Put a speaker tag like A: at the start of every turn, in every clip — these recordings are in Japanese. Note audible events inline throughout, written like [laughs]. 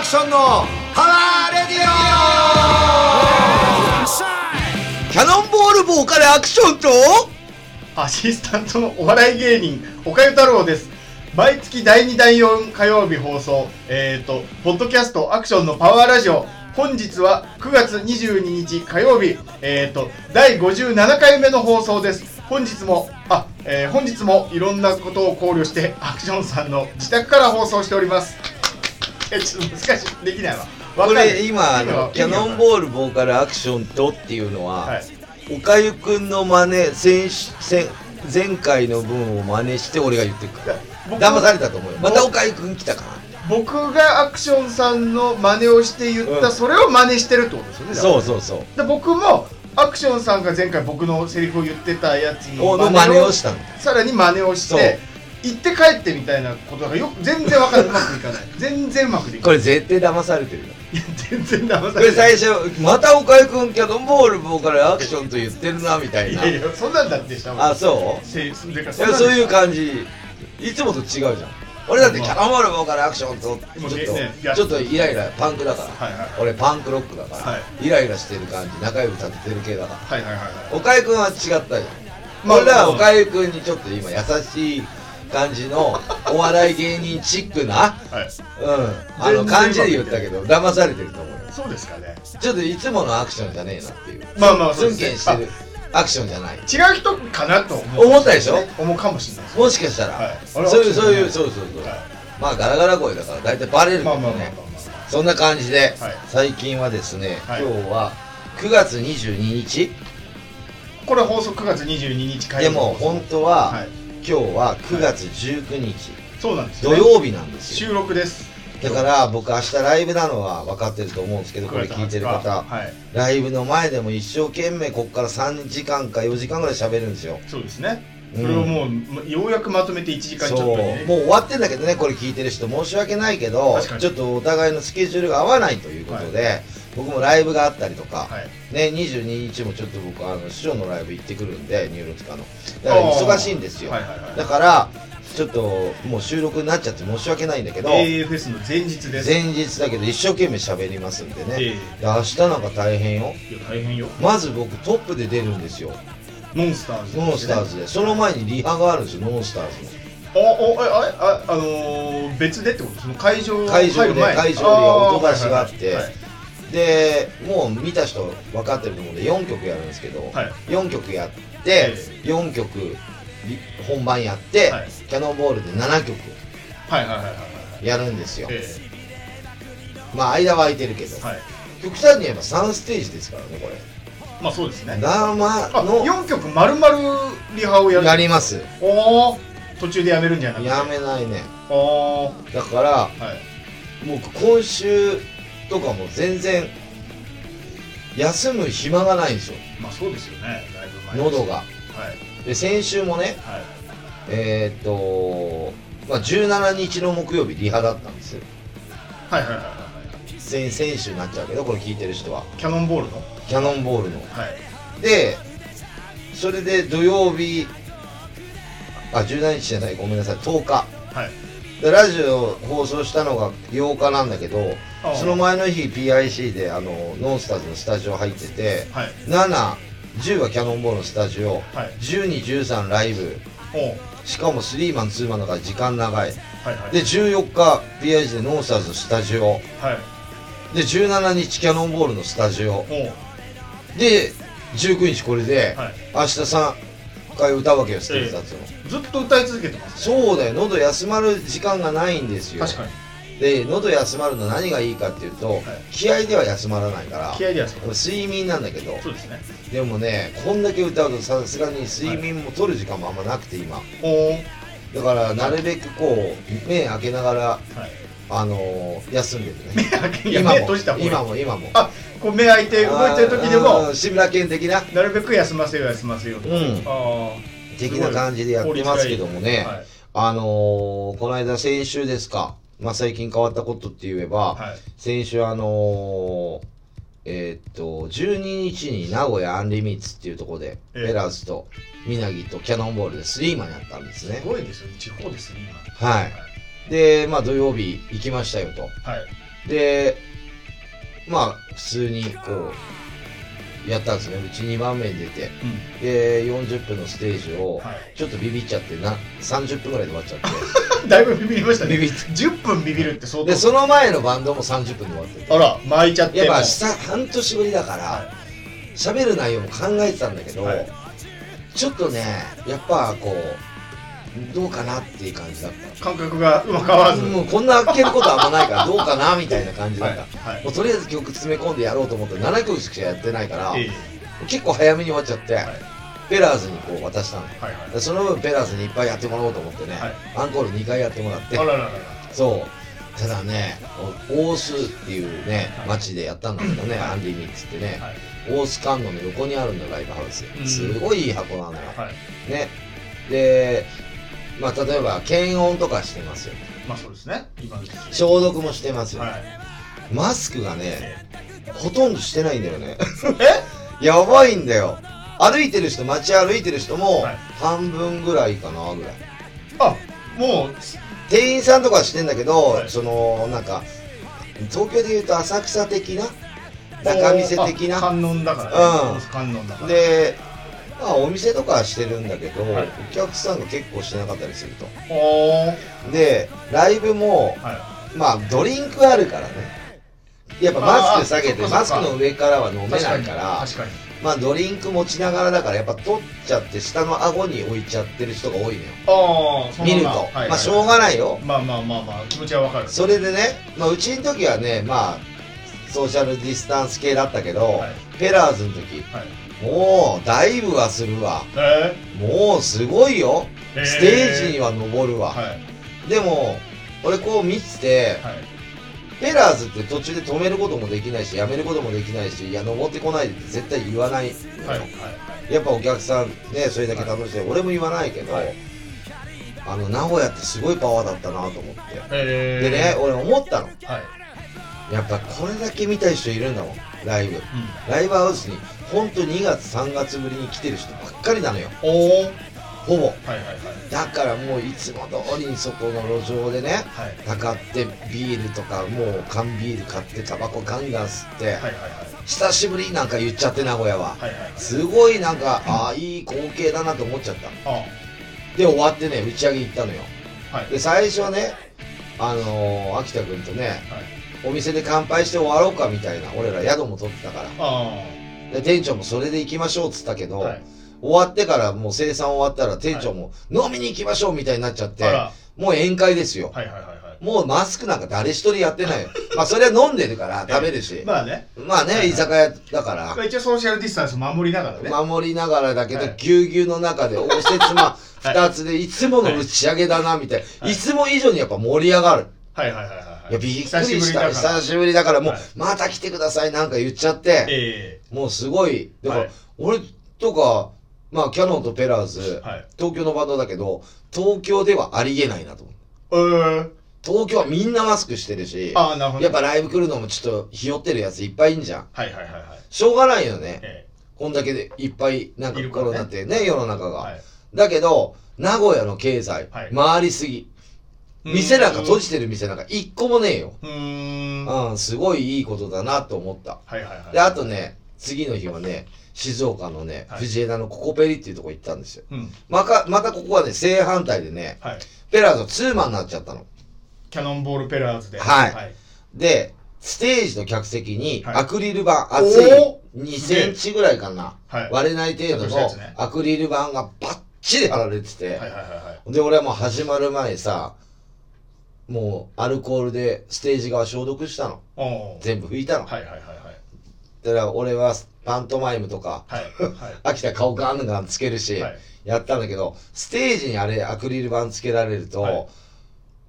A: ションのパワーレディオキャノンボール棒からアクションと
B: アシスタントのお笑い芸人、岡ゆ太郎です。毎月第2、第4火曜日放送、えっ、と、ポッドキャストアクションのパワーラジオ。本日は9月22日火曜日、えっ、と、第57回目の放送です。本日も、あ、えー本日もいろんなことを考慮して、アクションさんの自宅から放送しております。え、ちょっと難しい。できないわ。わ
A: こ
B: かんない
A: れ今あのキャノン
B: ー
A: ボール棒からアクションとっていうの
B: ルは。
A: はいおかゆくんの真似先し先前回の分を真似して俺が言ってるか
B: 僕
A: ら騙されたと思うよまたおかゆくん来たか
B: 僕がアクションさんの真似をして言った、
A: うん
B: それを真似してるってことですよね
A: な
B: だから
A: そうそうそう
B: で僕もアクションさんが前回僕のセリフを言ってたやつの
A: この真似をしたの
B: さらに真似をして行って帰ってみたいなことがよく全然わかんないうまく
A: [laughs]
B: いかない全然うまくいか
A: こ
B: ない
A: れ絶対騙されてるよ
B: いや全然騙
A: こ
B: され
A: れ
B: ない
A: 最初またおかゆくんキャノンボール棒からアクションと言ってるなみたい
B: い
A: な
B: やいやそんなんだってした
A: あそう
B: せいそれから
A: いや
B: んなん
A: そういう感じいつもと違うじゃん俺だってキャノンボール棒からアクションと
B: もう
A: ちょっと、
B: ねね
A: ちょっとイライラパンクだから、
B: はいはい
A: 俺パンクロックだから、
B: は
A: イライラしてる感じ仲良く立ててる系だか
B: はいはいはいはい
A: らおかゆくんは違ったじゃん、
B: まあ
A: 俺らはおかゆくんにちょっと今優しい感じのお笑い芸人チックな
B: はい
A: うんあの
B: 全然
A: 感じで言ったけど騙されてると思うよ
B: そうですかね
A: ちょっといつものアクションじゃねえなっていう
B: まあまあそう
A: 寸
B: ですね
A: ンしてるアクションじゃない
B: 違う人かなと思う
A: 思ったでしょ
B: 思うかもしれないです
A: もしかしたら、
B: はい
A: そういうそういうそうそうそう、
B: はい
A: まあガラガラ声だから大体バレるけ
B: ま
A: ど
B: あ
A: ね、
B: まあまあまあま
A: そんな感じで、
B: はい
A: 最近はですね、
B: はい
A: 今日は9月22日、
B: あこれ放送9月22日火曜
A: で
B: 日
A: も本当は、
B: はい
A: 今日は9月19日、
B: そうなんですよ
A: 土
B: ね
A: 曜日なんですよ
B: 収録です
A: だから僕明日ライブなのは分かってると思うんですけどこれ聞いてる
B: 9月20
A: 方
B: 日はい
A: ライブの前でも一生懸命こっから3時間か4時間ぐらい喋るんですよ
B: そうですね、
A: うん
B: それをもうまようやくまとめて1時間ちょ
A: そ
B: っ
A: う
B: とに
A: も
B: ね
A: う終わってんだけどねこれ聞いてる人申し訳ないけど
B: 確かに
A: ちょっとお互いのスケジュールが合わないということで、僕もライブがあったりとか、
B: はい
A: ね22日もちょっと僕あの師匠のライブ行ってくるんでニューロティカのだから
B: あー
A: 忙しいんですよ、
B: はいはいはい
A: だからちょっともう収録になっちゃって申し訳ないんだけど、
B: AFS の前日です
A: 前日だけど一生懸命喋りますんでね、
B: え
A: で明日なんか大変よ
B: いや大変よ
A: まず僕トップで出るんですよ
B: モンスターズですね
A: ノンスターズでその前にリハがあるんですよノンスターズの
B: あおああああのー別でってことその会場
A: 会場
B: 入る
A: で
B: 前に
A: 会場で
B: あー
A: 音出しがあっ
B: はい
A: て
B: はいはい
A: でもう見た人分かってると思うんで4曲やるんですけど、
B: はい
A: 4曲やって、
B: え
A: 4曲り本番やって、
B: はい
A: キャノンボールで7曲
B: はいはいはいはいはい
A: やるんですよ、
B: え
A: まあ間は空いてるけど、
B: えはい
A: 極端に言えば3ステージですからねこれ
B: まあそうですね
A: 生
B: あ
A: の
B: 4曲丸々リハをやる
A: やります
B: おお途中でやめるんじゃなくて
A: やめないね
B: おお
A: だから
B: はい
A: もう今週とかも全然休む暇がないんですよ
B: まあそうですよねだいぶ前
A: 喉が
B: はい
A: で先週もね
B: はい
A: えーっと、まあ、17日の木曜日リハだったんですよ
B: はいはいはいはい
A: 先先週になっちゃうけどこれ聞いてる人は
B: キャノンボールの
A: キャノンボールの
B: はい
A: でそれで土曜日あ17日じゃないごめんなさい10日
B: はい
A: でラジオ放送したのが8日なんだけど
B: あー
A: その前の日 PIC であのノンスターズのスタジオ入ってて
B: はい
A: 710はキャノンボールのスタジオ
B: はい
A: 1213ライブ
B: おう
A: しかもスリーマンツーマンだから時間長い
B: はいはい
A: で14日 PIG でノンスターズのスタジオ
B: はい
A: で17日キャノンボールのスタジオ
B: おう
A: で19日これで、
B: はい
A: 明日3回歌うわけよステージ立つの、
B: ずっと歌い続けてます
A: そうだよ喉休まる時間がないんですよ
B: 確かに
A: で喉休まるの何がいいかっていうと、気合では休まらないから
B: 気合ではそう
A: 睡眠なんだけど
B: そうですね
A: でもねこんだけ歌うとさすがに睡眠も取る時間もあんまなくて今
B: おおはい
A: だからなるべくこう目開けながらあのー休んでるね
B: 開け
A: 今
B: 目
A: も
B: 閉じた方がいい
A: 今も今も
B: あこう目開いて動いてる時で
A: あ
B: も
A: ー志村けん的な
B: なるべく休ませよう休ませよう
A: うん
B: ああ
A: 的な感じでやってますけどもね、
B: はい
A: あのーこの間先週ですか、まあ、最近変わったことって言えば、
B: はい
A: 先週あのーえーっと12日に名古屋アンリミッツっていうところで、
B: ええ
A: ベラーズとみなぎとキャノンボールでスリーマンやったんですね
B: すごいですよ地方ですね
A: はいでまあ土曜日行きましたよと
B: 今はい
A: で、まあ、普通にこう、やったんですね。うち2番目に出て。
B: うん
A: で、40分のステージを、
B: は
A: ちょっとビビっちゃってな、30分ぐらいで終わっちゃっ
B: い、 [laughs] だいぶビビりました
A: て。
B: ね
A: ビビって。
B: 10分ビビるって相当
A: で、その前のバンドも30分で終わってて。
B: あら巻いちゃって
A: やっぱ
B: もう
A: 下半年ぶりだから喋る内容も考えてたんだけど、
B: はい
A: ちょっとねやっぱこうどうかなっていう感じだった
B: 感覚がうまく合わず、
A: もうこんな開けることあんまないからどうかなみたいな感じだ
B: は
A: っ
B: い
A: た、
B: はい
A: もうとりあえず曲詰め込んでやろうと思って7曲しかやってないから、
B: ええ
A: 結構早めに終わっちゃって、
B: い
A: ベラーズにこう渡したの
B: はいはい
A: でその分ベラーズにいっぱいやってもらおうと思ってね、
B: はい
A: アンコール2回やってもらって
B: あらららら
A: そうただね大須っていうね町でやったんだけどね、
B: はい
A: アンディ・ミッツってね、
B: はい
A: 大須観音の横にあるんだライブハウス
B: うん
A: すごいいい箱なのよ、
B: はい
A: ねでまあ例えば検温とかしてますよ
B: まあそうですね今の時期
A: 消毒もしてますよ、
B: はい
A: マスクがね
B: え
A: ほとんどしてないんだよね [laughs]
B: え
A: やばいんだよ歩いてる人街歩いてる人も
B: はい
A: 半分ぐらいかなぐらい
B: あもう
A: 店員さんとかはしてんだけど、
B: はい
A: そのなんか東京でいうと浅草的な仲見世的な
B: あ観音だから、
A: うん
B: 観音だから
A: で、まあ、お店とかはしてるんだけど、
B: はい
A: お客さんが結構してなかったりすると
B: おー
A: でライブも
B: は
A: まあドリンクあるからねやっぱマスク下げて
B: あー
A: マス
B: そっかそっ
A: ク
B: か
A: の上からは飲
B: い
A: めないから
B: 確かに
A: まあドリンク持ちながらだからやっぱ取っちゃって下の顎に置いちゃってる人が多いのよ
B: ああその
A: 見ると、
B: はいはいはい
A: まあしょうがないよ
B: まあまあまあまあ気持ちはわかる
A: それでね、まあ、うちの時はねまあソーシャルディスタンス系だったけど、
B: はい
A: ペラーズの時
B: はい
A: もうダイブはするわ
B: え
A: もうすごいよ
B: ー、
A: ステージに
B: は
A: は登るわ、
B: はい
A: でも俺こう見てて
B: はい
A: ペラーズって途中で止めることもできないしやめることもできないしいや登ってこないでって絶対言わないのよ、
B: はいはい
A: やっぱお客さんねそれだけ楽しんで、俺も言わないけど、
B: はい
A: あの名古屋ってすごいパワーだったなと思って
B: え
A: で
B: ー、
A: ね俺思ったの
B: はい、
A: やっぱこれだけ見たい人いるんだもんライブ
B: うん、
A: ライブハウスに本当2月3月ぶりに来てる人ばっかりなのよ
B: おおはい
A: ほぼ
B: はいはい
A: だからもういつも通りにそこの路上でね
B: はい
A: たかってビールとかもう缶ビール買ってタバコガンガン吸って、
B: はいはいはい
A: 久しぶりなんか言っちゃって名古屋は
B: はいはい
A: すごいなんかああいい光景だなと思っちゃった
B: あ
A: で終わってね打ち上げ行ったのよ
B: はい
A: で最初はねあのー、秋田君とね
B: はい
A: お店で乾杯して終わろうかみたいな俺ら宿も取ってたから
B: あ
A: で店長もそれで行きましょうっつったけ
B: あ
A: ど、
B: はい
A: 終わってからもう生産終わったら店長も飲みに行きましょうみたいになっちゃって、
B: あら
A: もう宴会ですよ。
B: はいはいはいは
A: もうマスクなんか誰一人やってないよ。まあそれは飲んでる
B: [laughs]
A: から食べる
B: い
A: し。
B: まあね
A: まあね、居酒屋だから。
B: 一応ソーシャルディスタンス守りながらね
A: 守りながらだけど
B: はい、
A: ぎゅうぎゅうの中で、おせつま
B: [laughs] はい
A: 二つで、いつもの打ち上げだな、みたいな。いつも以上にやっぱ盛り上がる。
B: はいはいはいはい
A: いや、びっくり
B: 久しぶり
A: し
B: だか
A: た。
B: ら
A: 久しぶりだから、もう
B: はい、
A: また来てくださいなんか言っちゃって、
B: え
A: もうすごい。
B: え
A: だから、俺とか、まあ、キャノンとペラーズ、
B: はいはい
A: 東京のバンドだけど、東京ではありえないなと思う。
B: えー、
A: 東京はみんなマスクしてるし、
B: ああなるほど
A: やっぱライブ来るのもちょっとひよってるやついっぱいいんじゃん。
B: はいはいはいはい
A: しょうがないよね。
B: え
A: こんだけでいっぱい、なんか
B: いるか
A: コ
B: らね
A: ロナってね、世の中
B: えは
A: が。
B: い
A: だけど、名古屋の経済
B: はい、
A: 回りすぎ。店なんか閉
B: じ
A: じてる店なんか一個もねえよ。
B: うーんは
A: うん、すごいいいことだなと思った。
B: いはいはい
A: で、あとね、次の日はね、静岡のね、
B: はい
A: 藤枝のココペリっていうとこ行ったんですよ。
B: うん
A: まか、またここはね、正反対でね、
B: はい
A: ペラーズのツーマンになっちゃったの。
B: キャノンボールペラーズで
A: はい
B: はい
A: で、ステージの客席に
B: はい
A: アクリル板、
B: おー
A: 厚い2
B: すげえ
A: センチぐらいかな、
B: はい
A: 割れない程度
B: ちゃんと
A: の
B: したやつね
A: アクリル板がバッチリ貼られてて、
B: はいはいはいはい
A: で、俺はもう始まる前さ、もうアルコールでステージ側消毒したの。
B: おお
A: 全部拭いたの。
B: はいはいはいはい
A: だから俺はパントマイムとか、
B: はいはい
A: 秋田顔ガンガンつけるし、
B: はい
A: やったんだけど、ステージにあれアクリル板つけられると、
B: はい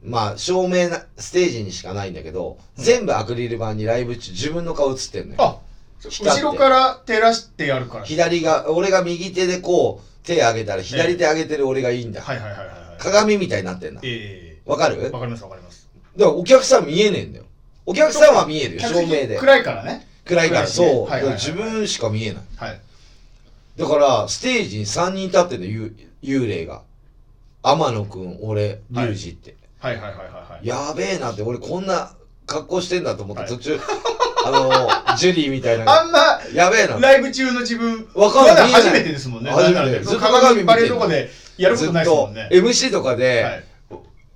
A: まあ、照明な、ステージにしかないんだけど、全部アクリル板にライブ中自分の顔映ってんのよ。
B: あ
A: 光って
B: 後ろから照らしてやるから
A: 左が、俺が右手でこう、手上げたら、左手上げてる俺がいいんだ。
B: はいはいはいはいはい
A: 鏡みたいになってんだ。
B: え
A: わかる
B: え
A: だか
B: わかりますわかります
A: らお客さん見えねえんだよ。お客さんは見えるよ、
B: 客
A: 照
B: 席
A: 明で。
B: 暗いからね
A: 暗いから、
B: 暗いし
A: そ
B: ね
A: う。
B: はいはいはい
A: だから自分しか見えない。
B: はい
A: だから、ステージに3人立ってんの、幽幽霊が。天野くん、俺、リュウジって。
B: はいはいはいはいはい
A: やべえなって、俺こんな格好してんだと思って、
B: はい
A: 途中、あの、
B: [laughs]
A: ジュリーみたいな。
B: あんま
A: やべえな。
B: ライブ中の自分、
A: わかんない
B: まだ初めてですもんね。
A: 初めて
B: なんならね
A: ずっと
B: 鏡いっぱいあるとこでやるこ
A: ず
B: と
A: っ
B: ないですも
A: と
B: んね。
A: MC とか
B: は
A: で、
B: い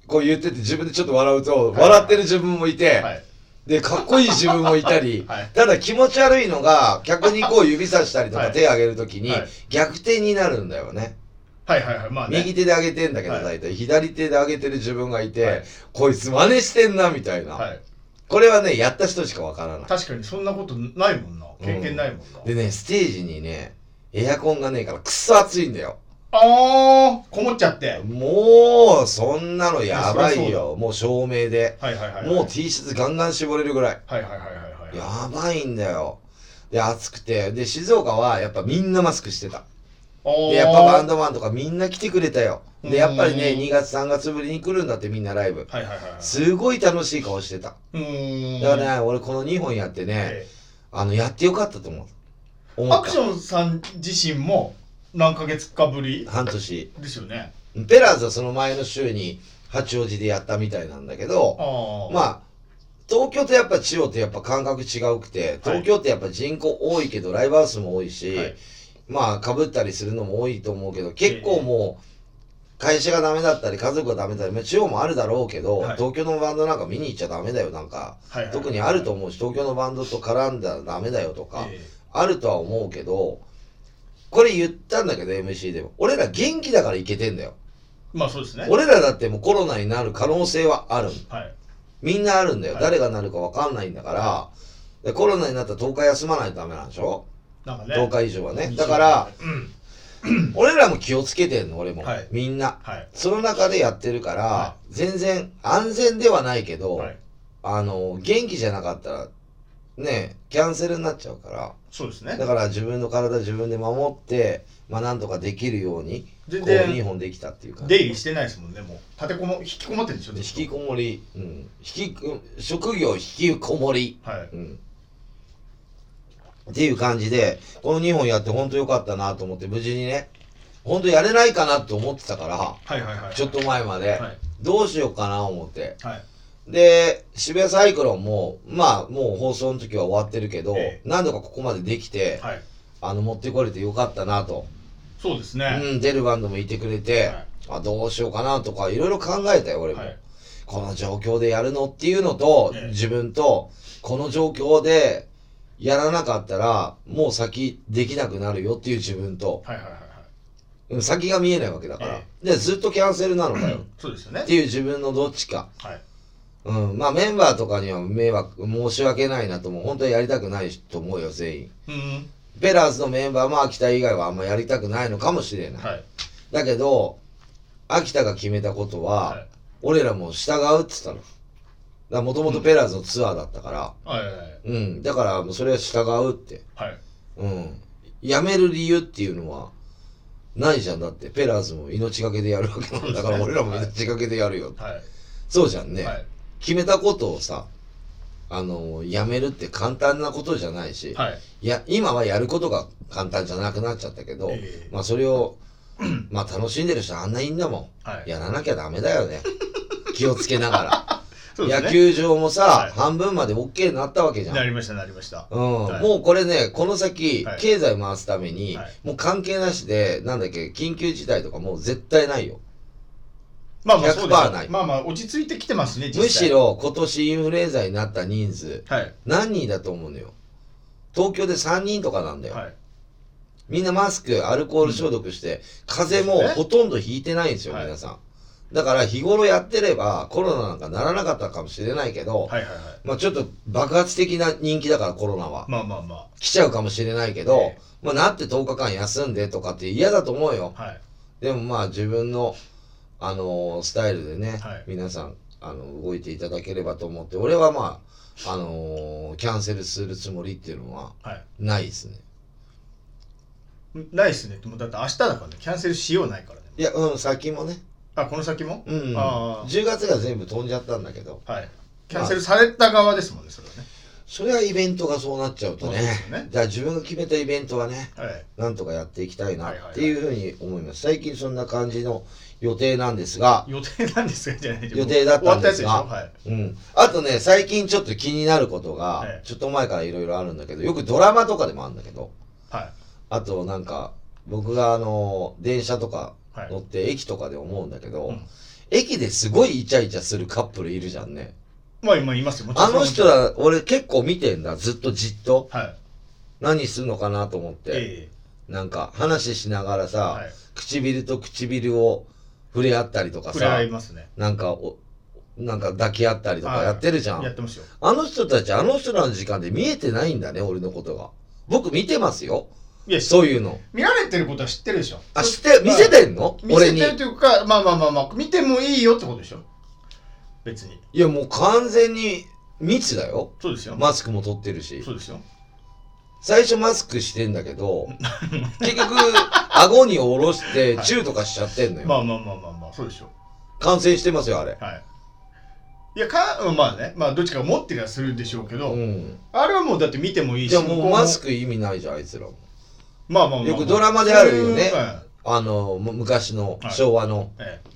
A: こう言ってて自分でちょっと笑うと、
B: はい
A: 笑ってる自分もいて、
B: はい、
A: で、かっこいい自分もいたり
B: [laughs] はい
A: ただ気持ち悪いのが、客にこう指さしたりと
B: [laughs] は
A: か
B: い
A: 手上げるときに
B: はい、
A: 逆手になるんだよね。
B: はいはいはい。まあね。
A: 右手で上げてんだけど
B: はい
A: 大体、左手で上げてる自分がい
B: は
A: て
B: い、
A: こいつ真似してんな、みたいな。
B: はい。
A: これはね、やった人しかわからない。
B: 確かにそんなことないもんな。経験ないもんな。
A: でね、ステージにね、エアコンがねえから、くっそ暑いんだよ。
B: あー、こもっちゃって。はい
A: もう、そんなのやば
B: いやそ
A: い
B: りゃそ
A: よ。もう照明で。
B: はいはいはい。
A: もう T シャツガンガン絞れるぐらい。
B: はいはいはいはいはい。
A: やばいんだよ。で、暑くて。で、静岡はやっぱみんなマスクしてた。
B: お
A: で、やっぱバンドマンとかみんな来てくれたよ。で、やっぱりね、
B: うん
A: 2月3月ぶりに来るんだってみんなライブ。
B: はいはいはいはい。
A: すごい楽しい顔してた。
B: うーん。
A: だからね、俺この2本やってね、
B: え
A: あの、やってよかったと思う。
B: え
A: 思
B: ア
A: っ
B: クシ
A: た。
B: ョンさん自身も何ヶ月かぶり
A: 半年。
B: ですよね。
A: ペラーズはその前の週に八王子でやったみたいなんだけど、
B: ああ。
A: まあ、東京とやっぱ地方ってやっぱ感覚違うくて、東京ってやっぱ人口多いけどライブハウスも多いし、
B: はい
A: まあかぶったりするのも多いと思うけど、結構もう、会社がダメだったり家族がダメだったり、まあ地方もあるだろうけど、
B: はい
A: 東京のバンドなんか見に行っちゃダメだよなんか、
B: はいはい
A: 特にあると思うし、東京のバンドと絡んだらダメだよとか、
B: ええ
A: あるとは思うけど、これ言ったんだけど MC でも、俺ら元気だからいけてんだよ。
B: まあそうですね。
A: 俺らだってもうコロナになる可能性はあるんだ
B: はい。
A: みんなあるんだよ。
B: はい
A: 誰がなるかわかんないんだから、でコロナになったら10日休まないとダメなんでしょ
B: なんかね。
A: ?10 日以上はね。だから、、
B: うん。
A: 俺らも気をつけてんの、俺も
B: はい。
A: みんな。
B: はい。
A: その中でやってるから
B: は、
A: 全然安全ではないけど
B: は、い。
A: あの、元気じゃなかったら、ね、キャンセルになっちゃうから、
B: そうですね
A: だ。から自分の体自分で守って、まあなんとかできるように、こう
B: 全然
A: 2本できたっていう感じ
B: 出。入りしてないですもんね、もう。立てこも、引きこもってるんでしょ、
A: で引
B: ずっ
A: きこもり、うん、引きこ職業引きこもり、
B: とはい。
A: うん、っていう感じでこの2本やって本当良かったなと思って無事にね本当やれないかなと思ってたから
B: はいはいはい。
A: ちょっと前まで、
B: はい。
A: どうしようかな思って
B: はい。
A: で渋谷サイクロンもまあもう放送の時は終わってるけど、
B: ええ
A: 何度かここまでできて、
B: はい。
A: あの持ってこれてよかったなと、
B: そうですね。
A: うん、出るバンドもいてくれて、
B: はい
A: あどうしようかなとかいろいろ考えたよ俺も。
B: はい。
A: この状況でやるのっていうのと、
B: ええ
A: 自分と、この状況でやらなかったら、もう先できなくなるよっていう自分と、
B: はいはいはいはい。
A: うん先が見えないわけだから
B: え。
A: で、ずっとキャンセルなの
B: [clears throat]
A: かよ。
B: そうですよね
A: っ。ていう自分のどっちか。
B: はい。
A: うん。まあメンバーとかには迷惑、申し訳ないなと思う。本当はやりたくないと思うよ、全員。
B: うん。
A: ベラーズのメンバーも秋田以外はあんまやりたくないのかもしれない。
B: はい。
A: だけど、秋田が決めたことは、
B: はい
A: 俺らも従うって言ったの。だからもともとベラーズのツアーだったから、
B: はいはいはい。
A: うん、だからもうそれは従うって。
B: はい。
A: うん。辞める理由っていうのは、ないじゃんだって。ペラーズも命がけでやるわけなんだから、
B: [laughs] そうですね
A: 俺らも命がけでやるよ。
B: は
A: そうじゃん
B: い。
A: ね、
B: はい。
A: 決めたことをさ、あの、辞めるって簡単なことじゃないし、
B: はい。
A: いや、今はやることが簡単じゃなくなっちゃったけど、
B: ええ
A: まあそれを、まあ楽しんでる人あんないいんだもん。
B: はい
A: やらなきゃダメだよね。
B: [laughs]
A: 気をつけなが
B: そうで
A: ら。
B: す
A: 野
B: ね
A: 球場もさ、
B: はい
A: 半分まで OK になったわけじゃん
B: な。りました、なりました。
A: うん
B: はい
A: もうこれね、この先、
B: はい
A: 経済回すために、
B: はい
A: もう関係なしで、なんだっけ、緊急事態とかもう絶対ないよ。
B: まあまあ、そうです
A: 100%ない
B: まあまあ、落ち着いてきてますね、実際。
A: むし。ろ今年インフルエンザになった人数、
B: はい。
A: 何人だと思うのよ。東京で3人とかなんだよ。
B: はい。
A: みんなマスク、アルコール消毒して、風邪
B: そ
A: も
B: うですね
A: ほとんどひいてないんですよ、
B: はい
A: 皆さん。だから日頃やってればコロナなんかならなかったかもしれないけど、
B: はいはいはい。
A: まあちょっと爆発的な人気だからコロナは。
B: まあまあま
A: 来ちゃうかもしれないけど、
B: ええ
A: まあなって10日間休んでとかって嫌だと思うよ。
B: あ。はい。
A: でもまあ自分の、あのースタイルでね、
B: はい
A: 皆さん、あの、動いていただければと思って、俺はまあ、あのーキャンセルするつもりっていうのは
B: はい。
A: ないですね。
B: ないっすね。もうだって明日だからね、キャンセルしようないからね。
A: いや、うん、先もね。
B: あ、この先も
A: うん。
B: ああ
A: 10月が全部飛んじゃったんだけど。
B: はい。キャンセルされた側ですもんね、それはね。
A: それはイベントがそうなっちゃうとね
B: そうですよね
A: じゃあ自分が決めたイベントはね
B: はい。
A: なんとかやっていきたいなっていうふうに思います最近そんな感じの予定なんですが、
B: 予定なんですかじゃない
A: 予定だったんですが
B: 終わったやつで
A: うん、あとね最近ちょっと気になること
B: は
A: が
B: い
A: ちょっと前からいろいろあるんだけどよくドラマとかでもあるんだけど
B: しょはい。
A: あとなんか僕があの電車とか
B: はい。
A: 乗
B: はい。
A: って駅とかで思うんだけど、
B: うん
A: 駅ですごいイチャイチャするカップルいるじゃんね
B: まあ今いますよ。もちろ
A: あ
B: ん
A: の人
B: は。
A: ら俺結構見てんだずっとじっと
B: はい。
A: 何するのかなと思って、
B: え
A: なんか話しながらさ、
B: え。はい。
A: 唇と唇を触れ合ったりとか
B: 触れ
A: さ
B: 合いますね。
A: なんかおなんか抱き合ったりとか
B: はい
A: やってるじゃん、
B: やってますよ。
A: あの人たちあの人らの時間で見えてないんだね俺のことが僕見てますよ
B: いや、
A: そういうの
B: 見られてることは知ってるでしょ。
A: あ知って見せてんの
B: 見
A: 俺
B: せ
A: に
B: てるというか、まあまあまあまあ、見てもいいよってことでしょ。別に。
A: いやもう完全に密だよ
B: そうですよ。
A: マスクも取ってるし
B: そうですよ。
A: 最初マスクしてんだけ
B: [laughs]
A: ど結局顎に下ろしてチューとかしちゃってんのよ、
B: まあまあまあまあまあ、そうでしょ。
A: 感染してますよあれ
B: はい。いや、か、うんまあね、まあどっちか持ってりゃするでしょうけど、
A: うん
B: あれはもうだって見てもいいし。
A: じゃあもうマス
B: ク。
A: ク意味ないじゃんあいつらも
B: まあまあまあまあ。
A: よくドラマであるよね
B: そういううん
A: あのむ昔の
B: はい
A: 昭和の、
B: ええ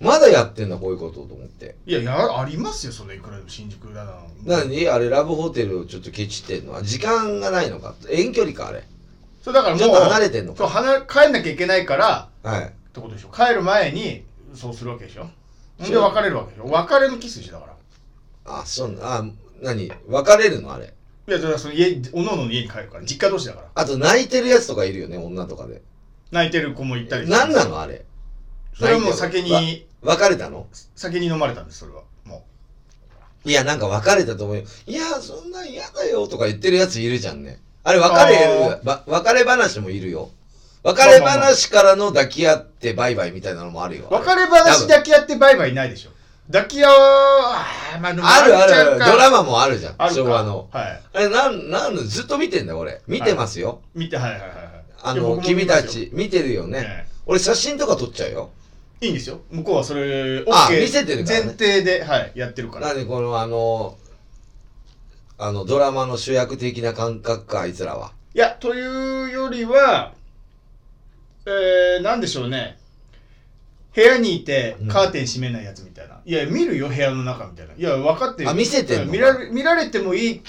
A: まだやってんだこういうことと思って
B: いや、や、ありますよ、それいくらでも新宿だな。
A: 何あれラブホテルをちょっとケチってんのは時間がないのか遠距離かあれ
B: そう、だからもう、
A: ちょっと離れてんの
B: そう
A: か
B: 離れ帰んなきゃいけないから、
A: はい
B: ってことでしょ。帰る前に、そうするわけでしょ。ほんで別れるわけでしょ。別れのキスでしょ、だから。
A: あそんなあ何別れるのあれ
B: いや、だからその家、おのおのの家に帰るから、実家同士だから。
A: あと泣いてるやつとかいるよね女とかで
B: 泣いてる子もいたり
A: 何なのあれ
B: それはもう先に、
A: 別れたの
B: 先に飲まれたんです、それは。も
A: いやなんか別れたと思うよいやそんなん嫌だよとか言ってるやついるじゃんねあれ別れ
B: あ
A: るば別れ話もいるよ別れ話からの抱き合ってバイバイみたいなのもあるよ
B: う。別れ話抱き合ってバイバイないでしょ。抱き合う、あーまあ、でも
A: あるある
B: ち
A: あ
B: ゃ
A: る
B: うか
A: ドラマもあるじゃん
B: あるか
A: 昭和の
B: はい。
A: あれなんなんずっと見てんだよ俺見てますよ、
B: 見て、はいはいはいはい。
A: あ
B: いや
A: の君た。ち見てるよ
B: 僕も見ますよ
A: ね、
B: ええ
A: 俺写真とか撮っちゃうよ
B: いいんですよ。向こうはそれ、OK、
A: あ見せてるからね
B: 前提で、はい、やってるから。
A: なんでこのあのあのドラマの主役的な感覚かあいつらはい
B: や、というよりは、えー、なんでしょうね。部屋にいて
A: うん
B: カーテン閉めないやつみたいな。いや、見るよ、部屋の中みたいな。いや、分かってる。
A: あ見せてんの
B: うん見られ見られてもいい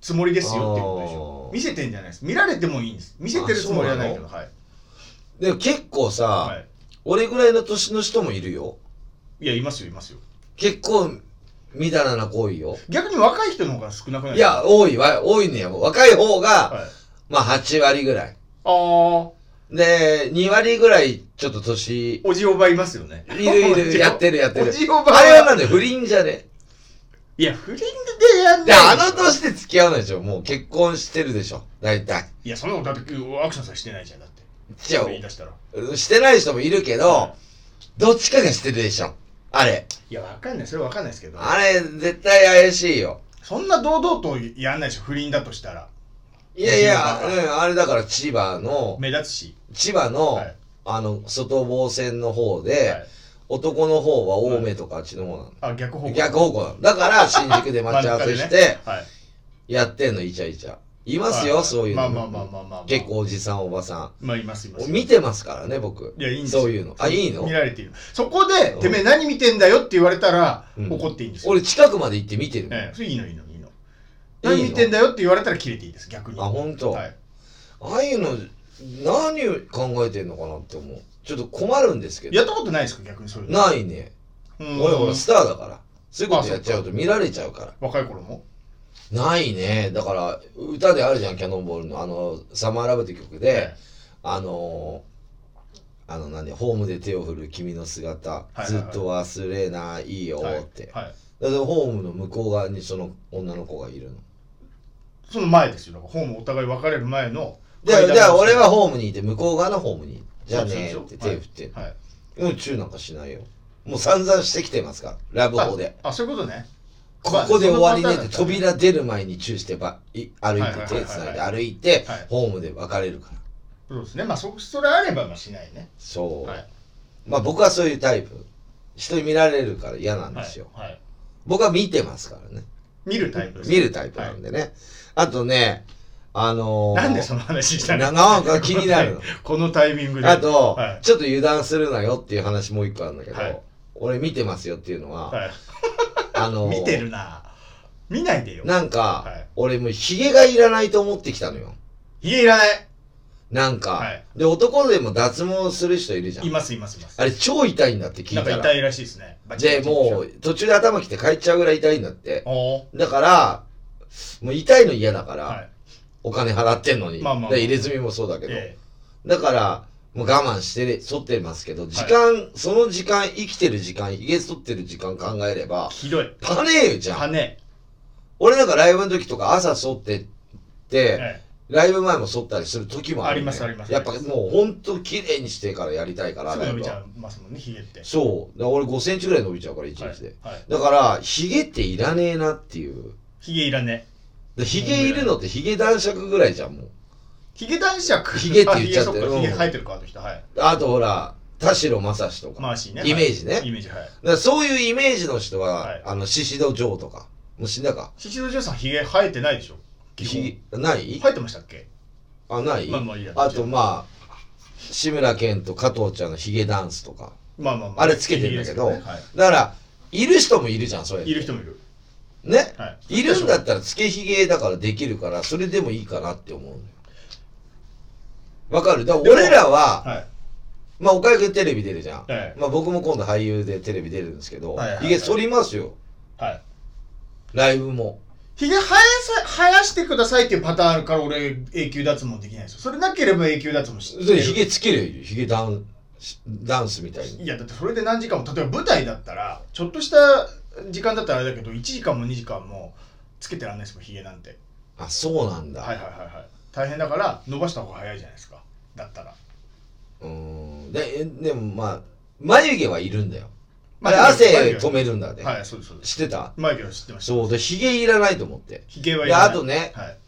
B: つもりですよっていうことでし
A: あ
B: ょ
A: ー。
B: 見せてんじゃないです。見られてもいいんです。見せてるつもりはないけど、はい。
A: でも結構さ、
B: はい。
A: 俺ぐらいの年の人もいるよ
B: いや、いますよ、いますよ。
A: 結構みだらな行為よ
B: 逆に若い人の方が少なくない
A: いや、多いわ多いねや若い方が、
B: はい、
A: まあ8割ぐらい
B: あー、
A: で2割ぐらいちょっと年
B: おじおばいますよね。
A: いるいる、やってるやってる。
B: おじおば
A: あれはなんで不倫じゃね
B: いや、不倫でやんない
A: で、あの年で付き合わないでしょ。もう結婚してるでしょ。大体。
B: いや、そんなことだってアクションさえしてないじゃん、だって。
A: じゃ
B: それ言い出したら。
A: あ、してない人もいるけど、どっちかがしてるでしょ。あれ。
B: いや、わかんない、それはわかんないですけど。
A: あれ、絶対怪しいよ。
B: そんな堂々とやんないでしょ、不倫だとしたら。
A: いやいや、
B: う
A: うんん、あれだから千葉の、
B: 目立つし。
A: 千葉の、
B: はい
A: あの、外房線の方で、
B: はい
A: 男の方は青梅とかあっちの方なの。
B: あ、逆方向。
A: 逆方向なの。だから、新宿で待ち合わ
B: [laughs]
A: せして、
B: はい。い
A: やってんの、イチャイチャ。いますよ、
B: はい
A: そういう
B: ま
A: の。
B: あまあまあまあまあ。
A: 結。構おじさんおばさ
B: まあ、いますいま
A: ん
B: す。
A: 見てますからね僕
B: いや、いいんですよ
A: そういうのあいいの
B: 見られている。そこで、
A: うん
B: てめえ何見てんだよって言われたら、
A: うん
B: 怒っていいんですよ。
A: 俺近くまで行って見てるもん、
B: ええ、それいいのいいのい
A: い
B: いの。
A: いの
B: 何見てんだよって言われたら切れていいです、逆に。
A: あ本当
B: はい。
A: ああいうの何を考えてんのかなって思うちょっと困るんですけど
B: やったことないですか、逆にそういうの。
A: ないね
B: うん。
A: 俺ほらスターだからそういうことやっちゃうと見られちゃうから
B: 若い頃も。
A: ないねだから歌であるじゃんキャノンボールのあの「サマーラブ」って曲で、
B: ええ
A: あのーあの何ホームで手を振る君の姿、
B: いはい
A: ずっと忘れないよって、
B: はい。はい
A: だからホームの向こう側にその女の子がいるの
B: その前ですよ。だからホームお互い別れる前の。
A: じゃあ、じゃあ俺はホームにいて、向こう側のホームに、じゃあねーって手振って、
B: はい。
A: うん、チューなんかしないよ。もう散々してきてますから、ラブホで。
B: あ、そういうことね。
A: ここで終わりねって、
B: そんなパターン
A: 扉出る前にチューしてば、い歩い
B: はいはい
A: て、
B: はいはい
A: 手つないで歩いて
B: はい、
A: ホームで別れるから。
B: そうですね。まあ、そ、それあれば、まあ、しないね。
A: そう。
B: はい。
A: まあ僕はそういうタイプ。人に見られるから嫌なんですよ。
B: はい。はい
A: 僕は見てますからね。
B: 見るタイプです
A: 見るタイプなんでね。あとね、あのー、
B: なんでその話した
A: な
B: の
A: なんか気になるの。
B: このタイミングで
A: あと、
B: はい
A: ちょっと油断するなよっていう話もう一個あるんだけど、
B: はい
A: 俺見てますよっていうのは、
B: はい
A: あのー
B: 見てるな見ないでよ
A: なんか、
B: はい
A: 俺もうヒゲがいらないと思ってきたのよ。
B: 家いらない
A: なんか、
B: はい
A: で、男でも脱毛する人いるじゃ
B: い
A: ん。
B: ますいますいます
A: あれ超痛いんだって聞
B: ないんか
A: た
B: 痛
A: ら。
B: いらしいですねバチ
A: で、
B: バチバチ
A: もう途中で頭きて帰っちゃうぐらい痛いんだって。
B: おー
A: だから、もう痛いの嫌だから、
B: はい
A: お金払ってんのに。
B: まあまあまあ
A: で入れ墨もそうだけど。
B: え
A: だから、もう我慢して、剃ってますけど、時間、その時間、生きてる時間、髭剃ってる時間考えれば
B: え、ひどい
A: パねえよじゃん。
B: 羽
A: 俺なんかライブの時とか朝剃ってって、
B: え
A: ライブ前も剃ったりする時もある、
B: ありますあります
A: やっぱもうほんと綺麗にしてからやりたいか
B: え
A: ら、
B: すぐ
A: ライ
B: 伸
A: ブ
B: びち
A: は
B: ゃいますもんねひげって
A: そう。だから俺5センチぐらい伸びちゃうから、1日で。
B: はいはい
A: だから、髭っていらねえなっていう。
B: ひげいらね
A: で髭いるのって髭男爵ぐらいじゃん、もう。
B: ひげ男爵
A: ひげって言っちゃってる
B: るひげ生えてるかあの人はい
A: あとほら、田代正史とか。
B: マーシーね
A: イメージね
B: イメージはい
A: だからそういうイメージの人は、
B: はい
A: あの、宍戸城とか、もう死んだか。
B: 宍戸城さんひげ生えてないでしょ基本
A: ひない
B: 生えてましたっけ
A: あ、ない、
B: まあまあいいや
A: あと、まあ、志村けんと加藤ちゃんのヒゲダンスとか。
B: まあまあま
A: あれつけてんだけど、
B: ひげですよね
A: だから、いる人もいるじゃん、それ。
B: はいいる人もいる
A: ね、
B: はい
A: い。るんだったら、つけひげだからできるから、それでもいいかなって思うのよ。わかるだから俺らは、
B: はい
A: まあ、おかゆくんテレビ出るじゃん。
B: はい
A: まあ、僕も今度俳優でテレビ出るんですけど、
B: はいはいはい
A: ヒゲ剃りますよ。
B: はい
A: ライブも。
B: ひげ生やさ生やしてくださいっていうパターンあるから俺永久脱毛できないんですよそれなければ永久脱毛し
A: それヒゲつけるよ、ヒゲダンス、ダンスみたいに。
B: いやだってそれで何時間も例えば舞台だったらちょっとした時間だったらあれだけど1時間も2時間もつけてらんないですもんひげなんて
A: あ、そうなんだ。
B: はいはいはいはい大変だから伸ばした方が早いじゃないですかだったら
A: うーん。で、えでもまあ、眉毛はいるんだよ。あれ、
B: ま
A: 汗
B: 眉毛
A: 止めるんだね。
B: はいそうですそうです
A: 知ってた
B: 眉毛は知ってました
A: そうで、ヒゲいらないと思って。
B: ひげはいらない
A: いやあとね
B: はい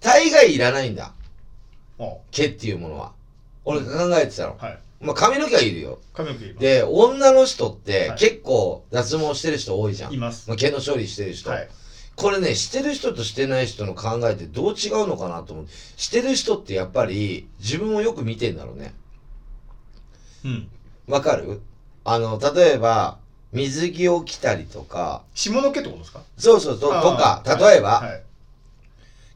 A: 大概いらないんだ。
B: も
A: 毛っていうものは。俺考えてたの
B: う。はい
A: まあ、髪の毛はいるよ。
B: 髪の毛います
A: で、女の人って
B: はい
A: 結構脱毛してる人多いじゃん。
B: います
A: まあ、毛の処理してる人。
B: はい
A: これね、してる人としてない人の考えってどう違うのかなと思う。してる人ってやっぱり自分をよく見てんだろうね。
B: うん
A: わかるあの、例えば、水着を着たりとか、
B: 下の毛ってことですか
A: そうそうそう、とか
B: あ、ー
A: 例えば、
B: はいはい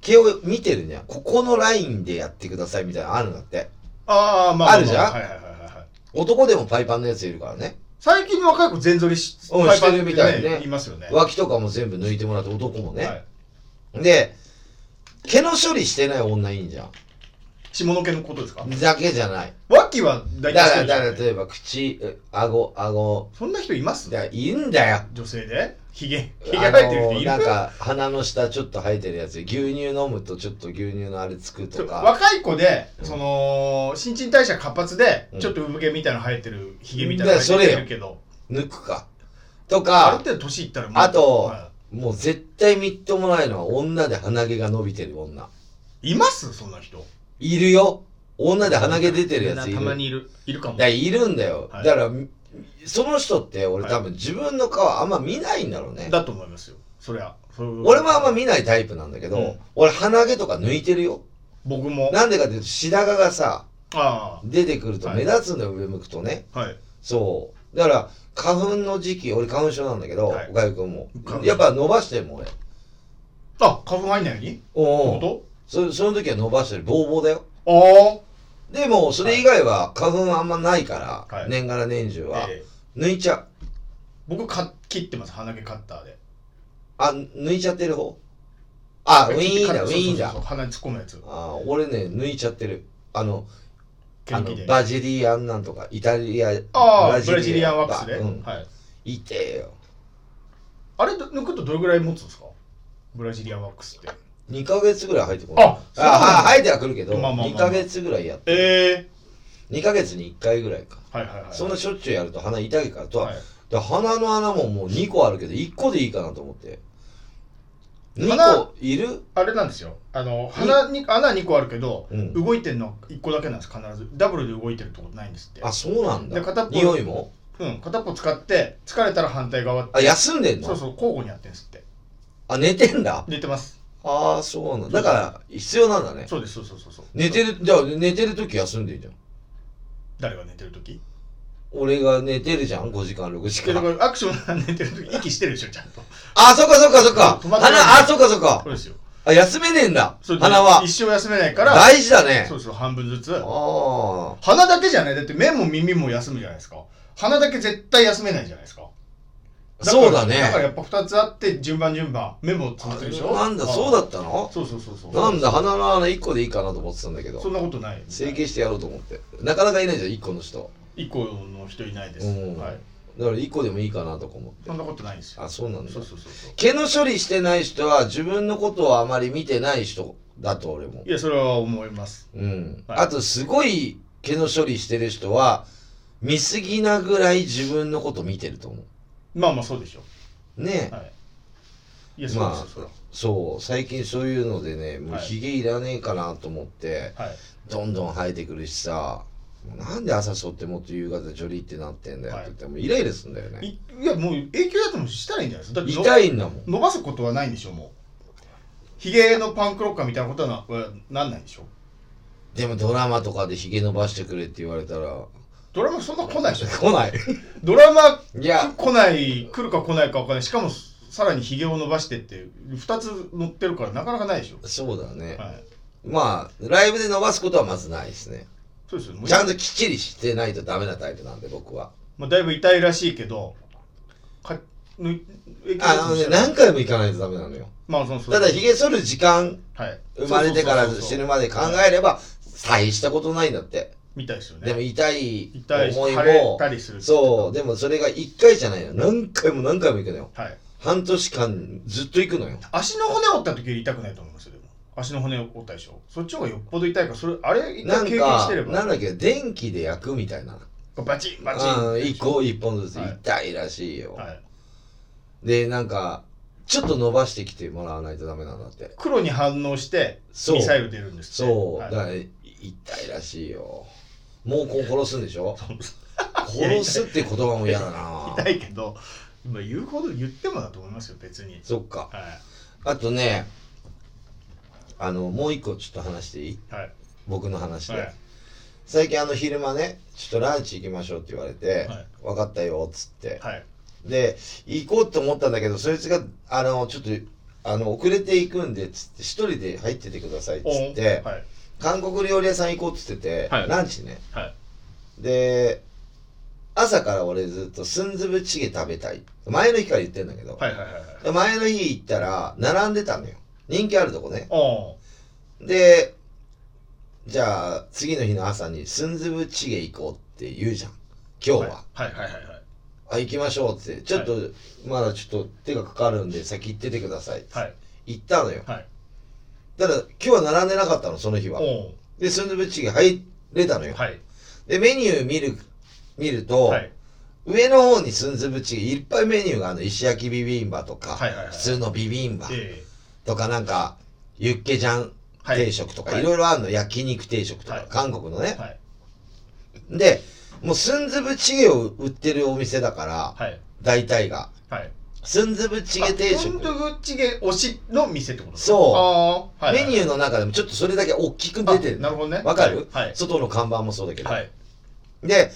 A: 毛を見てるには、ここのラインでやってくださいみたいなのあるんだって。
B: ああまあまま
A: あるじゃん
B: はいはいはいはいはい
A: 男でもパイパンのやついるからね。
B: 最近の若い子全剃りし
A: うん
B: パイパン
A: してるみたいね
B: いますよね
A: 脇とかも全部抜いてもらって男もね。
B: はい
A: で、毛の処理してない女いいんじゃ
B: 下の毛のことですか
A: ん。だけじゃない。
B: 脇は
A: だ
B: 大
A: か
B: 体
A: ら、
B: してるじゃん
A: だから例えば口、え顎、顎、
B: そんな人います
A: だからいいんだよ。
B: 女性でひげひげ生えてる人いる
A: なんか鼻の下ちょっと生えてるやつ牛乳飲むとちょっと牛乳のあれつく
B: [laughs]
A: とか
B: 若い子で、その新陳代謝活発で、
A: うん
B: ちょっと産毛みたいなの生えてるひげみたいなの
A: だからそ
B: 生
A: れ
B: え
A: よ
B: てるけど
A: 抜くかと
B: ある
A: か
B: 程度年いったらもう
A: あと
B: は
A: もう絶対みっともないのは女で鼻毛が伸びてる女
B: い、いますそんな人
A: いるよ女で鼻毛出てるやついる
B: たまにいるいるかも
A: だからいるんだよ、
B: はい
A: だからその人って俺
B: はい
A: 多分自分の顔あんま見ないんだろうね
B: だと思いますよそりゃそれ
A: 俺もあんま見ないタイプなんだけど、
B: うん
A: 俺鼻毛とか抜いてるよ
B: 僕も
A: なんでかっていうと白髪がさ
B: あ
A: 出てくると
B: はい
A: 目立つんだよ、上向くとね
B: あはい
A: そう。だから、花粉の時期、俺花粉症なんだけど、
B: はい
A: おかゆくんも
B: 花。粉
A: やっぱ伸ばしてるもん、俺。
B: あ花粉入んないようにって
A: おうおう
B: こ
A: そその時は伸ばしてる。ボーボーだよ。
B: とあ
A: でも、それ以外は花粉あんまないから、
B: はい
A: 年がら年中
B: あ
A: は、、
B: ええ
A: 抜いちゃう。
B: 僕か切ってます鼻毛カッターで
A: あ、抜いちゃってる方あ、ウィ
B: 切
A: ー
B: ってカ
A: ンだ、
B: ッ
A: ウ
B: タ
A: ィーン
B: そう
A: だ
B: そうそう。鼻に突っ込むやつ
A: あ俺ね、抜いちゃってる。あの、あの
B: 元気であ
A: バジリアンなんとか、イタリア、
B: あーブラジリアンワックスで、
A: うん、
B: はい
A: 痛えよ。
B: あれど抜くとどれぐらい持つんですかブラジリアンワックスって
A: 2ヶ月ぐらい生えてこない。
B: あそうなんだ
A: あ生えてはくるけど、
B: まあまあまあ
A: 2ヶ月ぐらいやって。
B: ええ
A: 2ヶ月に1回ぐらいか。
B: はいはいはい
A: そんなしょっちゅうやると鼻痛いからとは、
B: はい
A: で鼻の穴ももう2個あるけど1個でいいかなと思って2
B: 鼻
A: 個いる
B: あれなんですよあの鼻に穴2個あるけど、
A: うん
B: 動いてるの1個だけなんです必ずダブルで動いてるってことないんですって
A: あそうなんだ
B: で片っぽ
A: 匂いも
B: うん片っぽ使って疲れたら反対側って
A: あ休んでんの
B: そうそう交互にやってるんですって
A: あ寝てんだ
B: 寝てます
A: ああそうなんだだから必要なんだね
B: そうですそうそうそうそう
A: 寝てるじゃあ寝てる時休んでいいじゃん
B: 誰が寝てる時
A: 俺が寝てるじゃん5時間6時
B: でだ
A: 間
B: からアクションが寝てる時息してるでしょちゃんと
A: あそっかそっかそっか
B: 止まってない
A: 鼻あそっかそっか
B: そうですよ
A: あ休めねえんだ
B: それで
A: 鼻は
B: 一生休めないから
A: 大事だね
B: そうそう半分ずつ
A: ああ
B: 鼻だけじゃないだって目も耳も休むじゃないですか鼻だけ絶対休めないじゃないですかから
A: そうだ
B: だから
A: ね
B: やっぱ2つあって順番順番目もつってるでしょ
A: なんだそうだったの
B: そうそうそうそう
A: なんだ鼻の穴1個でいいかなと思ってたんだけ
B: そ
A: ど
B: んなことない
A: 整形してやろうと思ってなかなかいないじゃん1個の人
B: 一個の人いないです、
A: うん
B: はい
A: だから1個でもいいかなとか思って
B: そんなことないですよ
A: あそうなんだ
B: そうそうそうそう
A: 毛の処理してない人は自分のことをあまり見てない人だと俺も
B: いやそれは思います
A: うん、
B: はい
A: あとすごい毛の処理してる人は見すぎなぐらい自分のこと見てると思
B: まあまあそうでしょ
A: うねえ、
B: いやそうです
A: ま
B: よ
A: あ
B: それは
A: そう最近そういうのでねもう
B: はい
A: ひげいらねえかなと思って
B: はい
A: どんどん生えてくるしさなんで朝剃ってもっと夕方ジョリってなってんだよって言ってもうイライラするんだよね
B: いいやもう永久だともしたらいいんじゃないですかだっての
A: 痛いんだもん
B: 伸ばすことはないんでしょもうヒゲのパンクロッカーみたいなことはなはなんないでしょ
A: でもドラマとかでひげ伸ばしてくれって言われたら [laughs]
B: ドラマそんな来ないでしょ
A: 来ない
B: ドラマ
A: いや
B: 来ない来るか来ないか分かんないしかもさらにヒゲを伸ばしてって2つ乗ってるからなかなかないでしょ
A: そうだね
B: はい
A: まあライブで伸ばすことはまずないですね
B: そうですよもう
A: ちゃんときっちりしてないとダメなタイプなんで僕は
B: まあ、だいぶ痛いらしいけどかの影響
A: あのね何回も行かないとダメなのよ
B: まあそうそう
A: ただひげ剃る時間
B: はい、
A: 生まれてから
B: そうそうそうそ
A: 死
B: う
A: ぬまで考えれば大したことないんだって
B: みたいですよね
A: でも痛い
B: 痛いし
A: 思い
B: 腫れ
A: も
B: たりする
A: そうでもそれが1回じゃないの何回も何回も行くのよ
B: はい
A: 半年間ずっと行くのよ
B: 足の骨折った時より痛くないと思いますよでも足の骨折ったでしょそっちの方がよっぽど痛いからそれあれ一
A: な
B: 回
A: ん
B: 経験し
A: か
B: てれば
A: なんだっけ電気で焼くみたいな
B: バチンバチン
A: うん一個一本ずつ
B: はい
A: 痛いらしいよ、
B: はい、
A: でなんかちょっと伸ばしてきてもらわないとダメなんだって
B: 黒に反応して
A: そう
B: ミサイル出るんですって
A: そう、
B: はい
A: だからい痛いらしいよもうこう殺すんでしょ
B: [laughs] そう
A: 殺すって言葉も嫌だな
B: 痛いけど今言うほど言ってもだと思いますよ別に
A: そっか
B: は
A: あとねあのもう一個ちょっと話していい
B: いはい
A: 僕の話で、
B: はい
A: 最近あの昼間ねちょっとランチ行きましょうって言われて、
B: はい
A: 分かったよっつって、
B: はい
A: で行こうと思ったんだけどそいつがあのちょっとあの遅れて行くんでっつって一人で入っててくださいっつ
B: お
A: って、
B: はい
A: 韓国料理屋さん行こうっつってて、
B: はい
A: ランチね
B: はい
A: で朝から俺ずっとすんずぶチゲ食べたい前の日から言ってんだけど、
B: はいはいはいはい
A: で前の日行ったら並んでたのよ人気あるとこね
B: お
A: でじゃあ次の日の朝にすんずぶチゲ行こうって言うじゃん今
B: ー
A: 日は、
B: はいはいはいはいはい
A: あ行きましょうっつってちょっと、まだちょっと手がかかるんで先行っててくださいっつって、
B: はい
A: 行ったのよ
B: はい
A: ただ今日は並んでなかったのその日は
B: お
A: でスンドゥブチゲ入れたのよ、
B: ーはい
A: でメニュー見る見ると、
B: はい
A: 上の方にスンズブチゲいっぱいメニューがあるの石焼きビビンバとか、
B: はいはいはい
A: 普通のビビンバ
B: え
A: とかなんかユッケジャン
B: はい
A: 定食とか、
B: はい
A: い、ろいろあるの焼肉定食とか、
B: はい
A: 韓国のね、
B: ーはい
A: でもうスンズブチゲを売ってるお店だから、
B: はい
A: 大体が
B: はい
A: スンズブチゲ定
B: あ
A: 食
B: 本当にチゲ推しの店ってこと。
A: そう
B: あーはい、
A: メニューの中でもちょっとそれだけ大きく出てる
B: あなるほどね。
A: わかる、
B: はい。
A: 外の看板もそうだけど、
B: はい。
A: で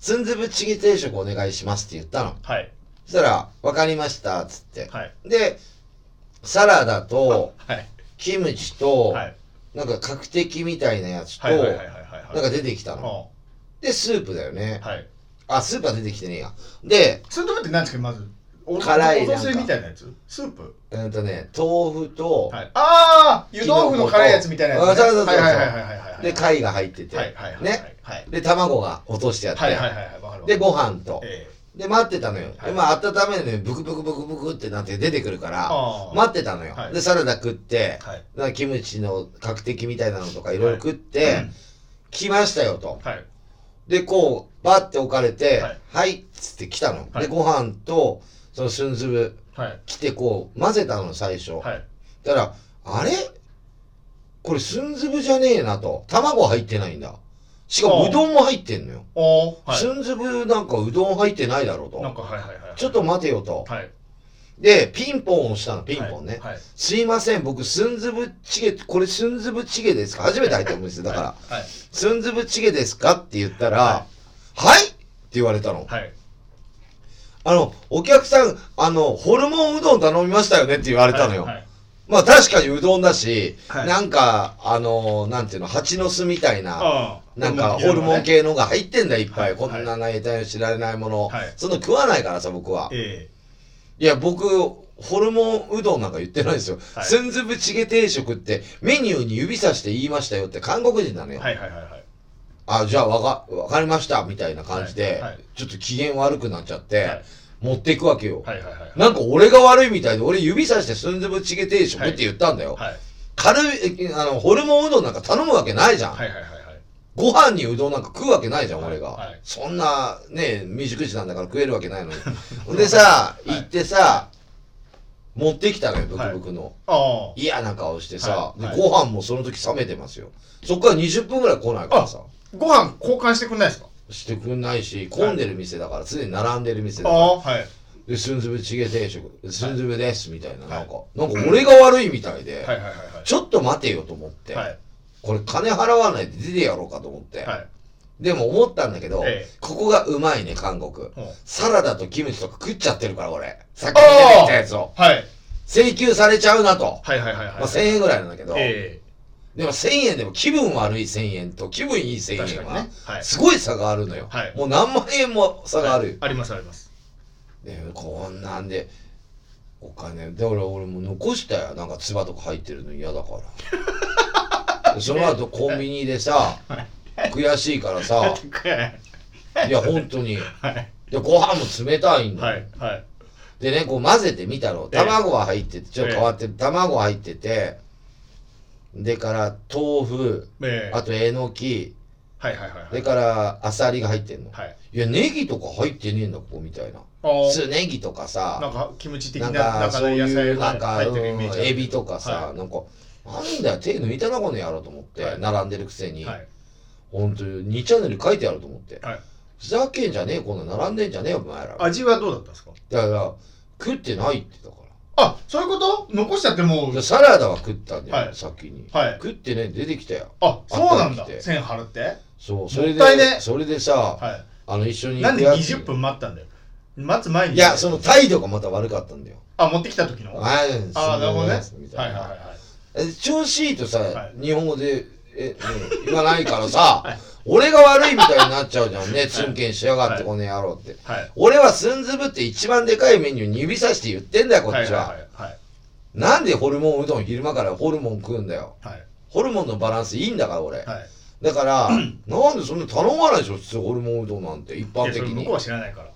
A: スンズブチゲ定食お願いしますって言ったの
B: はい。
A: そしたら「分かりました」っつって、
B: はい。
A: でサラダと
B: はい。
A: キムチと、
B: はい。
A: なんか角的みたいなやつと、
B: はい。はい。はい。はい。はい。
A: なんか出てきたの、
B: あ
A: でスープだよね
B: ーはい。
A: あスープは出てきてねえやで
B: スープって何ですかまず。お
A: 辛い
B: お雑炊
A: なんか
B: みたいなやつスープ
A: えっとね豆腐と、
B: はい。ああ湯豆腐の辛いやつみたいなやつ、ね。
A: あそうそうそうそう
B: はいはいはいはいはいはい。
A: で貝が入ってて、
B: はいはいはい。
A: ね。
B: はい。
A: で卵が落としてあって、
B: はいはいはいはい。わかるわかる。
A: で、ご飯と、
B: ええ
A: で待ってたのよ、
B: はい
A: でまあ温めるのにブクブクブクブクってなって出てくるから
B: あー
A: 待ってたのよ、
B: はい
A: でサラダ食って
B: はい。
A: なんかキムチの角的みたいなのとかいろいろ食って、来ましたよと
B: はい。
A: でこうバッて置かれて「
B: は
A: はいい」っつって来たの、
B: は
A: で
B: い
A: ご飯とそのスンズブ
B: はい。
A: 来てこう混ぜたの最初、
B: はい。
A: だからあれこれスンズブじゃねえなと卵入ってないんだしか
B: あ
A: も
B: ー
A: うどんも入ってんのよ、
B: おーは
A: スンズブなんかうどん入ってないだろう
B: い。なん
A: と
B: かはいはいはい。
A: ちょっと待てよと、
B: はい。
A: で、ピンポンを押したの、ピンポンね。
B: はいはい
A: すいません、僕、スンズブチゲ、これスンズブチゲですか初めて入ったお店だから、
B: はい
A: スンズブチゲですかって言ったら、
B: は
A: はい、って言われたの。
B: はい
A: あの、お客さん、あの、ホルモンうどん頼みましたよねって言われたのよ。
B: はいはい
A: まあ確かにうどんだし、
B: はい
A: なんか、あの、なんていうの、蜂の巣みたいな、
B: ああ
A: なんかホルモン系のが入ってんだいっぱい。
B: はい
A: こんな内体を知られないもの。
B: はい
A: そんな食わないからさ、僕は。
B: え
A: いや、僕、ホルモンうどんなんか言ってないですよ。
B: はい
A: スンズブチゲ定食ってメニューに指さして言いましたよって韓国人なの
B: え
A: よ。
B: はいはいはいはい
A: あ、じゃあわか、わかりました、みたいな感じで、
B: はいはい
A: ちょっと機嫌悪くなっちゃって、
B: はい
A: 持っていくわけよ。
B: はいはいはい
A: なんか俺が悪いみたいで、俺指さしてスンズブチゲ定食って言ったんだよ。
B: はい
A: 軽い、えあの、ホルモンうどんなんか頼むわけないじゃん。
B: はいはいはいはい
A: ご飯にうどんなんか食うわけないじゃん、
B: はい
A: 俺が。
B: はい
A: そんな、ね、未熟児なんだから食えるわけないのに。
B: [laughs]
A: ほんでさ、
B: い
A: 行ってさ、持ってきたのよ、ブク
B: はい
A: ブクの。
B: あ
A: 嫌な顔してさ、
B: はいはい
A: でご飯もその時冷めてますよ。そっから20分ぐらい来ないからさ。
B: あご飯交換してくんないですか
A: してくんないし、混んでる店だから、常に並んでる店だ
B: あ
A: から。
B: あはい
A: で、スンズブチゲ定食、スンズブです、みたいな。
B: い
A: なんか、なんか俺が悪いみたいで、
B: はいはいはいはい
A: ちょっと待てよと思って、
B: はい
A: これ金払わないで出てやろうかと思って。
B: はい
A: でも思ったんだけど、
B: ええ
A: ここがうまいね、韓国。
B: ほう
A: サラダとキムチとか食っちゃってるから、俺。さっき出てきたやつを。
B: はい
A: 請求されちゃうなと。
B: はいはいはいはい
A: まあ、1000円ぐらいなんだけど、
B: え
A: でも1000円でも気分悪い1000円と気分いい
B: え
A: 1000
B: 確
A: 円
B: かに
A: は
B: ね、はい
A: すごい差があるのよ。
B: はい
A: もう何万円も差があるよ
B: はい。ありますあ
A: [laughs]
B: ります
A: ねこんなんでお金だから俺もう残したよなんか唾とか入ってるの嫌だから
B: [laughs]
A: その後コンビニでさ悔しいからさ
B: はい
A: いや本当に
B: はい
A: でご飯も冷たいんだ、
B: はいはい
A: でねこう混ぜてみたの
B: ええ
A: 卵が入っててちょっと変わってる、卵入っててでから豆腐
B: ええ
A: あとえのき
B: はいはいはいは
A: で
B: い
A: からあさりが入ってんの、
B: はい
A: い、やネギとか入ってねえんだここみたいな
B: ああ
A: 普通ネギとかさ
B: なんかキムチ的
A: な
B: なん
A: か
B: 中の
A: そうい
B: 野菜
A: う
B: が
A: な
B: ね
A: んか
B: 入ってるイメージ
A: うんエビとかさ
B: は
A: なんかなんだよ手抜いたなこの野郎と思って
B: はい
A: 並んでるくせ
B: い
A: に
B: はい
A: 本当に2チャンネル書いてあると思って
B: はい
A: ふざけんじゃねえよこんな並んでんじゃねえよお前らだか
B: 味はどうだったんですから
A: 食ってないってだか
B: あそういうこと残しちゃってもう
A: らサラダは食ったんだ
B: は
A: よ
B: い
A: 先に
B: はい
A: 食ってね出てきたよ
B: あそうなんだ
A: 後に来て
B: 1000払って
A: そうそれ
B: もったいね
A: でそれでさ
B: は
A: あの一緒
B: い
A: に
B: なんで
A: 出会って
B: 20分待ったんだよ待つ前に
A: いやその態度がまた悪かったんだよ
B: あ持ってきた時のあ
A: あ
B: あなるほどねはい
A: み
B: は
A: た
B: い
A: い
B: はい
A: な
B: はい
A: え調子いいとさ、
B: はい
A: 日本語でえ、ね、言わないからさ、俺が悪いみたいになっちゃうじゃんね、ツンケンしやがっ
B: は
A: て
B: い
A: この野郎って。
B: はい
A: 俺はスンズブって一番でかいメニューに指さして言ってんだよ、こっちは。
B: はいはい
A: なんでホルモンうどん昼間からホルモン食うんだよ。
B: はい
A: ホルモンのバランスいいんだから、俺。
B: はいはい
A: だ
B: [clears throat]
A: から、なんでそんな頼まないでしょ、普通ホルモンうどんなんて、一
B: い
A: 般
B: やそ
A: 的
B: れ向
A: に
B: こう。は知らないから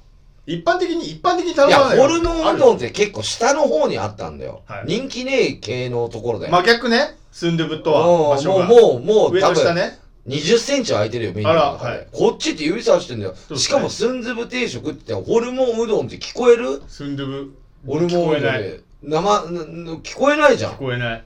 B: 一般的に一般的に頼
A: い
B: ま
A: や、
B: ない
A: ホルモンうどん
B: ん
A: って結構下の方にあったんだよ。
B: はい
A: 人気ねえ系のところだよ。
B: 真逆ねスンドゥブとは
A: も
B: 場
A: う、も
B: 所が
A: う、もう、もう
B: 上
A: 多
B: と
A: 分
B: 下、ね
A: 20センチは空いてるよ、メニューの中
B: あら
A: で、
B: はい
A: こっちって指さしてんだよ。
B: そうですね
A: しかも、スンズブ定食って、ホルモンうどんって聞こえる
B: スンドゥブ
A: ホルモンうどん
B: 聞こえない
A: で。生、なな聞こえないじゃ
B: 聞こえない
A: ん。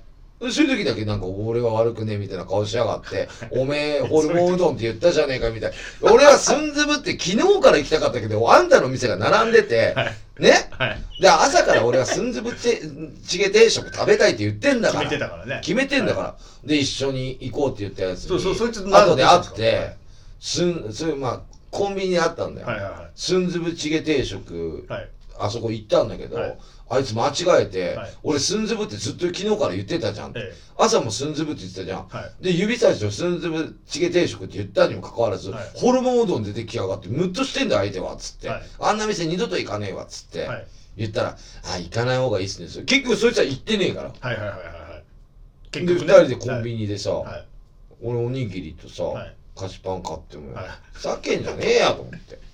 A: そういう時だけなんか、俺は悪くね、みたいな顔しやがって、
B: [laughs]
A: おめえ、ホルモンうどんって言ったじゃねえか、みたいな。俺はスンズブって昨日から行きたかったけど、あんたの店が並んでて、
B: はい
A: ね
B: はい
A: で、朝から俺はスンズブチチゲ定食食べたいって言ってんだ
B: 決
A: から。
B: めてたからね
A: 決めてんだから、で一緒に行こうって言ったやつに
B: そうそうそいつ
A: 後で会っ
B: は
A: て
B: い
A: すんそれまあコンビニにあったんだよ、
B: はいは
A: スンズブチゲ定食、
B: いはいはい
A: あそこ行ったんだけど、
B: はい
A: あいつ間違えて、
B: はい
A: 俺スンズブってずっと昨日から言ってたじゃん、
B: え
A: 朝もスンズブって言ってたじゃん、
B: えはい
A: で指差しとスンズブチゲ定食って言ったにもかかわらず、
B: はい
A: ホルモンうどん出てきやがってムッとしてんだよ相手はっつって、
B: はい
A: あんな店二度と行かねえわっつって、
B: はい
A: 言ったらあ行かない方がいいっすねそれ結局そいつは行ってねえから
B: はいはいはいはいはい
A: で
B: 結
A: 二
B: 局ね
A: 人でコンビニでさ、
B: はい
A: 俺おにぎりとさ、
B: はい
A: 菓子パン買ってもよ、
B: はい
A: ふざけんじゃねえやと思って [laughs]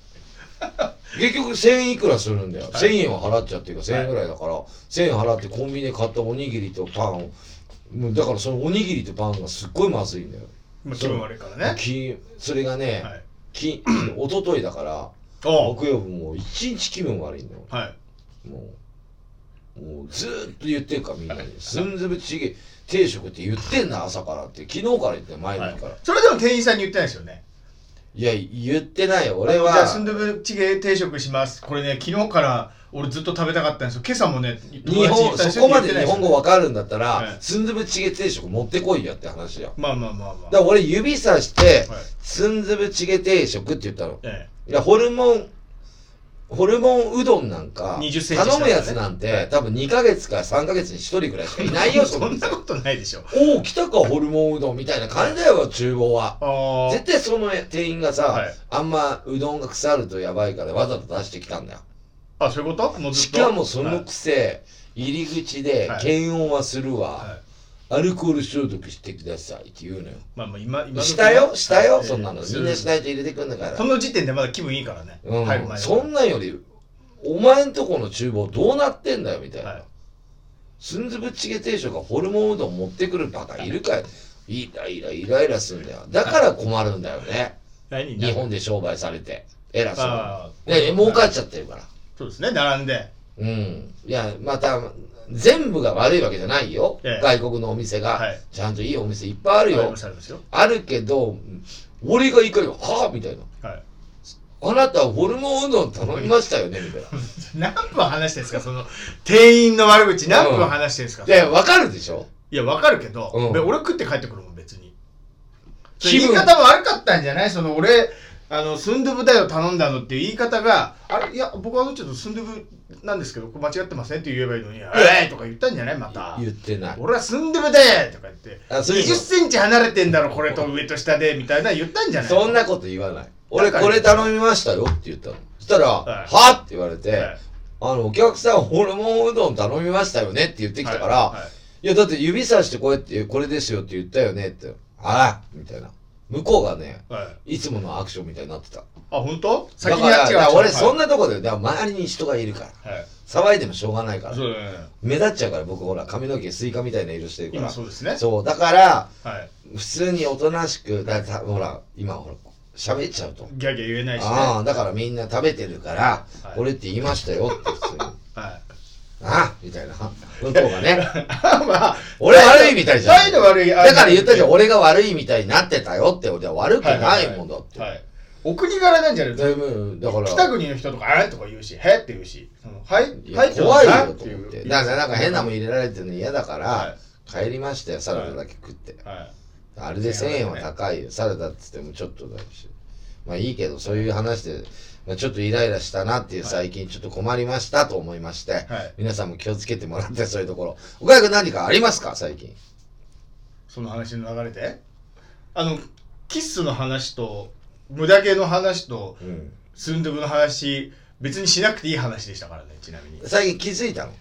A: 結局1000円いくらするんだよ、
B: い
A: 1000円を払っちゃってるから1000円ぐらいだから、1000円払ってコンビニで買ったおにぎりとパンをもうだからそのおにぎりとパンがすっごいまずいんだよ、
B: まあ気分悪いからね
A: きそれがね、
B: はい
A: き一昨日だから
B: おう
A: 木曜日もう一日気分悪いんだよ
B: はい
A: もう、もうずーっと言ってるからみんなに。スンズブチゲ定食って言ってんな、朝からって。昨日から言って、前の日から。
B: それでも店員さんに言ってないですよね
A: いや、言ってないよ。俺
B: じゃあスン
A: は、
B: ドゥブチゲ定食しますこれね昨日から俺ずっと食べたかったんですよ今朝もね
A: 日本、そこまで日本語
B: は
A: わかるんだった
B: は
A: ら
B: い、
A: スンドゥブチゲ定食持ってこいやって話や。
B: まあまあまあま
A: だ
B: あ
A: から俺指さして、
B: はい
A: スンズブチゲ定食って言ったの。
B: え
A: いや、ホルモン、ホルモンうどんなんか、
B: 20センチ
A: 頼むやつなん
B: は
A: て
B: い、
A: 多分2ヶ月か3ヶ月に1人ぐらいしか
B: え
A: いないよ、そ
B: [laughs] そ
A: ん
B: ん
A: な
B: な。ことないでしょ
A: おお、来たか、ホルモンうどんみたいな感じだよ、厨房は。
B: あ
A: 絶対その店員がさ、
B: はい
A: あんまうどんが腐るとやばいからわざと出してきたんだよ。
B: ああそういうこともうず
A: し
B: っと
A: かもそ
B: はい
A: のくせ、入り口で
B: はい
A: 検温はするわ、
B: はい
A: アルコール消毒してくださいって言うのよ。
B: まあまあ今今時
A: したよ、したよ、
B: はい
A: そんなの。
B: す
A: み
B: る
A: んなしないと入れてくんだから。
B: この時点でまだ気分いいからね、
A: うん
B: 入る前
A: そんなんより、お前んとこの厨房どうなってんだよ、みたいな。
B: はい
A: スンズブチゲ定食がホルモンうどん持ってくるバカいるかいイライライライラすんだよ。だから困るんだよね。
B: 何
A: 日本で商売されて。偉そ
B: あ
A: うに。ね、儲かっちゃってるから。
B: そうですね並んで
A: うん。いや、また、全部が悪いわけじゃないよ。
B: ええ
A: 外国のお店が、
B: はい
A: ちゃんといいお店いっぱいある
B: あり
A: よ
B: ま。すありますよ
A: あるけど、俺が怒りよ。はぁみたいな。
B: はい
A: あなたホルモンうどん頼みましたよねみたいな。
B: 何分話してんですかその店員の悪口何分話してんですか、
A: で、わかるでしょ
B: いや、わかるけど、
A: うん
B: べ俺食って帰ってくるもん、別に。それ
A: 気
B: 言い
A: 分
B: 方悪かったんじゃないその俺、あの、スンドゥブだよ頼んだのっていう言い方が、あれ、いや、僕はちょっとスンドゥブなんですけど、これ間違ってませんって言えばいいのに、えーとか言ったんじゃないまた。
A: 言ってない。
B: 俺はスンドゥブだよとか言って、
A: あそういうの
B: 20センチ離れてんだろ、これと上と下で、みたいな言ったんじゃない
A: そんなこと言わない。俺
B: だから
A: これ頼みましたよって言ったの。そしたら、
B: はい
A: はって言われて、
B: はい
A: あの、お客さんホルモンうどん頼みましたよねって言ってきたから、
B: はいはい
A: いや、だって指さしてこうやって、これですよって言ったよねって。あらみたいな。向こうがね、
B: はい。
A: いつものアクションみたいになってた。
B: あ、本当
A: だ
B: 先
A: か
B: にや
A: ら、
B: っ
A: だ
B: ち
A: か
B: ゃ
A: ら
B: う。
A: 俺そん
B: な。
A: なとこで、だから周りに人がいるから。
B: はい。
A: 騒いでもしょうがないから。
B: そうだよね。
A: 目立っちゃうから、僕ほら、髪の毛スイカみたいな色してるか
B: 今
A: ら。
B: そうですね。
A: そう、だから、
B: はい。
A: 普通におとなしく、だたほら、今ほら、喋っちゃうと。
B: ギャギャ言えないしね。
A: ああ、だからみんな食べてるから、
B: はい
A: 俺って言いました
B: [laughs]
A: よって普通に。
B: はい。
A: ああみたいな。向こうがね。
B: [laughs] まあ、
A: [laughs] 俺悪いみたいじゃん。
B: 態度悪い。
A: だから言ったじゃん、
B: ん。
A: 俺が悪いみたいになってたよって、俺は悪くないもんだって。
B: はい。お国柄なんじゃない
A: だいぶ、だから。
B: 北国の人とか、あれとか言うし、へって言うし、そのはい、
A: い
B: は
A: や
B: い、
A: 怖い
B: は
A: よ
B: っ
A: と
B: てい
A: 思っ
B: う
A: て。だからなんか変なもん
B: は
A: 入れられてるの嫌だから、
B: は
A: 帰りましたよ、サラダだけ食って。
B: い。
A: あれで1000円は高いよ。サラダって言ってもちょっとだし。まあいいけど、そういう話で、まあ、ちょっとイライラしたなっていう最近ちょっと困りましたと思いまして、
B: い
A: 皆さんも気をつけてもらって、そういうところ。岡谷君何かありますか最近。
B: その話の流れで。あの、キッスの話と、無駄毛の話と、
A: うん。
B: スンドゥブの話、別にしなくていい話でしたからね、ちなみに。
A: 最近気づいたの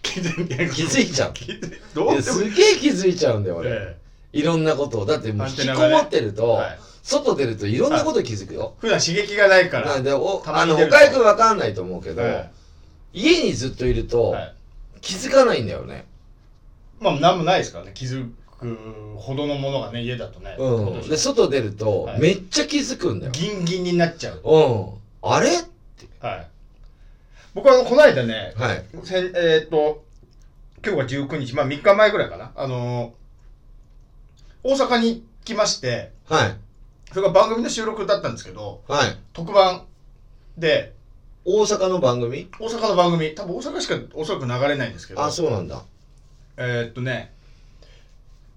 B: 気づ
A: [laughs] 気づいちゃう。
B: 気づいどう
A: いや
B: でも
A: すげえ気づいちゃうんだよ、俺。
B: え
A: いろんなことを。だってもう
B: アン
A: 引
B: テ
A: き
B: ナ
A: こ
B: がね
A: もってる
B: え
A: と、
B: はい
A: 外出るといろんなこと気づくよ。
B: 普段刺激がないか
A: な
B: ら。
A: んで、お、
B: たま
A: あ
B: に
A: の、
B: 出る
A: 岡井くんわかんないと思うけど、
B: え
A: 家にずっといる
B: え
A: と
B: はい
A: 気づかないんだよね。
B: まあ、なんもないですからね、気づくほどのものがね、家だとね、
A: うん。で、外出ると
B: はい
A: めっちゃ気づくんだよ。
B: ギンギンになっちゃう。
A: うん。あれ
B: はい。僕はあの、この間ね、
A: はい。
B: せんえっ、と、今日が19日、まあ3日前ぐらいかな、あのー大阪に来まして、
A: はい。
B: それが番組の収録だったんですけど、
A: はい。
B: 特番で、
A: 大阪の番組
B: 大阪の番組、多分大阪しかおそらく流れないんですけど、
A: あ、そうなんだ。
B: えーっとね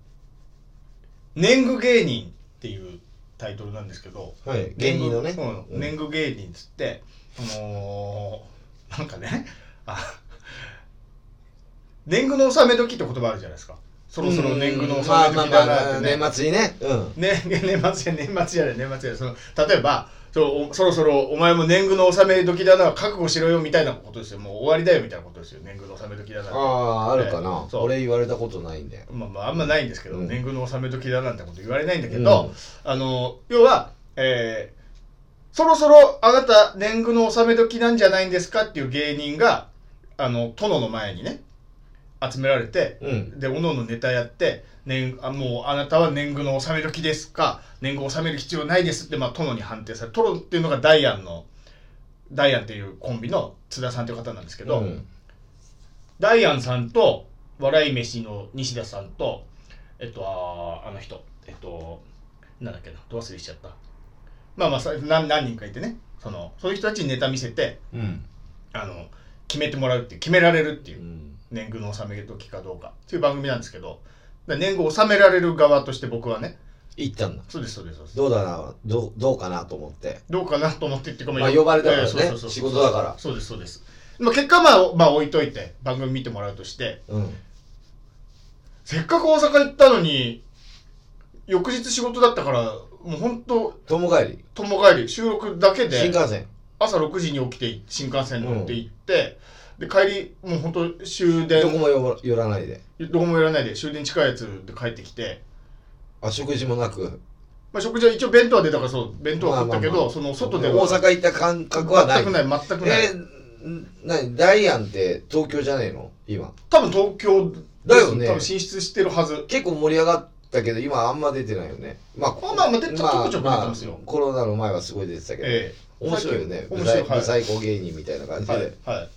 B: 「年貢芸人」っていうタイトルなんですけど
A: はい芸人のね
B: うん
A: うん
B: 年貢芸人っつってあのーなんかねあ年貢の納め時って言葉あるじゃないですかそろそろ年貢の納め
A: まあ
B: 時
A: まあ
B: だ
A: ま
B: な
A: あ、
B: ってね
A: 年末にね。うん。
B: ね、年末や年末やで年末やでその例えばそうおそろそろお前も年貢の納め時だな覚悟しろよみたいなことですよもう終わりだよみたいなことですよ年貢の納め時だな
A: ああ、あるかな
B: ね。そう
A: 俺言われたことないんだよ。
B: まあまあ、あんまないんですけど、
A: うん
B: 年貢の納め時だなんてこと言われないんだけど、
A: うん
B: あの要は、えーそろそろあなた年貢の納め時なんじゃないんですかっていう芸人があの殿の前にね集められて、
A: うん。
B: でおのおのネタやって年あもうあなたは年貢の納め時ですか年貢を納める必要ないですって、まあ、殿に判定される殿っていうのがダイアンのダイアンっていうコンビの津田さんという方なんですけど、
A: うん
B: ダイアンさんと、笑い飯の西田さんと、えっと、あーあの人、えっと、なんだっけな、ど忘れしちゃった。まあまあそれ何何人かいてねそのそういう人たちにネタ見せて
A: うん。。
B: あの決めてもらうっていう決められるっていううん年貢の納め時かどうかっていう番組なんですけどだから年貢を納められる側として僕はね
A: 行ったんだ。
B: そうですそうですそうです
A: どうだな、どう、どうかなと思って。
B: どうかなと思ってっていうか
A: まあ呼ばれたからね
B: ええそうそうそう
A: 仕事だから
B: そうですそうですまあ結果まあ、まあ、置いといて番組見てもらうとして
A: うん。
B: せっかく大阪行ったのに翌日仕事だったからもう本当
A: 友帰り。
B: 友帰り収録だけで
A: 新幹線。
B: 朝6時に起きて新幹線乗って行って、で帰りもう本当終電
A: どこも寄ら寄らないで。
B: どこもやらないで終電近いやつで帰ってきて、
A: あ、食事もなく。
B: まあ、食事は一応弁当は出たからそう弁当は食ったけど、
A: まあまあまあ
B: その外では
A: 大阪行った感覚はない。
B: 全くない全くない、
A: えー、ん何ダイアンって東京じゃねえの今。
B: 多分東京
A: だよね
B: 多分進出してるはず
A: 結構盛り上がったけど、今あんま出てないよね。まあ、
B: まあまあまあでちょこちょこ出てますよ
A: コロナの前はすごい出てたけど。
B: え
A: 面白いよね。
B: 面
A: ブ
B: 白
A: サイ
B: いはい
A: ブサイコ芸人みたいな
B: え
A: 感じで。
B: はい、はい、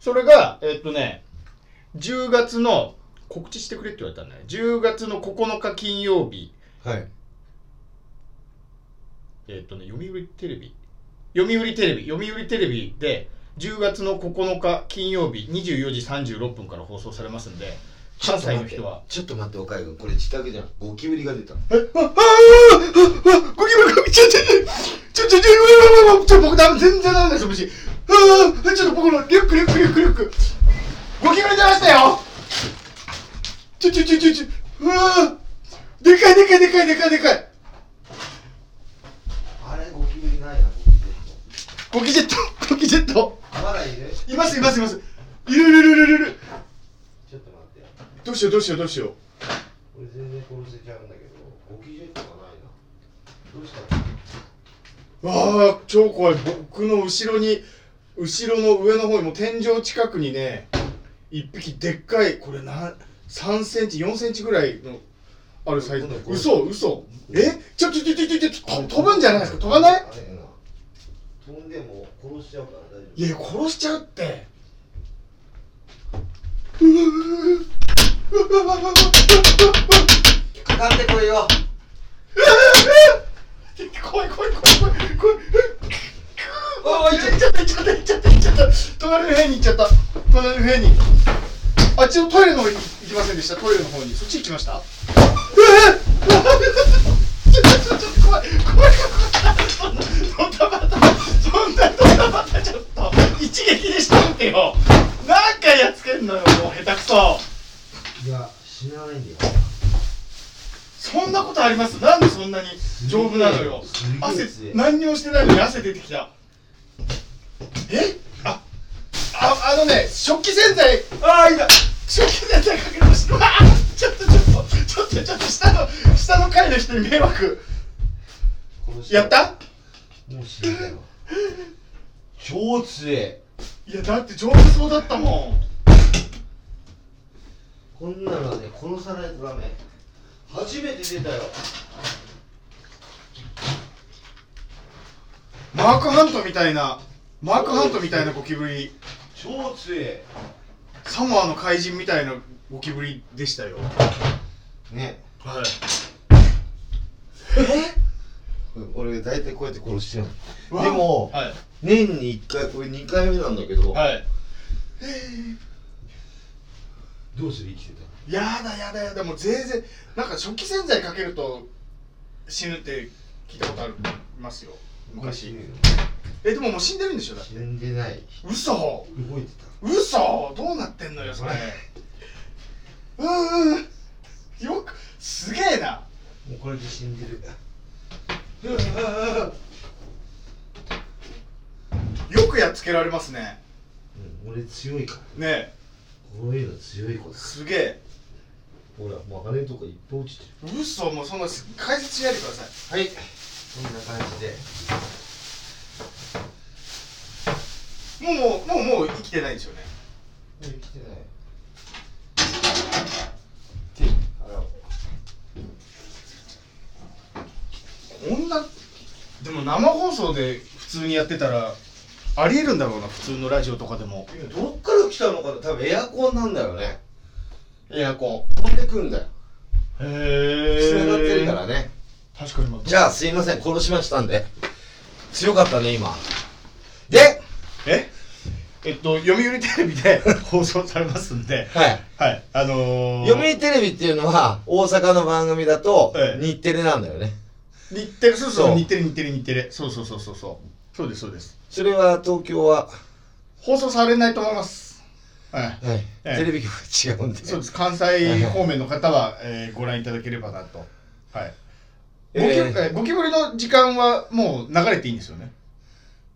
B: それがえっとね10月の告知してくれって言われたんだね10月の9日金曜日
A: はい。
B: えっ、とね、読売テレビ。読売テレビ、読売テレビで、10月の9日金曜日24時36分から放送されますんで、関西の人は。
A: ちょっと待って、岡井君、これ自宅じゃん。ゴキブリが出た。
B: ああああああゴキブリゴキちょちょちょちょちょちょちょちょ僕ダメ全然ダメです虫。ああちょっと僕のリュックリュックリュックリュック。ゴキブリ出ましたよ。ちょちょちょちょちょ。うわーでかいでかいでかいでかいでかい。
A: あれ、ゴキブリないな、ゴキブ
B: ゴキジェットゴキジェット。
A: リ。まだいる
B: いますいますいます。いるいるいるいるいる。
A: ちょっと待って。
B: どうしようどうしようどうしよう。
A: これ全然殺せちゃうんだけど、ゴキジェットがないな。どうした
B: わあ超怖い僕の後ろに後ろの上の方にもう天井近くにね一匹でっかいこれな3センチ4センチぐらいのあるサイズの
A: これこれ
B: 嘘嘘えちょちょちょちょちょちょと飛ぶんじゃないですか飛ばない
A: あれやな飛んでも殺しちゃうから大丈夫。
B: いや殺しちゃうって
A: かかってこいよ。
B: 怖い怖い怖い怖い怖い
A: あ
B: あ
A: あ
B: あ
A: 行
B: 行
A: っ
B: っ
A: ち
B: ちゃった行っちゃった行っちゃった行っちゃった隣の部屋に行っちゃった隣の部屋にあっちのトイレの方に行きませんでしたトイレの方にそっち行きましたえっちょちょちょっと怖い怖い怖いそんなドタバタそんなドタバタちょっと一撃でしといてよ何回やっつけんのよもう下手くそ
A: いや、死なないんだよ。
B: そんなことありますなんでそんなに丈夫なのよ
A: すげえすげえ
B: 汗何にもしてないのに汗出てきたえあああのね食器洗剤ああいた食器洗剤かけましたうわあちょっとちょっとちょっとちょっと下の下の階の人に迷惑
A: 殺しちゃ
B: や
A: う
B: った
A: もう死んだよ。超強え。
B: いやだって丈夫そうだったもん
A: こんなのはね、殺さないとダメ。初めて出たよ。
B: マークハントみたいなマークハントみたいなゴキブリ
A: 超強え。
B: サモアの怪人みたいなゴキブリでしたよ
A: ね。
B: はい
A: 俺、大体こうやって殺してるの。
B: うわ
A: でも
B: はい
A: 年に一回、これ二回目なんだけど、
B: はい
A: どうする生きてた
B: やだやだやだもう全然なんか食器洗剤かけると死ぬって聞いたことありますよ昔
A: ね
B: えでももう死んでるんでしょだって
A: 死んでない。
B: 嘘
A: 動いてた。
B: 嘘どうなってんのよそれうーんよくすげえな
A: もうこれで死んでる。
B: よくやっつけられますね
A: うん俺強いから。
B: ねえ
A: こういうの強い子だ。
B: すげえ
A: ほら、もう羽とかいっぱい落ちてる。
B: 嘘もうそんな解説しないでください
A: はい。そんな感じで。
B: もうもうもうもう生きてないんですよね
A: 生きてない。
B: こんなでも生放送で普通にやってたらありえるんだろうな普通のラジオとかでも
A: 今どっから来たのかな多分エアコンなんだよね
B: エアコン
A: 飛んでくんだよ
B: へえ
A: 繋がってるからね
B: 確かにまた
A: じゃあすいません、殺しましたんで。強かったね、今。で、
B: ええっと、読売テレビで放送されますんで、
A: はい。
B: はい、あのー、
A: 読売テレビっていうのは、大阪の番組だと
B: え、え
A: 日テレなんだよね。
B: 日テレ、そうそ、
A: そうう
B: 日テレ、日テレ、日テレ、そうそうそうそうそう、そうです、そうです。
A: それは東京は、
B: 放送されないと思います。はい、
A: はい。
B: ええ
A: テレビ局は違うんで。
B: そうです、関西方面の方は、えーご覧いただければなと。はい。ゴキ,、
A: え
B: え
A: ー
B: ーゴキブリの時間はもう流れていいんですよね。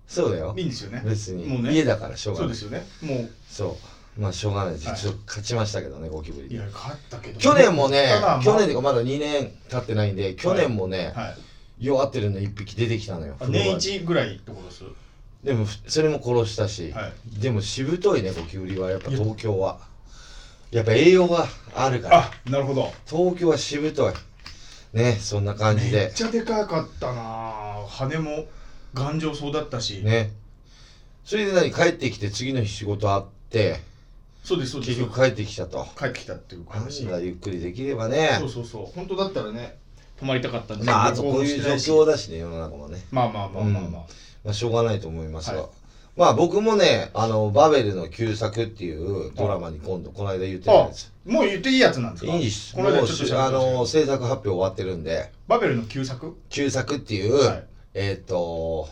A: そうだよ
B: いい。んですよね。
A: 別に、
B: もうね
A: 家だからしょうが
B: そう
A: な
B: で
A: い。
B: すよね。も
A: そう。まあしょうがないです。
B: はい
A: ちょっと勝ちましたけどね、ゴキブ
B: う、い
A: リ
B: や。、勝ったけど、
A: 去年もね
B: まあまあ、
A: 去年というかまだ2年経ってないんで、去年もね、
B: はい。
A: 弱ってるの1匹出てきたのよ。
B: あ年一ぐらいってことです。は
A: でもふそれも殺したし、
B: い。
A: でもしぶといねゴキブリはやっぱ東京はやっぱ栄養があるから
B: あ、なるほど。
A: 東京はしぶといねそんな感じ
B: め
A: で
B: っちゃでかかったなぁ羽も頑丈そうだったし、
A: ねそれで何帰ってきて次の日仕事あって
B: そうですそうです
A: 結局帰ってきたと
B: 帰ってきたっていう話
A: 話がゆっくりできればね
B: そうそうそう本当だったらね泊まりたかったんですけど
A: まああとこういう状況
B: 旅行もしてないし
A: だしね世の中もね、
B: まあまあまあまあまあ、
A: まあ、しょうがないと思いますが、
B: はい
A: まあ僕もねあのバベルの旧作っていうドラマに今度この間言ってたんです
B: もう言っていいやつなんですか
A: いいっす
B: こ
A: も
B: の間
A: う
B: ちょっと
A: し
B: 調べ
A: あ
B: てみました
A: の制作発表終わってるんで
B: バベルの旧作
A: 旧作っていう、
B: はい
A: えっ、と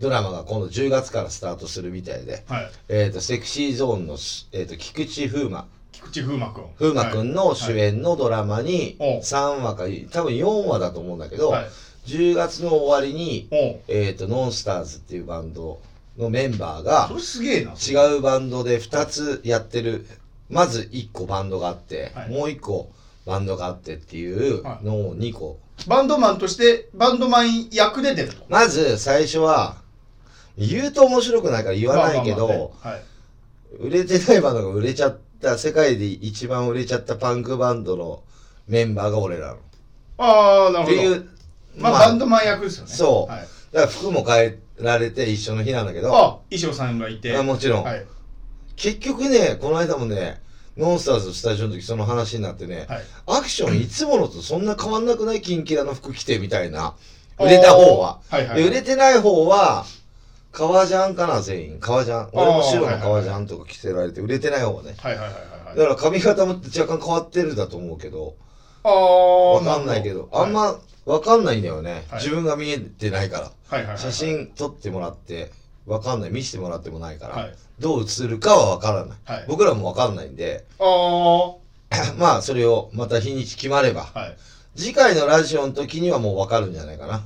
A: ドラマが今度10月からスタートするみたいで、
B: はい
A: えっ、と、セクシーゾーンのす、えっ、と、菊池風磨、
B: 菊池風磨君
A: 風磨くんの主演のドラマに
B: はいおう
A: 3話か、多分4話だと思うんだけど、
B: はい、はい
A: 10月の終わりに、
B: おう
A: えっ、と、ノンスターズっていうバンドのメンバー
B: そ
A: が
B: れ、すげえなう
A: 違うバンドで2つやってる、まず1個バンドがあって、
B: はい
A: もう1個バンドがあってっていうのを2個
B: バンドマンとしてバンドマン役で出ると
A: まず最初は言うと面白くないから言わないけど、
B: まあまあまあねはい
A: 売れてないバンドが売れちゃった世界で一番売れちゃったパンクバンドのメンバーが俺らのっ
B: ああなるほ
A: て
B: ど
A: いう
B: まあ、バンドマン役ですよね
A: そう
B: はい、
A: だから服も変えられて一緒の日なんだけ
B: あ
A: ど
B: 衣装さんがいて
A: あもちろん、
B: はい
A: 結局ねこの間もねノンスターズのスタジオの時その話になってね、
B: はい
A: アクションいつものとそんな変わんなくないキンキラの服着てみたいな売れた方は
B: はいはい
A: で売れてない方は革ジャンかな全員革ジャン俺も白
B: はい
A: の
B: はいは
A: 革
B: い
A: ジャンとか着せられて売れてない方はね
B: はいはいはい
A: だ
B: はい
A: か
B: はい
A: ら髪型も若干変わってるだと思うけど
B: ああ
A: わかんないけどあんまわかんないんだよね
B: はい
A: 自分が見えてないか
B: はいはい
A: ら写真撮ってもらってわかんない見せてもらってもないか
B: は
A: ら
B: い
A: どう映るかはわからない
B: はい
A: 僕らもわかんないんで [clears throat]
B: ああは
A: まあそれをまた日にち決まれば
B: い
A: 次回のラジオの時にはもうわかるんじゃないかな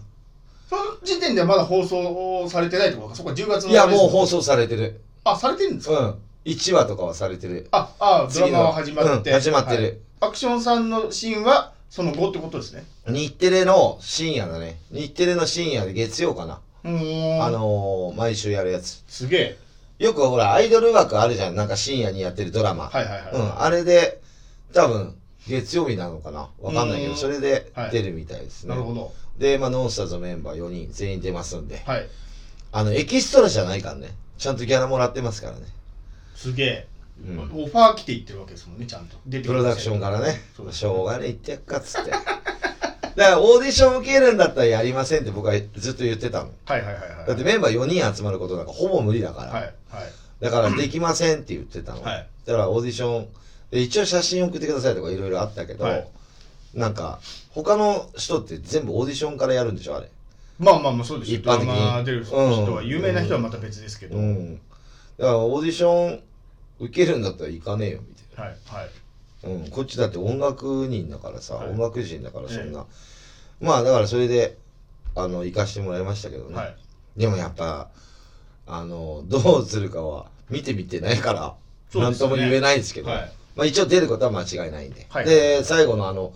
B: その時点ではまだ放送されてないってことかそこは10月の
A: いやもう
B: 放
A: 放送されてる
B: あされてるんです
A: う
B: か
A: ん1話とかはされてる
B: ああドラ
A: 次
B: マ
A: の
B: は始まって
A: うん始まってる
B: はいアクションさんのシーンはその後ってことですね
A: 日テレの深夜だね日テレの深夜で月曜かな、
B: うーん
A: あのー、毎週やるやつ
B: すげえ
A: よくほらアイドル枠あるじゃんなんか深夜にやってるドラマ、
B: はいはいはい
A: うんあれで多分月曜日なのかなわかんないけ
B: う
A: ど
B: ん
A: それで出るみたいですね、
B: なるほど
A: で、まあ、ノンスターズのメンバー4人全員出ますんで
B: はい
A: あのエキストラじゃないからねちゃんとギャラもらってますからね、
B: すげえ
A: うん、
B: オファー来ていってるわけですもんねちゃんと出て
A: プ
B: くる
A: ロダクションからね
B: そうです
A: しょうがねえ行ってやっかっつってだからオーディション受けるんだったらやりませんって僕はずっと言ってたの
B: はいはいはいはい
A: だってメンバー4人集まることなんかほぼ無理だから、
B: はいはい
A: だからできませんって言ってたの、
B: はい
A: だからオーディションで一応写真送ってくださいとかいろいろあったけど、
B: はい
A: なんか他の人って全部オーディションからやるんでしょあれ
B: まあまあまあそうですよ
A: 一般的
B: ド
A: に
B: ラマ出る人は、
A: うん
B: 有名な人はまた別ですけど、
A: う
B: はい
A: んだからオーディション受けるんだったら行かねえよみたい
B: はい
A: な、うん、こっちだって音楽人だからさ、
B: はい
A: 音楽人だからそんな、まあだからそれであの行かしてもらいましたけどね、
B: はい
A: でもやっぱあのどうするかは見てみてないから
B: そう
A: 何、
B: です
A: と
B: よね
A: も言えないですけど、
B: はい
A: まあ、一応出ることは間違いないんで、
B: はい
A: で最後のあの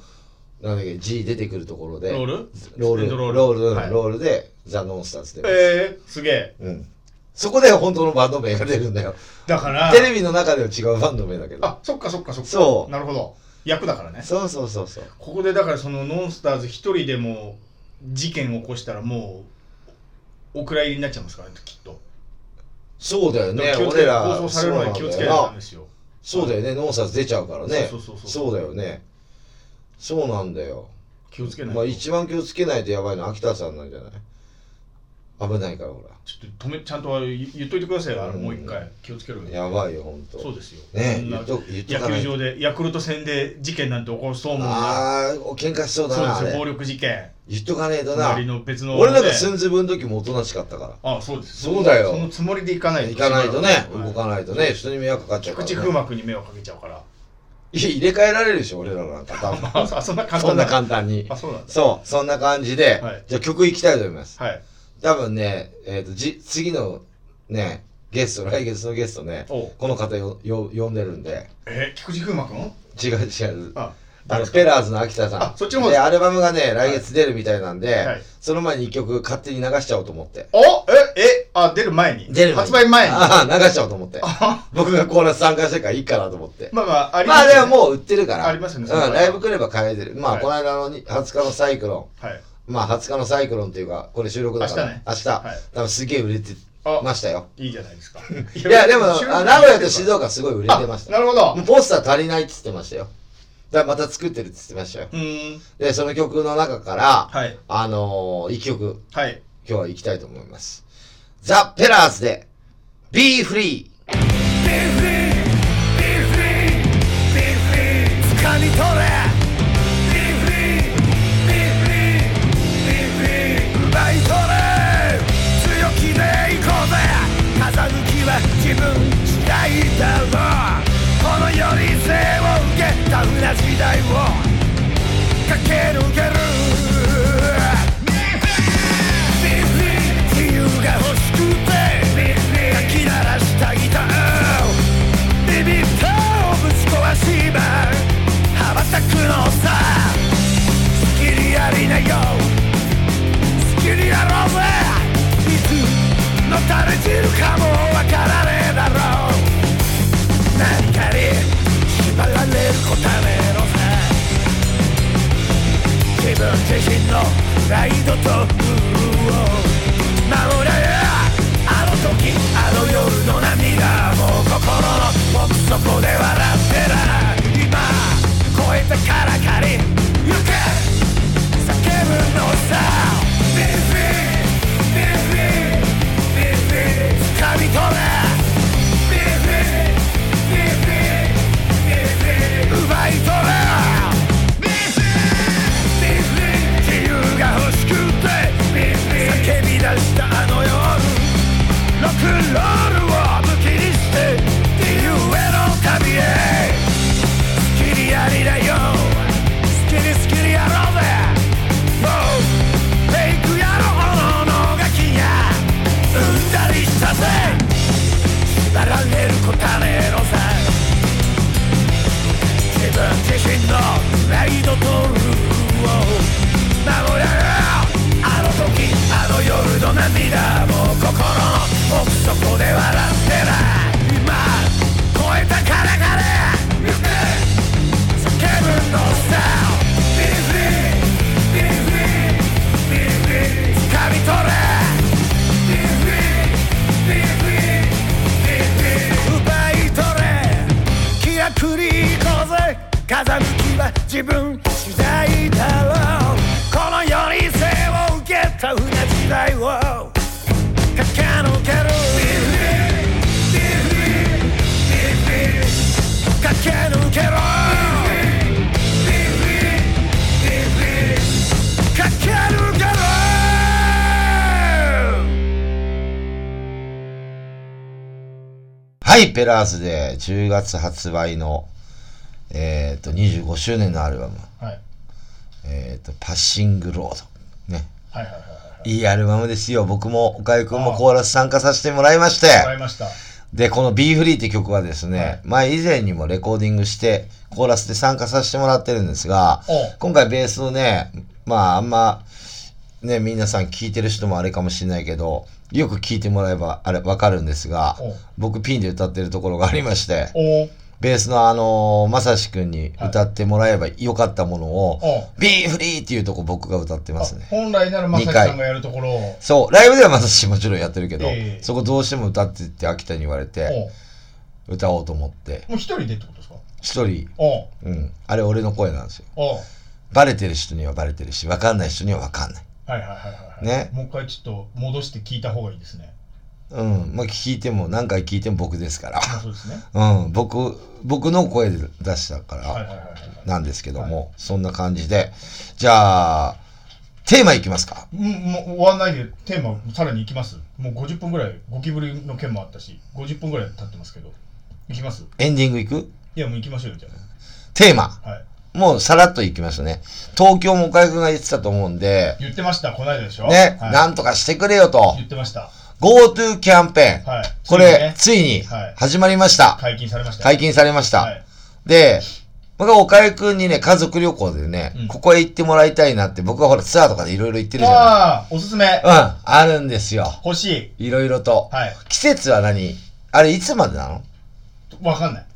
A: なんだっけ G 出てくるところで
B: ロール
A: ロー
B: ステ
A: ル
B: ンド
A: ロール
B: ロ
A: ロ
B: ー
A: ー
B: ル
A: ル,、
B: はい
A: でザ・ノンスターズで、
B: えー、すげえ
A: うん、そこで本当のバンド名が出るんだよ
B: だから
A: テレビの中では違うバンド名だけど
B: あそっかそっかそっか
A: そう
B: なるほど役だからね
A: そうそうそうそう
B: ここでだからそのノンスターズ一人でも事件を起こしたらもうお蔵入りになっちゃいますからねきっと
A: そうだよね
B: だから気をつけ
A: 俺ら
B: 放送されるまで気をつけないとダメですよ
A: そうだよねノンスターズ出ちゃうからね
B: そうそうそうそう
A: そうだよねそうなんだよ
B: 気をつけないと、
A: まあ一番気をつけないとやばいのは秋田さんなんじゃない危ないからほ
B: ちょっと止めちゃんと言言っといてくださいあの
A: うん
B: もう一回気をつけろよ
A: らやばいよほんと
B: そうですよ
A: ね
B: こんな
A: 言っと言っと
B: 野
A: かな
B: 球
A: いと
B: 場でヤクルト戦で事件なんて起こそうもんな
A: ああーお喧嘩しそうだ
B: そう
A: なあ
B: ですよ暴
A: れ
B: 力事件
A: 言っとかねえとな
B: 隣の別の
A: 俺なんか
B: ね
A: すんずぶの時もおとなしかったか
B: あそうです
A: そうだよ
B: そのつもりで行かな
A: ら
B: いと
A: 行かないとね
B: は
A: 動
B: い
A: かないとね人に迷惑かかっちゃう
B: 菊
A: から
B: 池
A: ね
B: 風磨に迷惑かけちゃう
A: [laughs]
B: から
A: いや入れ替えられるでしょ俺らなんか多分
B: あそそんな簡単
A: そんな簡単に
B: あそうなんです
A: そうそんな感じで
B: はい
A: じゃあ曲いきたいと思います
B: はい
A: 多分ねえっとじ次のねゲスト来月のゲストね
B: おう
A: この方よよ呼んでるんで
B: え菊池風磨君
A: 違う違う
B: あ
A: あ
B: 誰
A: の
B: ですか
A: ペラーズの秋田さん
B: あそっちの方で
A: ですアルバムがね来月出るみたいなんで、
B: はい
A: その前に一曲勝手に流しちゃおうと思って
B: おええあ出る前に
A: 出る
B: 発売前に
A: ああ流しちゃおうと思って
B: あ
A: 僕がコーラス参加してるからいいかなと思って
B: まあまああり
A: まあ
B: す
A: あ
B: ね
A: れはもう売ってるから
B: ありますよね
A: う
B: その場合
A: ん、
B: は
A: ライブ来れば買えてるまあ、
B: はい
A: この間のに20日のサイクロ
B: はい
A: ンまあ20日のサイクロンっていうかこれ収録だから
B: 明日ね
A: 明日
B: はい
A: 多分すげえ売れて
B: あ
A: ましたよ
B: いいじゃないですか
A: [laughs] いやでも
B: 収録
A: あ名古屋と静岡すごい売れてまし
B: あな
A: た
B: るほど
A: もうポスター足りないって言ってましたよだからまた作ってるって言ってましたよ
B: うーん
A: でその曲の中から、
B: はい
A: あのー、一曲
B: はい
A: 今日は行きたいと思います。ザ・ペラーズで Be Free!
C: ビーフリービーフリービーフリー掴み取れビーフリービーフリービーフリー奪い取れ強気で行こうぜ風向きは自分次第だろうこの世に背を受けタフな時代を駆け抜ける理由が欲しくてかき鳴らしたギタービビったをぶち壊しば羽ばたくのさ好きにやりなよ好きにやろうぜいつのたれ散るかもわからねえだろう何かに縛られることはねえのさ自分自身のプライドとルールを守れあの時あの夜の涙もう心の奥底で笑ってる今超えたからかり行け叫ぶのさ b e b e b e b e 掴み取れ b e b e b e b e 奪い取れ自由が欲しくて叫び出したあの夜ロックンロールを武器にして自由への旅へ好きにやりなよ好きに好きにやろうぜもうフェイク野郎のがきやうんだりしたぜ縛られるこたねえのさ自分自身のプライドとルールを守れあの時あの夜の涙もう心の奥底で笑ってない今超えたからかね夢叫ぶのさビーフリービーフリービーフリー掴み取れビーフリービーフリービーフリー奪い取れ気楽に行こうぜ風向きは自分次第だろうこの世に背を受けた船時代を駆け抜ける駆け抜けろ駆け抜けろ
A: はい、ペラーズで10月発売の、えっと25周年のアルバム、
B: はい
A: えっとパッシングロード。ね。
B: はいはいはいはい
A: いいアルバムですよ。僕も、岡井くん
B: あ
A: も
B: あ
A: コーラス参加させてもらいまして。
B: わかりました
A: で、この Be Free って曲はですね、
B: はい
A: 前以前にもレコーディングして、コーラスで参加させてもらってるんですが
B: おう、
A: 今回ベースをね、まああんま、ね、皆さん聞いてる人もあれかもしれないけど、よく聞いてもらえばあれわかるんですが
B: おう、
A: 僕ピンで歌ってるところがありまして、
B: おー
A: ベースのあのー、まさしくんに歌ってもらえばよかったものを、
B: おう
A: Be Free っていうとこ僕が歌ってますね
B: あ。本来ならまさきさんがやるところを
A: そう、ライブではまさしもちろんやってるけど、
B: ええ
A: そこどうしても歌ってって秋田に言われ
B: おう
A: て、歌おうと思って、
B: もう一人でってことですか
A: 一人、
B: おう
A: うん、あれ俺の声なんですよ。
B: おう
A: バレてる人にはバレてるし、わかんない人にはわかんない。
B: はいはいはいはい。
A: ね
B: もう一回ちょっと戻して聞いた方がいいですね。
A: うん。まあ、聞いても、何回聞いても僕です
B: [laughs]
A: から。
B: まあそうですね。
A: うん。僕、僕の声で出したから。
B: はいはいはいはい。
A: なんですけども、そんな感じで。じゃあ、テーマいきますか。
B: うん、もう終わんないでテーマさらに行きますもう50分ぐらいゴキブリの件もあったし50分ぐらい経ってますけど行きます
A: エンディングいく
B: いやもう行きましょうよじゃ
A: テーマ。
B: あはい
A: もうさらっといきましたね。東京も岡井くんが言ってたと思うんで、
B: 言ってましたこの間でしょ
A: ね、
B: はい、
A: なんとかしてくれよ
B: [laughs]
A: と。
B: 言ってました
A: GoTo キャンペーン。
B: はい
A: こ
B: ついに
A: れ
B: ね、
A: ついに
B: はい
A: 始まりました。
B: 解禁されました
A: 解禁されました。
B: はい
A: で、僕は岡井くんにね、家族旅行でね、
B: うん
A: ここへ行ってもらいたいなって、僕はほらツアーとかでいろいろ行ってるじゃない。
B: ああおすすめ
A: うん、あるんですよ。
B: 欲しい
A: いろいろと。
B: はい
A: 季節は何あれいつまでなの
B: わかんない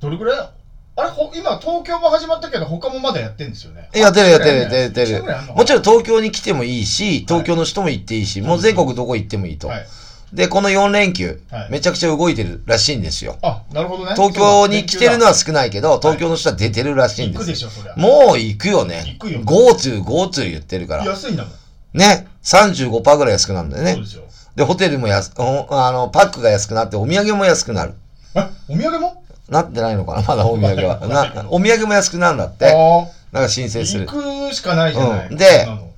B: どれぐらいあれほ今東京も始まったけど他もまだやってんですよね
A: やってるやってる
B: あ
A: やってるやって
B: 一緒
A: る
B: ぐらいあんの。かな
A: もちろん東京に来てもいいし、東京の人も行っていいし、もう全国どこ行ってもいいと。
B: はい
A: で、この4連休、
B: はい
A: めちゃくちゃ動いてるらしいんですよ。
B: あなるほどね
A: 東京に来てるのは少ないけど、
B: だ
A: 東京の人は出てるらしいん
B: 行
A: で
B: く
A: す
B: でし
A: よ。
B: ょそりゃ
A: もう行くよね。
B: 行くよ
A: GoTo、GoTo 言ってるから。
B: 安いんだもん
A: ね。35%ぐらい安くなるんだよ
B: そう
A: ね
B: で。すよ
A: で、ホテルも安、ほあの、パックが安くなって、お土産も安くなる。
B: えお土産も
A: なってないのかなまだお土
B: [laughs]
A: 産は。
B: わかんない
A: な、お土産も安くなるんだっ
B: あ
A: て。
B: あ
A: なんか申請する。
B: 行くしかないじゃない、
A: うんで
B: そなの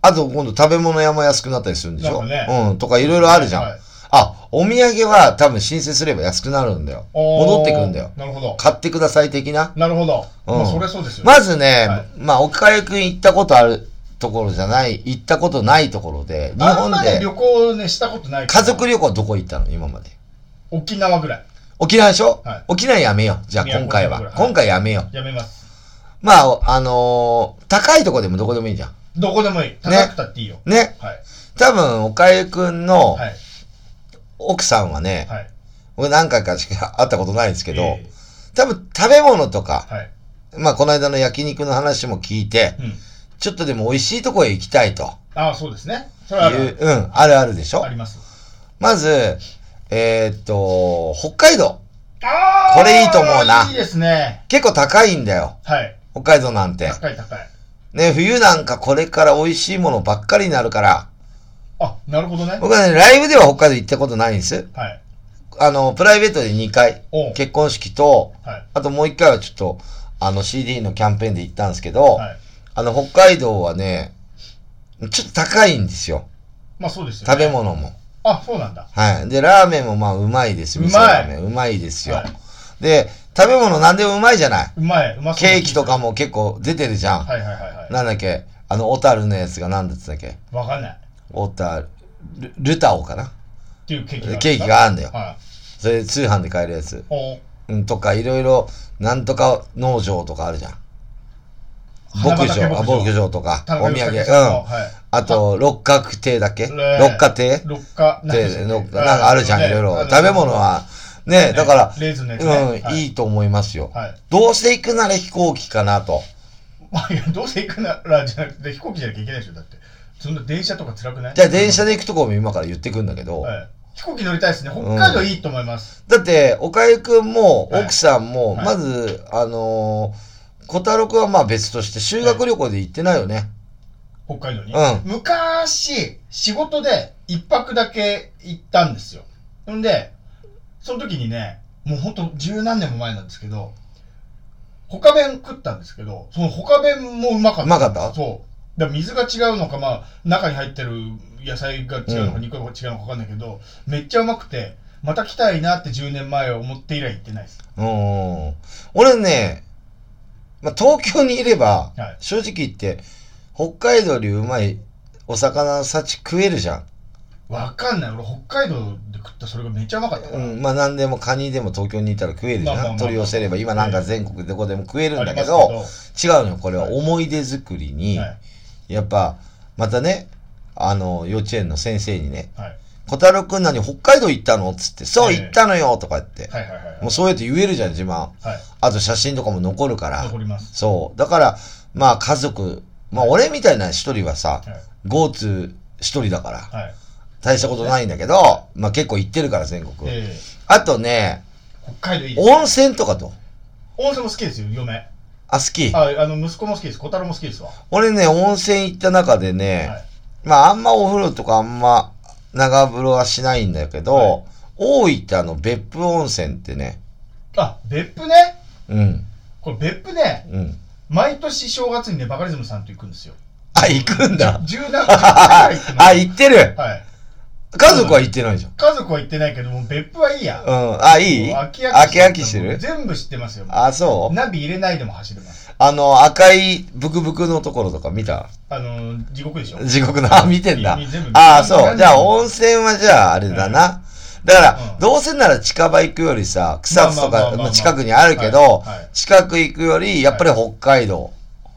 A: あと今度食べ物屋も安くなったりするんでしょ、
B: なんか
A: うん、とかいろいろあるじゃん。
B: はい
A: あ、お土産は多分申請すれば安くなるんだよ。
B: あー
A: 戻ってくるんだよ。
B: なるほど
A: 買ってください的な。
B: なるほど、
A: うん
B: まあ、そりゃそうですよ、
A: まずね、
B: はい
A: まあ、岡谷くん行ったことあるところじゃない、行ったことないところで、日
B: あん
A: 本
B: まね
A: で
B: 旅行ねしたことないから
A: 家族旅行どこ行ったの今まで。
B: 沖縄ぐらい
A: 沖縄でしょ、
B: はい
A: 沖縄やめよう。じゃあ
B: いや
A: 今回は。
B: 沖縄ぐらい
A: 今回やめよう。
B: やめます
A: まあ、あのー高いとこでもどこでもいいじゃん。
B: どこでもいい高くたっていいよ、
A: ね。
B: はい
A: 多分、岡谷くんの
B: はい
A: 奥さんはね、
B: はい
A: 俺何回かしか会ったことないんですけど、
B: え
A: 多分食べ物とか
B: ー、はい
A: まあこの間の焼肉の話も聞いて、
B: うん
A: ちょっとでも美味しいとこへ行きたいと
B: ああそうですねそ
A: い
B: れはある
A: う、うん、あるあるでしょ
B: あります
A: まず、えーっと、北海道。
B: あー
A: これいいと思うない
B: いですね
A: 結構高いんだよ。
B: はい
A: 北海道なんて。
B: 高い高い
A: ね、冬なんかこれから美味しいものばっかりになるから。
B: あなるほどね
A: 僕はね、ライブでは北海道行ったことないんです。
B: はい
A: あの、プライベートで2回
B: おう。
A: 結婚式と、
B: はい
A: あともう1回はちょっと、あの CD のキャンペーンで行ったんですけど、
B: はい
A: あの、北海道はね、ちょっと高いんですよ。
B: まあそうですよ、ね、
A: 食べ物も。
B: あそうなんだ
A: はい。で、ラーメンもまあ、うまいです。
B: うまい
A: 味噌ラーメンうまいですよ。
B: はい
A: で、食べ物なんでもうまいじゃないう
B: まいうまそうな
A: ケーキとかも結構出てるじゃん。
B: はいはいはいはい
A: なんだっけあの、小樽のやつがなんだったっけ
B: わかんない
A: 小樽、ルルタオかな
B: っていうケーキがあるん
A: ケーキがあるんだよ。
B: はい
A: それで通販で買えるやつ。
B: おう
A: うん、とか、いろいろ、なんとか農場とかあるじゃん。
B: 花
A: 牧
B: 畑
A: 場、あ
B: 牧場
A: 牧場とか、
B: 田
A: お
B: 中
A: 土産。う
B: 義武さんの
A: ん。
B: はい
A: あと、六角亭だっけ
B: ね
A: 六花亭
B: 六花何でし
A: で、
B: たっけ
A: のなんかあるじゃん、いろいろ。食べ物は、ね、
B: ね
A: だから、
B: レーズンのやつね
A: う
B: は
A: ん、
B: い
A: いいと思いますよ。
B: はい
A: どうせ行くなら飛行機かなと。
B: まあいや [laughs] どうせ行くならじゃなくて飛行機じゃなきゃいけないでしょだってそんな電車とか辛くない
A: じゃあ電車で行くとこも今から言ってくんだけど、
B: はい飛行機乗りたいですね北海道いいと思います
A: だって、岡井くんも
B: はい
A: 奥さんも、
B: はい
A: まず、あのー、小太郎くんはまあ別として修学旅行で行ってないよね。
B: 北海道に
A: うん
B: 昔仕事で一泊だけ行ったんですよほんでその時にねもうほんと十何年も前なんですけど他弁食ったんですけどその他弁もうまかった
A: うまかった
B: そう。だから水が違うのか、まあ、中に入ってる野菜が違うのか、
A: うん
B: 肉が違うのか分かんないけど、めっちゃうまくて、また来たいなって10年前思って以来行ってないです。
A: うーん。俺ね、まあ東京にいれば
B: はい、
A: 正直言って、北海道よりうまいお魚の幸食えるじゃん。
B: わかんない。俺、北海道で食ったそれがめっちゃうまかったか
A: う
B: ら。
A: ん、まあ何でもカニでも東京にいたら食えるじ
B: まあまあ
A: ゃ
B: ま
A: ん。
B: あ
A: 取り寄せれば今なんか全国どこでも食えるんだけ
B: あり
A: ど
B: ま、す
A: 違うのよ。これは思い出作り
B: け
A: に
B: ど、はい。
A: やっぱ、またね、あの、幼稚園の先生にね、
B: はい。
A: 小太郎くん何北海道行ったのっつって、そう
B: ええ
A: 行ったのよとか言って。
B: はいはいはいはい。
A: もうそうやって言えるじゃん、自慢。
B: はい。
A: あと写真とかも残るから
B: 残。ります。
A: そう。だから、まあ家族、まあ俺みたいな一人はさ
B: は、い。
A: GoTo 一人だから、
B: はい。
A: 大したことないんだけど、まあ結構行ってるから全国。
B: ええ
A: あとね、
B: 北海道いいです。
A: 温泉とかと。
B: 温泉も好きですよ、嫁。
A: あ、好き。
B: あ、あの、息子も好きです。小太郎も好きですわ。
A: 俺ね、温泉行った中でね、
B: はい
A: まああんまお風呂とかあんま長風呂はしないんだけど、
B: はい
A: 大分の別府温泉ってね、
B: あ、別府ね。
A: うん、
B: これ別府ね、
A: うん。
B: 毎年正月にね、バカリズムさんと行くんですよ。
A: あ、行くんだ。
B: 十何回
A: あ
B: らい行って、ます。
A: 行ってる。
B: はい。
A: 家族は行ってないじゃん。
B: 家族は行ってないけども、別府はいいや。
A: うん。あ、いい
B: もう飽き
A: 飽き飽きしてる
B: 全部知ってますよ。
A: あ、そう
B: ナビ入れないでも走れます。
A: あの、赤いブクブクのところとか見た
B: あのー、地獄でしょ。
A: 地獄の、あ、見てんだ
B: 見全部見。て
A: あ
B: る
A: そう。じゃあ、温泉はじゃあ、あれだな。だから、
B: うん
A: どうせなら近場行くよりさ、草津と
B: まあまあまあ
A: か
B: まあまあ
A: まあ近くにあるけど
B: はいはい、
A: 近く行くより、やっぱり北海道。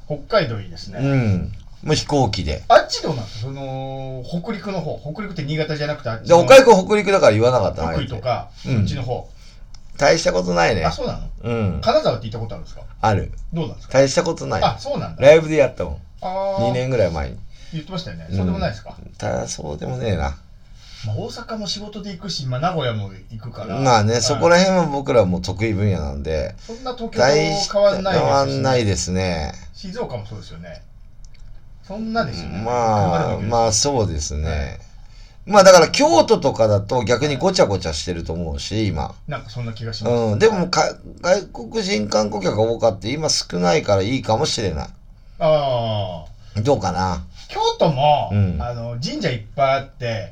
B: 北海道いいですね。
A: うん。もう飛行機で。
B: あっちどうなんですかその、北陸の方。北陸って新潟じゃなくてあっち
A: で、
B: の。
A: 岡井君北陸だから言わなかったな。
B: 福井とか、
A: うん
B: そっちの方。
A: 大したことないね
B: あ、。そうなの
A: うん。
B: 金沢って行ったことあるんですか
A: ある。
B: どうなんですか
A: 大したことない。
B: あ、そうなんだ。
A: ライブでやったもん。
B: あー
A: 2年ぐらい前に。
B: 言ってましたよね。
A: うん
B: そうでもないですか、
A: ただ、そうでもねえな。
B: まあ、大阪も仕事で行くし、まあ、名古屋も行くから。
A: まあね、
B: はい
A: そこら辺は僕らも得意分野なんで、
B: そんな東京と
A: 大し
B: 変わんないです
A: 変わ
B: よ
A: ん
B: ね
A: ないですね。
B: 静岡もそうですよね。そんなですよね。
A: まあ、まあ
B: あ、
A: そうですね。まあだから京都とかだと逆にごちゃごちゃしてると思うし、今。
B: なんかそんな気がします。
A: うん。でもか、外国人観光客が多かって今少ないからいいかもしれな
B: ああ。
A: い。どうかな。
B: 京都も、
A: うん
B: あの神社いっぱいあって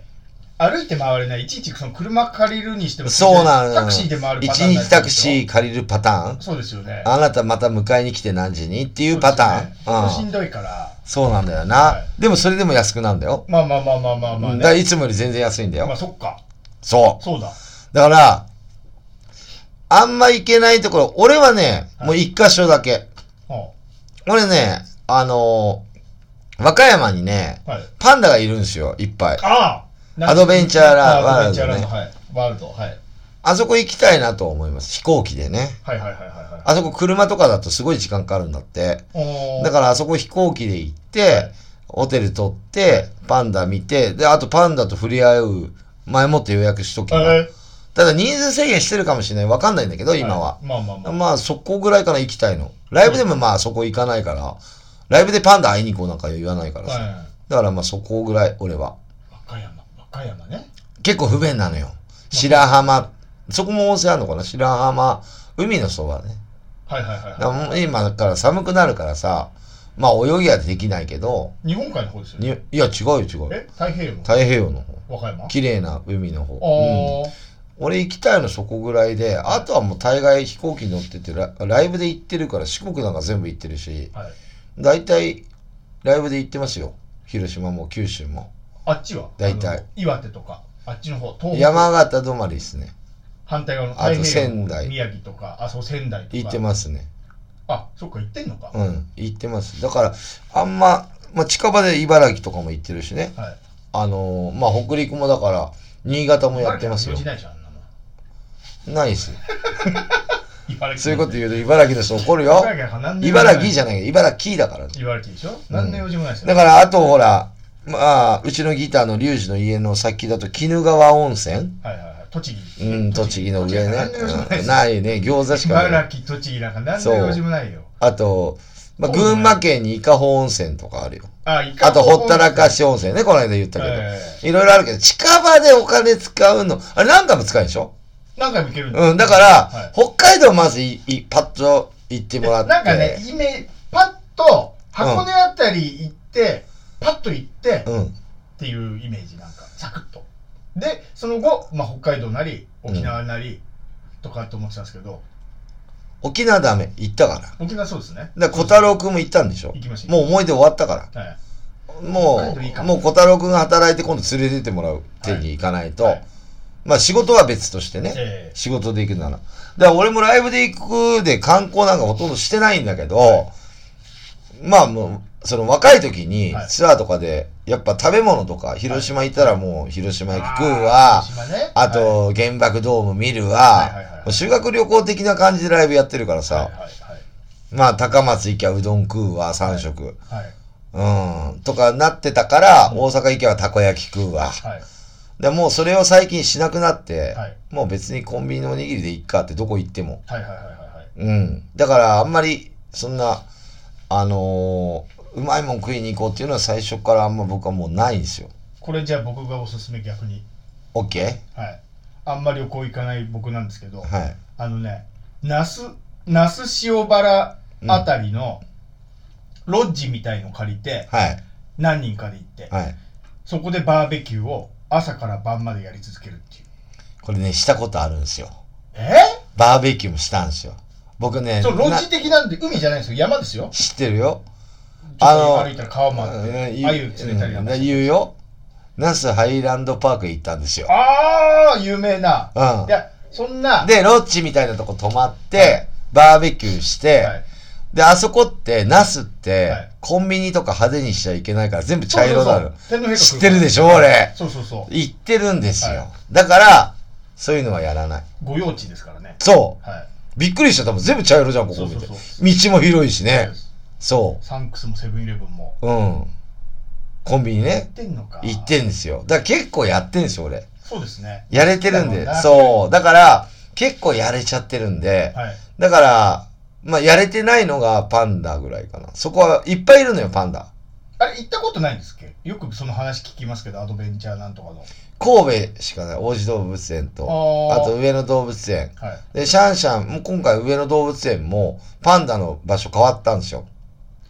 B: 歩いて回れないいちいちその車借りるにしても
A: そうなん
B: タクシーで回るパターンに
A: 一
B: なっ
A: 日
B: ちゃ
A: タ
B: うん
A: ク
B: ですよ
A: シー借りるパターン
B: そうですよね
A: あなたまた迎えに来て何時にっていうパタ
B: そうです
A: ー
B: よね
A: ン。
B: し
A: うん。
B: んどいから
A: そうなんだよ
B: は
A: な。でもそれでも安くなんだよ。
B: まあまあまあまあまあまあ
A: だ
B: ね
A: からいつもより全然安いんだ
B: まあ
A: よ。
B: そっか
A: そう。
B: そうだ
A: だから、あんま行けないところ、俺はね、
B: はい
A: もう一箇所だけ。
B: は
A: 俺ね、あのー和歌山にね、
B: あはい
A: パンダがいるんですよ、いっぱい。
B: ああ
A: アドベンチャーラ
B: アドベンチャーランド
A: ワ
B: はいワールドはい
A: あそこ行きたいなと思います、飛行機でね。
B: はいはいはいはいはい
A: あそこ車とかだとすごい時間かかるんだって。
B: おー
A: だからあそこ飛行機で行っ
B: は
A: て
B: い、
A: ホテル取って、パンダ見て、で、あとパンダと触れ合う、前もって予約しとけば。
B: え
A: ただ人数制限してるかもしれない。わかんないんだけど、
B: ー
A: 今は。
B: いまあまあまあ
A: まあそこぐらいかな行きたいの。ライブでもまあそこ行かないから、ライブでパンダ会いに行こうなんか言わないからさ。
B: はい
A: だからまあそこぐらい俺は。
B: 和歌山和歌山ね
A: 結構不便なのよ。白浜、そこも温泉あるのかな白浜、海のそばね。
B: はいはいは
A: だ
B: い
A: から
B: は
A: もう今だから寒くなるからさ、まあ泳ぎはできないけど、
B: い日本海の方ですよ
A: に
B: ね
A: いや違うよ違うよ。
B: え太平洋の
A: 太平洋の方。
B: 和歌山
A: 綺麗な海の方。うん
B: おー
A: 俺行きたいのそこぐらいで、あとはもう大概飛行機乗っててラ、ライブで行ってるから四国なんか全部行ってるし、
B: はい
A: 大体ライブで行ってますよ広島も九州も
B: あっちは
A: 大体
B: あの岩手とかあっちの方東北
A: 山形止まりですね
B: 反対側の
A: あと
B: 太平洋の
A: 仙台
B: 宮城とかあそう仙台とか
A: 行ってますね
B: あそっか行ってんのか、
A: うん行ってますだからあんま、まあ、近場で茨城とかも行ってるしね
B: はい
A: あのーまあ北陸もだから新潟もやってますよ
B: 茨城なんか用事ないじゃんあんなもん
A: ないっすよ
B: 茨城
A: そういうこと言うと茨城の人怒るよ
B: 茨城なんか何の用事もない
A: 茨城じゃない茨城だからね
B: 茨城でしょ何の用事もないですよ、
A: だからあとほらまあうちのギターのリュウジの家の先だと鬼怒川温泉
B: はいはいはい栃木
A: うん栃木の上
B: 栃木
A: ね
B: なんか何の用事もな
A: う
B: いで
A: ん
B: すよ
A: ないね餃子しかない
B: 茨城栃木なんか何の用事もないよ
A: あと、まあ、
B: そうね
A: 群馬県に伊香保温泉とかあるよ。
B: あい
A: あと、ほったらか
B: し
A: し温泉ね、この間言ったけど。
B: え
A: いろいろあるけど、近場でお金使うの、あれ何回も使うでしょ
B: 何回も行けるん
A: うん、だから、
B: はい
A: 北海道まずいいパッと行ってもらって。
B: なんかねイメパッと箱根あたり行って、パッと行って、
A: うん。
B: っていうイメージなんかサクッとでその後、まあ、北海道なり沖縄なりとかと思ってたんですけど、
A: 沖縄ダメ、行ったから。だか
B: 沖縄そうですね
A: ら、小太郎くんも行ったんでしょ
B: 行きました
A: もう思い出終わったから。
B: はい
A: も
B: 北海道いいか
A: う、
B: も
A: もう小太郎くんが働いて今度連れてってもらう手に行かないと。
B: はい
A: まあ仕事は別としてね。
B: え
A: 仕事で行くなら。だから俺もライブで行くで観光なんかほとんどしてないんだけど、まあもう、その若い時に
B: はい
A: ツアーとかで、やっぱ食べ物とか、広島行ったらもう広島
B: え
A: 行くわ、
B: 島ね
A: あ
B: は
A: と原爆ドーム見る
B: いはいはい
A: わ
B: は、
A: も
B: い
A: う修学旅行的な感じでライブやってるから
B: いはい
A: さ、
B: は
A: まあ高松行きゃうどん食うわ、3食。
B: いはいはい
A: うん、とかなってたから、大阪行けばたこ焼き食うわ。
B: はい
A: でもうそれを最近しなくなって、
B: はい
A: もう別にコンビニのおにぎりでいっかってどこ行っても。
B: はいはいはいはいはい
A: うん。だから、あんまりそんな、あのーうまいもん食いに行こうっていうのは最初からあんま僕はもうないんですよ。
B: これじゃあ僕がおすすめ逆に
A: OK?
B: はいあんまり旅行行かない僕なんですけど、
A: はい。
B: あのね那須那須塩原あたりのロッジみたいの借りて
A: はい。
B: 何人かで行って
A: はい。
B: そこでバーベキューを朝から晩までやり続けるっていう
A: これね、したことあるんですよ。
B: え
A: バーベキューもしたんですよ。僕ね、
B: そうロッ
A: な
B: ジ的なんで海じゃないんですよ山ですよ
A: 知ってるよ。
B: ちょっ
A: あの
B: と歩いたら川もあっ
A: う
B: て
A: ん
B: 鮎釣れたりなんか
A: うん
B: して
A: 言うよ。那須ハイランドパークへ行ったんですよ。
B: ああ有名な
A: うん
B: いやそんな
A: で、ロッジみたいなとこ泊まって、
B: はい
A: バーベキューして、
B: はい
A: で、あそこって、ナスって、
B: はい
A: コンビニとか派手にしちゃいけないから全部茶色なの。
B: そうそうそう天皇陛下
A: 知ってるでしょ俺
B: そうそうそう
A: 行ってるんですよ。
B: はい
A: だから、そういうのはやらない。
B: ご用地ですからね
A: そう。
B: はい
A: びっくりした。多分全部茶色じゃん、ここ見て。
B: そうそうそ
A: 道も広いし
B: そう
A: ね
B: で。す
A: そ
B: サンクスもセブンイレブンも
A: う。うん。コンビニ
B: 行っ
A: ね。
B: てんのか
A: 行ってんですよ。だから結構やってんですよ、俺。
B: そうですね
A: やれてるん
B: そう
A: で
B: だもん。な
A: そう。だから、結構やれちゃってるんで。
B: はい
A: だから、まあ、やれてないのがパンダぐらいかな。そこはいっぱいいるのよ、パンダ。
B: あれ行ったことないんですっけよくその話聞きますけどアドベンチャーなんとかの
A: 神戸しかない。王子動物園と、
B: あー
A: あと上野動物園。
B: はい
A: で、シャンシャン、もう今回上野動物園も、パンダの場所変わったんですよ。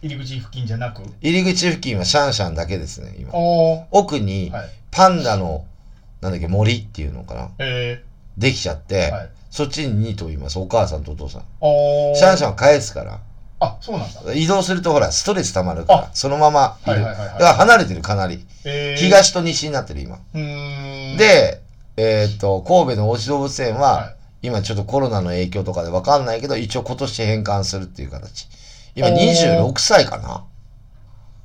B: 入り口付近じゃなく
A: 入り口付近はシャンシャンだけですね、今
B: あ。あ
A: 奥に、
B: はい
A: パンダの、なんだっけ、森っていうのかな。
B: え
A: できちゃっ
B: え
A: て、
B: はい
A: そっちに2頭います。お母さんとお父さん。
B: ああ
A: シャンシャンは返すから。
B: あそうなんだ
A: 移動するとほら、ストレス溜まるから、そのままいる。
B: はいはいはいはい
A: だから離れてる、かなり。
B: ええ
A: 東と西になってる、今。
B: うーん
A: で、えっ、と、神戸の大志動物園は、
B: はい
A: 今ちょっとコロナの影響とかでわかんないけど、一応今年返還するっていう形。今
B: おー
A: 26歳かな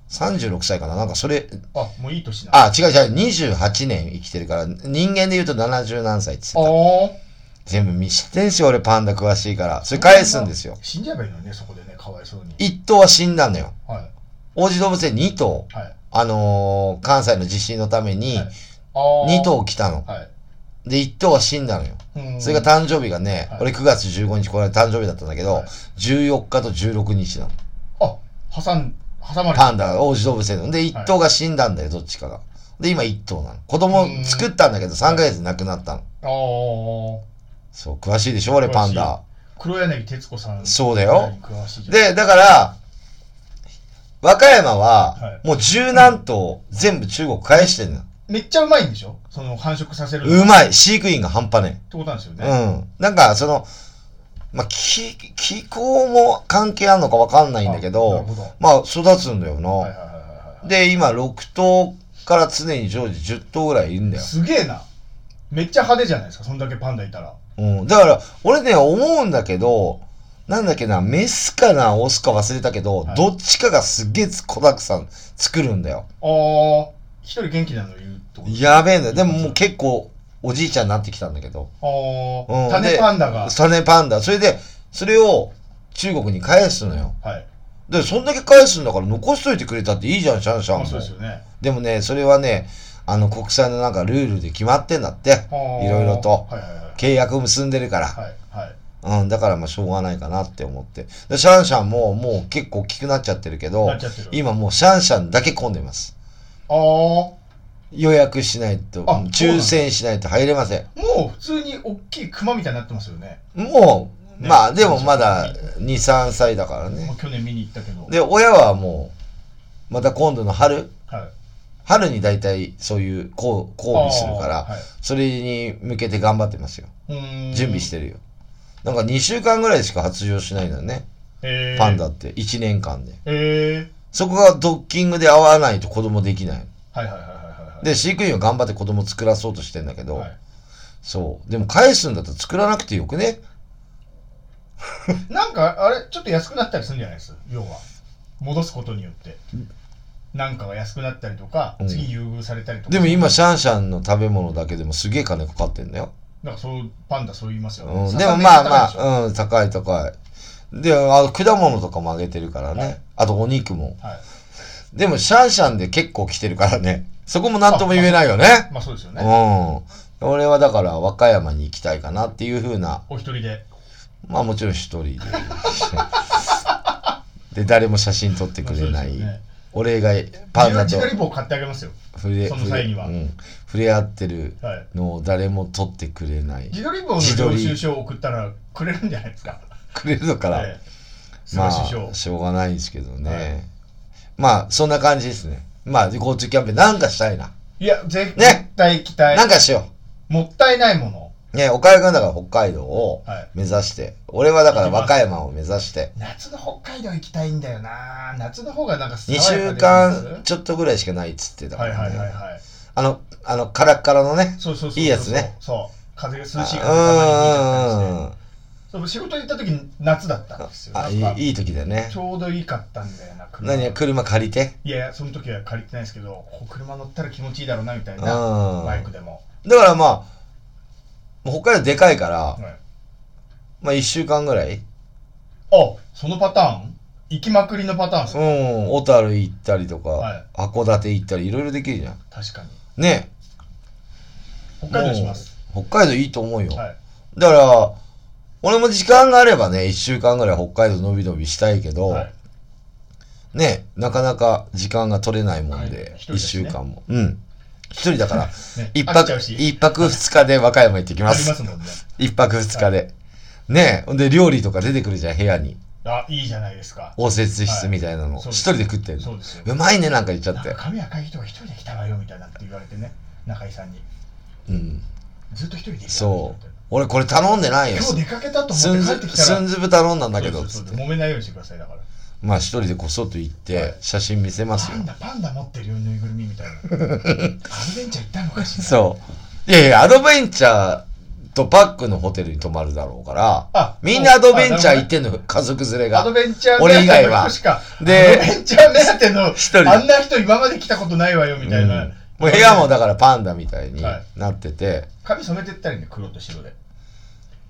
A: ?36 歳かななんかそれ、
B: あもういい年なあ
A: あ、違う違う、28年生きてるから、人間で言うと70何歳って
B: あ
A: 言ってた。
B: ー
A: 全部見知ってんすよ、俺パンダ詳しいから。それ返すんですよ。
B: 死んじゃえばいいのにねそこでねかわいそうに
A: 1頭は死んだのよ。
B: は
A: 王子動物園2頭
B: い、はい
A: あのー関西の地震のために
B: はいあ
A: 2頭来たの。
B: はい
A: で、1頭は死んだのよ。
B: うーん
A: それが誕生日がね、
B: はい
A: 俺9月15日、これ誕生日だったんだけど、
B: はい
A: 14日と16日なの。
B: あ挟ん挟まれ
A: パ
B: た
A: ンダ、王子動物園の。で、1頭が死んだんだよ、どっちかが。で、今1頭なの。子供作ったんだけど、3ヶ月で亡くなったの。
B: ああ
A: そう、詳しいでしょ、俺、
B: 詳しい
A: パンダ。
B: 黒柳徹子さん
A: そうだよ
B: に詳しいじゃん
A: で、だから、和歌山
B: は
A: は、
B: い
A: もう十何頭、全部中国返してんの。
B: めっちゃうまいんでしょその繁殖させるの
A: うまい飼育員が半端ね
B: ってことなんですよ
A: え。
B: ね、
A: うん。なんか、その、まあ、気、気候も関係あるのかわかんないんだけ
B: あな
A: ど
B: るほど、
A: まあ、育つんだよな。
B: はいはいはいはいはい
A: で、今、6頭から常に常時10頭ぐらいいるんだよ。
B: すげえなめっちゃ派手じゃないですかそんだけパンダいたら
A: うん。だから、俺ね、思うんだけど、なんだっけな、メスかな、オスか忘れたけど、
B: はい
A: どっちかがすっげえ子だくさん作るんだよ。
B: あー一人元気なの言うってこと
A: やべえんだよ。でももう結構、おじいちゃんになってきたんだけど。
B: あー、
A: うん。
B: 種
A: で
B: パンダが
A: 種パンダ。それで、それを中国に返すのよ。
B: はい
A: で、そんだけ返すんだから残しといてくれたっていいじゃん、シャンシャンも。
B: まあそうですよね
A: でもね、それはね、あの、国際のなんかルールで決まってんだって。
B: あー
A: いろいろと。
B: はいはいはい
A: 契約結んでるから。
B: はいはい
A: うん、だからまあしょうがないかなって思って。で、シャンシャンももう結構大きくなっちゃってるけど
B: なっちゃってる、
A: 今もうシャンシャンだけ混んでます。
B: ああも
A: 予約しないと、
B: あ
A: 抽選しないと入れません。
B: う普通に大きいクマみたいになってますよね
A: もう、
B: ね
A: まあでもまだ2、3歳だから
B: まあ
A: ね。
B: 去年見に行ったけど
A: で、親はもう、また今度の春、
B: はい
A: 春に大体そういう交交尾するか
B: あ
A: ら
B: ーはい、
A: それに向けて頑張ってますよ。
B: うーん
A: 準備してるよ。なんか2週間ぐらいしか発情しないのね、
B: えー
A: パンダって1年間で。
B: え
A: そこがドッキングで合わないと子供できない。
B: ー、はいはいはいはいはい
A: で、飼育員は頑張って子供作らそうとしてんだけど、
B: はい
A: そう。でも返すんだったら作らなくてよくね
B: なんかあれちょっと安くなったりするんじゃないです要は戻すことによってなんかが安くなったりとか、
A: うん
B: 次優遇されたりとか
A: でも今、シャンシャンの食べ物だけでもすげえ金かかってんだよ。
B: なんかそうパンダそう言いますよね、
A: うん、
B: 魚
A: でもまあ
B: 高いでしょ
A: まあ、うん、高い高い。で、あの果物とかもあげてるからね。
B: はい
A: あとお肉も。
B: はい
A: でもシャンシャンで結構来てるからね。そこも何とも言えないよね。
B: まあそうですよね、
A: うん。俺はだから和歌山に行きたいかなっていうふうな
B: お一人で
A: まあもちろん一人で。で誰も写真撮ってくれない、
B: そうですよね
A: 俺がパ
B: パ
A: ン
B: ン
A: ダ
B: ダと。
A: と
B: 自撮り棒買ってあげますよ。
A: 触れ
B: その際には
A: 触れうん、触れ合ってる
B: はい。
A: のを誰も撮ってくれない
B: 自撮り棒の
A: 自撮
B: 領
A: り
B: 収書を送ったらくれるんじゃないですか。
A: くれるのから、
B: はい。
A: ま
B: 菅首相
A: あ。しょうがないですけどね、
B: はい
A: まあそんな感じですねまあ GoTo キャンペーンなんかしたいな、
B: いや、絶
A: ね
B: 対期待。
A: なんかしよ
B: もったいないもの。
A: うね岡井君だから北海道を
B: はい
A: 目指して、俺はだから和歌山を目指して
B: 夏の北海道行きたいんだよな夏の方がなんか
A: 2
B: 爽やか
A: 週
B: で
A: 間ちょっとぐらいしかないっつってたか
B: はい
A: ら、ね
B: はいはいはい
A: あのあのカラッカラのね
B: そうそうそうそう
A: いいやつね
B: そう風が涼しい風がたまに吹いちゃったり
A: あ
B: してそう仕事行った時に夏だったんですよ
A: うんあ
B: なんか
A: いいいい時だよね
B: ちょうどいいかったんだよな車
A: 何車借りて
B: いやその時は借りてないですけどこう車乗ったら気持ちいいだろうなみたいな
A: うん
B: バイクでも、
A: だからまあ北海道でかいから
B: はい、
A: まあ1週間ぐらい
B: あそのパターン行きまくりのパターンっす
A: う
B: ね
A: ん小樽行ったりとか、
B: はい
A: 函館行ったりいろいろできるじゃん
B: 確かに
A: ね
B: 北海道します
A: もう北海道いいと思うよ、
B: はい
A: だから俺も時間があればね1週間ぐらい北海道のびのびしたいけど、
B: はい
A: ねなかなか時間が取れないもん
B: はい
A: で、
B: 一
A: 一
B: 人だしね
A: 週間もうん一人だから
B: ね
A: 一
B: 飽きち
A: 泊
B: ゃうし
A: 一泊二日で和歌山行ってき
B: あ
A: ま
B: り
A: す
B: ますもんね
A: 一泊二日で、ねほんで料理とか出てくるじゃん部屋に
B: あいいじゃないですか
A: 応接室みたいなの、
B: はいそう
A: 一人
B: です
A: で食ってんの
B: そうですよ
A: うまいねなんか言っちゃ
B: な
A: っ
B: んか
A: て
B: 髪赤い人が一人で来たわよみたいなって言われてね中居さんに
A: うん
B: ずっと一人でいた
A: そう俺これ頼んでないよ
B: 今日出かけたと
A: す
B: 思
A: ん
B: って帰って
A: ず
B: きた
A: す
B: ら
A: んずぶ頼んだんだけど
B: そう
A: つ
B: そう
A: っ
B: そう
A: て
B: 揉めないようにしてくださいだから
A: まあ一人でこそっと行っ
B: は
A: て
B: い
A: 写真見せます
B: パ
A: よ
B: ンダパンダ持ってるよぬいぐるみみたいなアドベンチャー行ったのかしら
A: そういやいやアドベンチャーとパックのホテルに泊まるだろうから
B: あ
A: みんなアドベンチャー行ってんの家族連れ
B: [laughs] アド
A: が
B: ベンチャー
A: 俺以外は
B: 目当
A: で
B: ての人しかアドベンチャー目当ての
A: 一人
B: あんな人今まで来たことないわよみたいな、
A: うんもう部屋もだからパンダみたいになってて
B: 髪染めてったりね黒と白で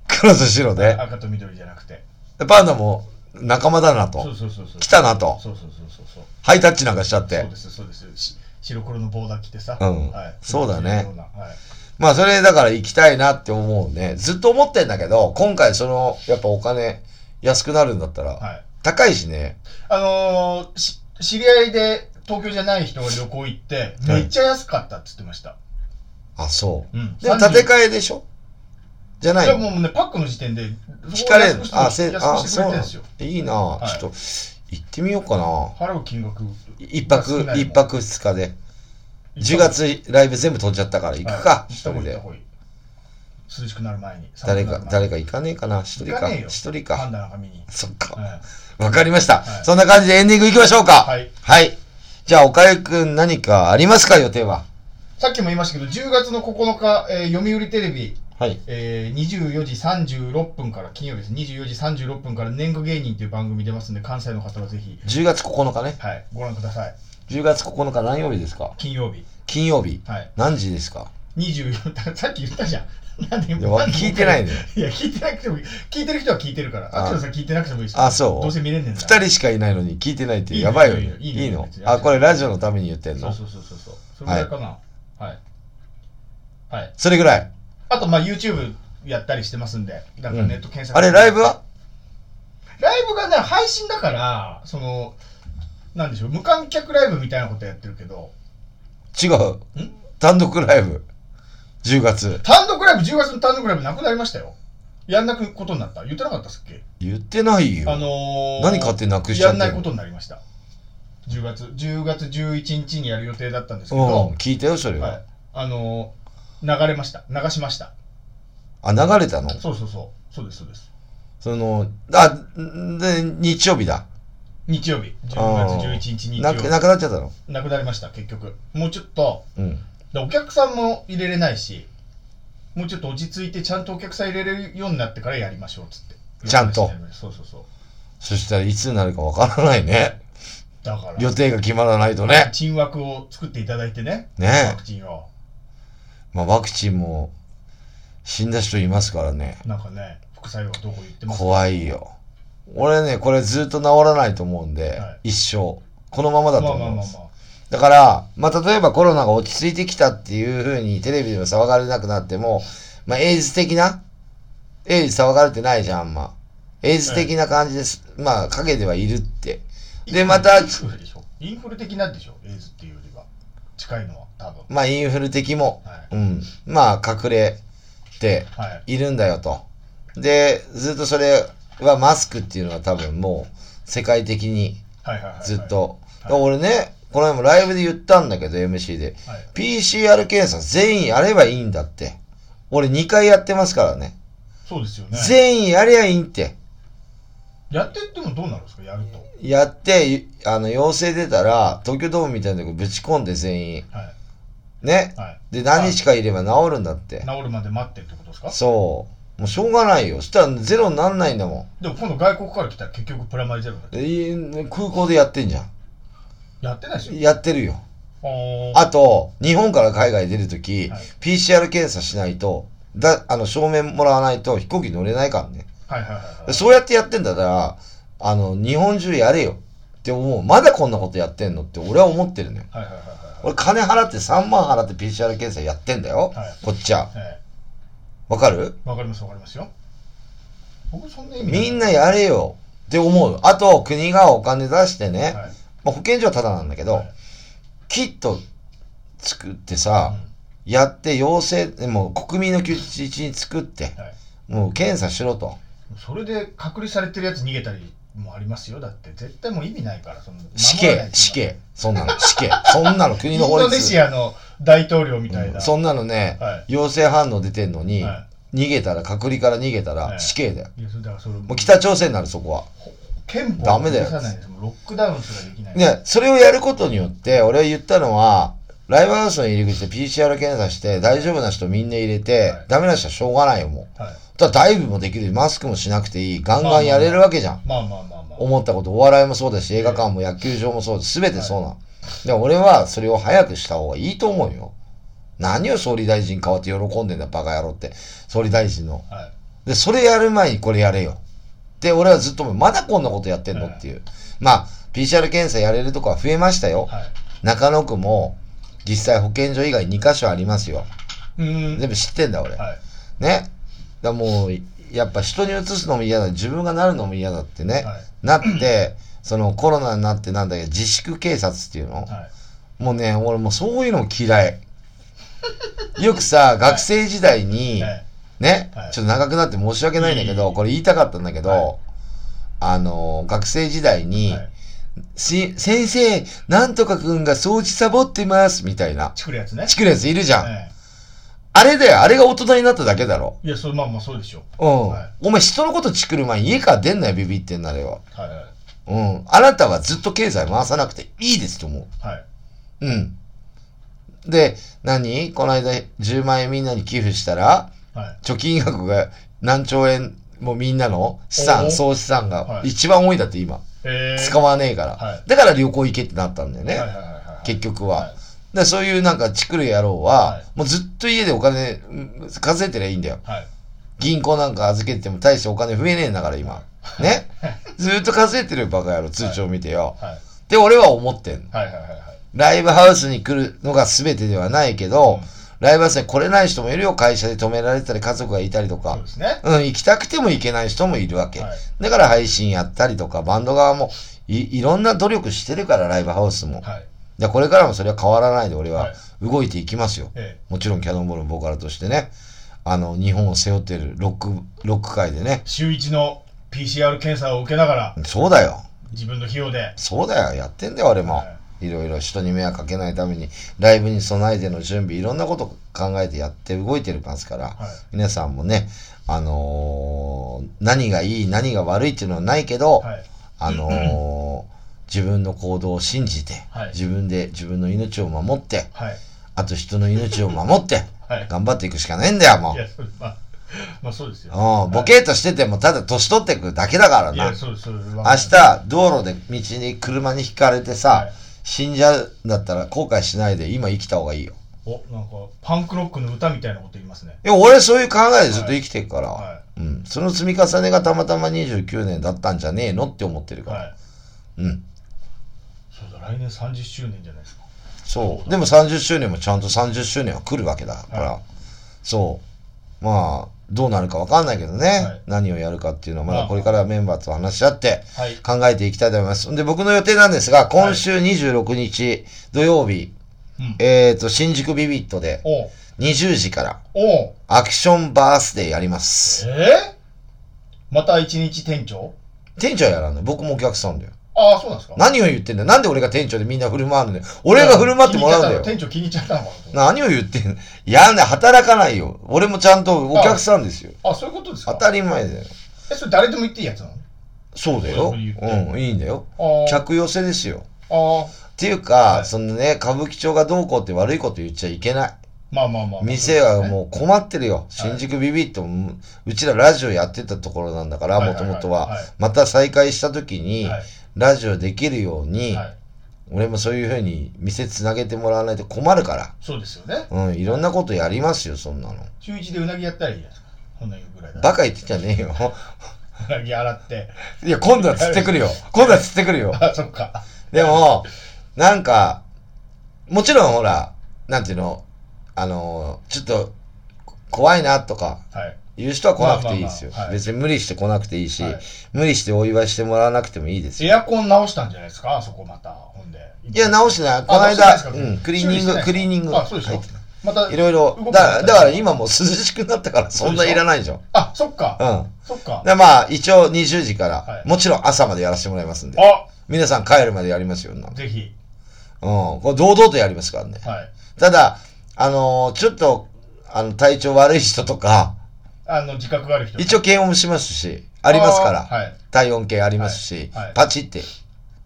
A: 黒と白で
B: 赤と緑じゃなくて
A: でパンダも仲間だな
B: そ
A: と
B: うそうそうそう
A: 来たなと
B: そうそうそうそうそう
A: ハイタッチなんかしちゃって
B: そうですそうですし白黒の棒だ着てさ、
A: うん
B: はい、
A: そうだね
B: ようなはい
A: まあそれだから行きたいなって思うねずっと思ってんだけど今回そのやっぱお金安くなるんだったら
B: はい、
A: 高いしね
B: あのーし知り合いで東京じゃない人が旅行行って
A: は
B: め
A: い
B: っちゃ安かったって言ってました、
A: あそう
B: うん
A: でも建て替えでしょじゃないい
B: や
A: の
B: もうねパックの時点で
A: 引かれる
B: そこを
A: あせ
B: 安くして安
A: あ
B: くして
A: そう
B: くれてるん
A: な
B: ですよ
A: いいな、
B: い
A: ちょっと行ってみようかな
B: 払う金額
A: 一
B: 少
A: 泊
B: ないもん
A: 一泊二日で10月ライブ全部取っちゃったから行くか
B: はい行っ
A: 一
B: た方
A: 人
B: がいい行っ
A: で
B: た方がいい涼しくなる前に
A: 誰か
B: 寒くなる前
A: 誰か行かねえかな一人
B: 行
A: か
B: かねえよ
A: 一人
B: にパン
A: か
B: ダの髪に
A: そっか
B: はい
A: わかりました、
B: はい
A: そんな感じでエンディング行きましょうか
B: はい
A: はい、じゃあ岡井くん何かありますか予定は
B: さっきも言いましたけど10月の9日、えー読売テレビ
A: はい
B: えー24時36分から金曜日です24時36分から年貢芸人という番組出ますんで関西の方はぜひ、
A: 10月9日ね
B: はい、ご覧ください
A: 10月9日何曜日ですか
B: 金曜日
A: 金曜日
B: はい
A: 何時ですか
B: 24だからさっき言ったじゃんなんで
A: いやわ
B: なんで
A: 聞いてないね
B: いや聞いてなくてもいい聞いてる人は聞いてるから
A: あ
B: あきらさん聞いてなくてもいいです
A: あそう
B: どうせ見れんねんな
A: 2人しかいないのに聞いてないってやばいよね
B: いい
A: い
B: の
A: い
B: いいの
A: の
B: 別に
A: あこれラジオのために言ってん
B: そう
A: の
B: そうそうそうそうそれぐらいかなはいはい、
A: それぐらい
B: あとまあ YouTube やったりしてますんでなんかネット検索、
A: あれライブは
B: ライブがね、配信だから、その、なんでしょう、無観客ライブみたいなことやってるけど、
A: 違うん単独ライブ10月
B: 単独ライブ、10月の単独ライブなくなりましたよ。やんなくことになった。言ってなかったっすっけ
A: 言ってないよ
B: あのー、
A: 何勝手になくしちゃってんの
B: やんないことになりました。10月、10月11日にやる予定だったんですけ
A: うん
B: ど、
A: 聞いたよそれは、
B: はい。あのー、流れました。流しました。
A: あ流れたの
B: そうそうそう。そうです、そうです。
A: そのあで日曜日だ
B: 日曜日、
A: あ
B: 10
A: ー
B: 月11日日曜
A: なく
B: 日
A: なくなっちゃったの
B: なくなりました、結局。もうちょっと、
A: うん
B: でお客さんも入れれないしもうちょっと落ち着いてちゃんとお客さん入れれるようになってからやりましょうっつって
A: ちゃんと
B: そうそうそう
A: そしたらいつになるかわからないね
B: だから
A: 予定が決まらないとね
B: チン枠を作っていただいてね
A: ね
B: ワクチンを
A: まあ、ワクチンも死んだ人いますからね
B: なんかね副作用がどこ言ってます
A: 怖いよ俺ねこれずっと治らないと思うんで、
B: は
A: 一生このまま
B: ま
A: だ
B: あ
A: と
B: まあ
A: 思
B: ま
A: う
B: あ
A: ん
B: ま
A: です
B: あ
A: だから、まあ、例えばコロナが落ち着いてきたっていうふうにテレビでも騒がれなくなっても、まあ、エイズ的なエイズ騒がれてないじゃんあんまエイズ的な感じです、まあ陰ではいるってでまた
B: インフルでしょインフル的なんでしょエイズっていうよりは近いのは多分
A: まあインフル的も、
B: は
A: う
B: い
A: ん、まあ隠れて
B: はい
A: いるんだよと。で、ずっとそれはマスクっていうのは多分もう世界的に
B: はいはいはいはい
A: ずっと。
B: はいはい
A: 俺ね、この前もライブで言ったんだけど MC で、
B: はい
A: PCR 検査全員やればいいんだって。俺2回やってますからね。
B: そうですよね
A: 全員やりゃいいんって。
B: やってってもどうなるんですかやると
A: やって、あの、陽性出たら、東京ドームみたいなとこぶち込んで全員。
B: はい
A: ね。
B: はい
A: で、何日かいれば治るんだって。
B: 治るまで待ってってことですか
A: そう。もうしょうがないよ。そしたらゼロになんないんだも
B: でも今度外国から来たら結局プラマイゼロだ
A: ん。いい空港でやってんじゃん。
B: やってないでしょ
A: やってるよ。
B: あ
A: あと、日本から海外出るとき、
B: はい
A: PCR 検査しないと、だ、あの、証明もらわないと飛行機乗れないからね。
B: はいはいはいはい
A: そうやってやってんだったら、あの、日本中やれよって思う。まだこんなことやってんのって俺は思ってるのよ。
B: はいはいはい
A: 俺金払って3万払って PCR 検査やってんだよ。
B: はい
A: こっちは。
B: はいはい
A: わかる
B: わかりますわかりますよ僕そんな意味
A: みん
B: な
A: なやれよって思う。あと、国がお金出してね、
B: はい
A: まあ、保健所はただなんだけど、
B: はい
A: キット作って
B: う
A: さ、
B: ん
A: やって陽性、もう国民の休日に作って、
B: はい
A: もう検査しろと。
B: それで隔離されてるやつ逃げたりもありますよだって絶対もう意味ないからその
A: 死
B: 守らな
A: 刑、
B: いと
A: 死刑。そんなの、死刑。そんなの
B: イ
A: 国
B: ン
A: の法律。
B: ドネシアの大統領みたいな、
A: そんなのね、
B: は
A: 陽性反応出てんのに、
B: は
A: 逃げたら、隔離から逃げた
B: は
A: ら
B: い
A: 死刑だよ。
B: いやそれだからそれ
A: もう北朝鮮になる、そこは。
B: 憲法
A: ダメだよ
B: 許さないですもうロックダウンすらできない
A: ね、それをやることによって、俺は言ったのは、ライブハウスの入り口で PCR 検査して、大丈夫な人みんな入れて、
B: はい
A: ダメな人はしょうがないよ、もう。
B: はい
A: ただダイブもできるマスクもしなくていい、ガンガンやれるわけじゃん。
B: まあまあまあまあ
A: 思ったこと、お笑いもそうだし、映画館も野球場もそうだし、全てそうなの。で、俺はそれを早くした方がいいと思うよ。何を総理大臣変わって喜んでんだ、バカ野郎って。総理大臣の。
B: はい
A: で、それやる前にこれやれよ。で、俺はずっと思うまだこんなことやってんのっていう。まあ、PCR 検査やれるとこは増えましたよ。
B: はい
A: 中野区も、実際保健所以外2箇所ありますよ。
B: うーん
A: 全部知ってんだ、俺。
B: はい
A: ね。だからもう、やっぱ人にうつすのも嫌だ、自分がなるのも嫌だってね。
B: はい
A: なって、そのコロナになってなんだけど、自粛警察っていうの、
B: はい
A: もうね、俺もうそういうの嫌い。よくさ、学生時代に、
B: はい
A: ね、
B: はい
A: ちょっと長くなって申し訳ないんだけ
B: いえいえ
A: ど、
B: いえ
A: これ言いたかったんだけど、
B: はい
A: あの、学生時代に、
B: はい
A: し先生、なんとかくんが掃除サボってます、みたいな。
B: 作るやつね
A: チクレスいるじゃん。
B: え
A: あれだよ、あれが大人になっただけだろ。
B: えいやそれまあまあそうでしょ
A: うん。
B: はい
A: お前人のことチクる前に家から出んなよ、ビビってんなれよ。
B: はいはい
A: うん。あなたはずっと経済回さなくていいですと思う。
B: はい
A: うん。で、何この間10万円みんなに寄付したら、
B: はい
A: 貯金額が何兆円もみんなの資
B: お
A: 産、
B: お
A: 総資産
B: は
A: が
B: い
A: 一番多いんだって今。
B: えー
A: 使わねえから。
B: はい
A: だから旅行行けってなったんだよね。
B: はいはいはいはい
A: 結局は。
B: は
A: でそういうなんかチクる野郎は、
B: はい
A: もうずっと家でお金うん稼いでりゃいいんだよ。
B: いはい
A: 銀行なんか預けても大してお金増えねえんだから今。ね [laughs] ずっと稼いでるよバカ野郎、通帳見てよ。
B: はい
A: って俺は思ってんの。
B: はいはいはいはい
A: ライブハウスに来るのが全てではないけど、
B: うん
A: ライブハウスに来れない人もいるよ。会社で止められたり、家族がいたりと
B: そう
A: か
B: で。すね
A: うん、行きたくても行けない人もいるわけ。
B: はい
A: だから配信やったりとか、バンド側もいいろんな努力してるから、ライブハウスも。
B: はい
A: でこれからもそれは変わらないで俺
B: は
A: はい動いていきますよ。
B: ええ
A: もちろんキャノンボールのボーカルとしてね、あの、日本を背負ってるロック、ロック界でね。
B: 週一の PCR 検査を受けながら
A: そうだよ。
B: 自分の費用で
A: そうだよ。やってんだよ、俺も。
B: はい
A: ろいろ人に迷惑かけないために、ライブに備えての準備、いろんなこと考えてやって動いてますから、
B: はい
A: 皆さんもね、あのー何がいい、何が悪いっていうのはないけど、
B: はい
A: あのー自分の行動を信じて、
B: はい
A: 自分で自分の命を守って、
B: はい
A: あと人の命を守って、
B: はい
A: 頑張っていくしかないんだよ、も。
B: いうやそうまあまあそうですよ
A: うん、ボケーっとしてても、ただ年取っていくだけだから
B: い
A: な
B: や。そうそう明
A: 明日、道路で道に車にひかれてさ、
B: はい
A: 死んじゃうんだったら後悔しないで今生きた方がいいよ。
B: おなんかパンクロックの歌みたいなこと言いますね
A: いや、俺そういう考えでずっと生きてるから、
B: は
A: うん。その積み重ねがたまたま29年だったんじゃねえのって思ってる
B: い
A: から。
B: はい
A: うん。
B: そうだ来年30周年じゃないですか
A: そう。でも30周年もちゃんと30周年は来るわけだから。
B: は
A: そう。まあ、どうなるかわかんないけどね、
B: はい
A: 何をやるかっていうのはまだこれからメンバーと話し合って
B: はい
A: 考えていきたいと思います。で、僕の予定なんですが、今週26日土曜日、
B: うん
A: えっ、と、新宿ビビットで
B: おう
A: 20時から
B: おう
A: アクションバースデーやります。
B: えー、また一日店長
A: 店長やらない。僕もお客さんだよ。
B: ああ、そうなんですか
A: 何を言ってんだよ。なんで俺が店長でみんな振る舞うのだよ。俺が振る舞ってもらうんだよ
B: 気。に入っちゃったの店長気に入っちゃったのかな
A: 何を言ってんのいやね、働かないよ。俺もちゃんとお客さんですよ。
B: あ、そういうことですか
A: 当たり前だよ。
B: え、それ誰でも言っていいやつなの
A: そうだよ。
B: そうういうふうに言って
A: ん、いいんだよ。
B: あー
A: 客寄せですよ。
B: あー、
A: っていうか、
B: はい
A: そのね、歌舞伎町がどうこうって悪いこと言っちゃいけない。
B: まあまあまあ。
A: 店はもう困ってるよ。
B: はい
A: 新宿ビビッと、うんうちらラジオやってたところなんだから、
B: はい
A: も
B: はいは
A: と
B: い
A: もとは
B: はい。
A: また再開した時に、
B: はい
A: ラジオできるように、
B: はい。
A: 俺もそういうふうに店つなげてもらわないと困るから。
B: そうですよね。
A: うん、いろんなことやりますよ、そんなの。
B: 週一でうなぎやったらいいやつか。こんな言うぐらいだ。
A: バカ言ってんじゃねえよ。
B: うなぎ洗って。
A: いや、今度は釣ってく
B: [laughs]
A: るよ。今度は釣ってくるよ。
B: あ、そっか。
A: でも、なんか、もちろんほら、なんていうの、あの、ちょっと、怖いなとか、
B: はい。
A: いう人は来なくていいですよ
B: まあまあまあ。はい
A: 別に無理して来なくていいし、
B: はい
A: 無理してお祝いしてもらわなくてもいいですよ。
B: エアコン直したんじゃないですかあそこまた。ほんで。
A: いや、直してない。この
B: あ直してな
A: 間
B: いです、か
A: うん、クリーニング、クリーニング。
B: あ、そうでしょ
A: はい
B: また。
A: いろいろ
B: 動、くよ
A: だ
B: うに
A: だ
B: なっ
A: か
B: た
A: ら今もう涼しくなったからそんないらないでしょ。
B: あ、そっか。
A: うん。
B: そっか。
A: でまあ、一応20時から、
B: はい
A: もちろん朝までやらせてもらいますんで、
B: あ、
A: 皆さん帰るまでやりますよ、そんなの
B: ぜひ。
A: うん。これ堂々とやりますからね。
B: はい。
A: ただ、あのーちょっと、あの、体調悪い人とか、
B: あの、自覚がある人。
A: 一応検温しますし、ありますから、
B: あーはい
A: 体温計ありますし、
B: はいはい
A: パチって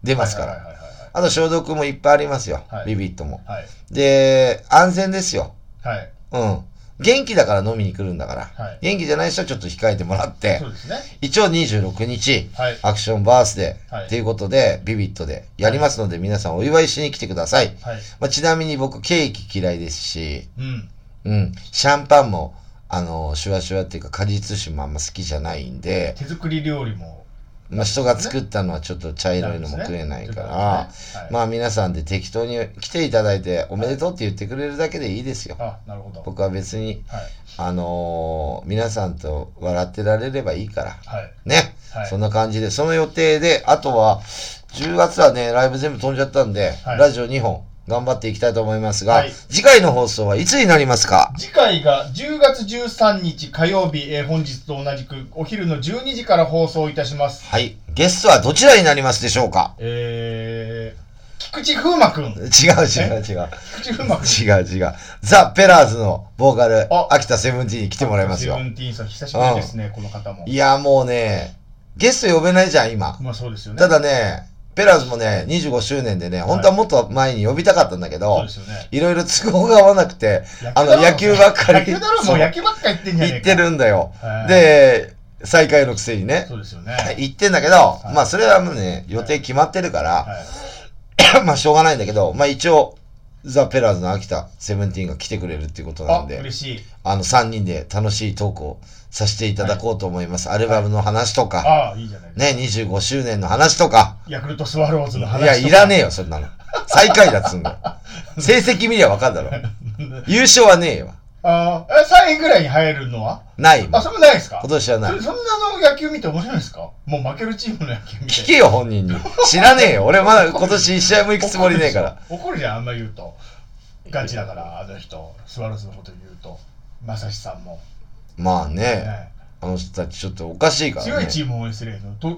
A: 出ますから、
B: はいはいはいはいはい
A: あと消毒もいっぱいありますよ、
B: はい
A: ビビットも。
B: はい。
A: で、安全ですよ。
B: はい。
A: うん。元気だから飲みに来るんだから、
B: はい
A: 元気じゃない人はちょっと控えてもらって
B: そう、ですね。
A: 一応26日、
B: はい
A: アクションバースデ
B: は
A: ー
B: い
A: ということで、ビビットでやりますので、皆さんお祝いしに来てください。
B: はい。
A: まあ、ちなみに僕、ケーキ嫌いですし、
B: うん。
A: うん、シャンパンも、あの、シュワシュワっていうか、果実酒もあんま好きじゃないんで、
B: 手作り料理も。
A: まあ、人が作ったのはちょっと茶色いのも食えないから、まあ皆さんで適当に来ていただいて、おめでとうって言ってくれるだけでいいですよ。
B: あ、なるほど。
A: 僕は別に、
B: はい。
A: あのー皆さんと笑ってられればいいから。
B: はい。
A: ね。
B: はい
A: そんな感じで、その予定で、あとは、10月はね、ライブ全部飛んじゃったんで、
B: はい
A: ラジオ2本頑張っていきたいと思いますが、
B: はい
A: 次回の放送はいつになりますか
B: 次回が10月13日火曜日、えー本日と同じくお昼の12時から放送いたします。
A: はい。ゲストはどちらになりますでしょうか
B: えー、菊池風磨くん。
A: 違う違う違う。
B: 菊池風磨くん。
A: 違う違う。ザ・ペラーズのボーカル
B: あ、
A: 秋田セブンティーンに来てもらいますよ
B: セブ。ンティーンさん、久しぶりですね、この方も。
A: いや、もうね、ゲスト呼べないじゃん、今。
B: まあそうですよね。
A: ただね、ペラーズもね、25周年でね、本当はもっと前に呼びたかったんだけ
B: そう
A: ど
B: で、すよね。
A: いろいろ都合が合わなくて、あの、野球ばっかり
B: 野球だろ、もう野球ばっかり言ってんじゃね
A: 行
B: え
A: っ
B: か。
A: てるんだよ
B: は。い
A: で、最下位のくせにね、
B: そうですよね。
A: 行ってんだけど、
B: い
A: まあ、それはもうね、予定決まってるから、
B: はい。
A: [laughs] まあしょうがないんだけど、まあ一応、ザ・ペラーズの秋田セブンティーンが来てくれるっていうことな
B: あ
A: ん、で、
B: 嬉しい。
A: あの3人で楽しいトークをさせていただこうと思います。アルバムの話とか、
B: ああ、いいじゃないですか。
A: ね、25周年の話とか、
B: ヤクルトスワローズの話
A: い
B: と
A: や、
B: か。
A: いらねえよ、そんなの。最下位だっつうんだ
B: [laughs]
A: よ。成績見りゃわかるだろ。優勝はねえよ。
B: ああ、え、3位ぐらいに入るのは
A: ないも
B: あ、
A: ん。
B: それもないですか
A: 今年はない
B: それ。そんなの野球見て面白いんですかもう負けるチームの野球見て。
A: 聞けよ、本人に。知らねえよ。俺まだ今年1試合も行くつもりねえから。
B: 怒るでしょ。怒るじゃん、あんま言うと。ガチだから、あの人、スワローズのこと言うと。まさしさんも。
A: まあね、
B: ね
A: あの人たちちょっとおかしいからね。
B: 強いチームを応援すればいいの。と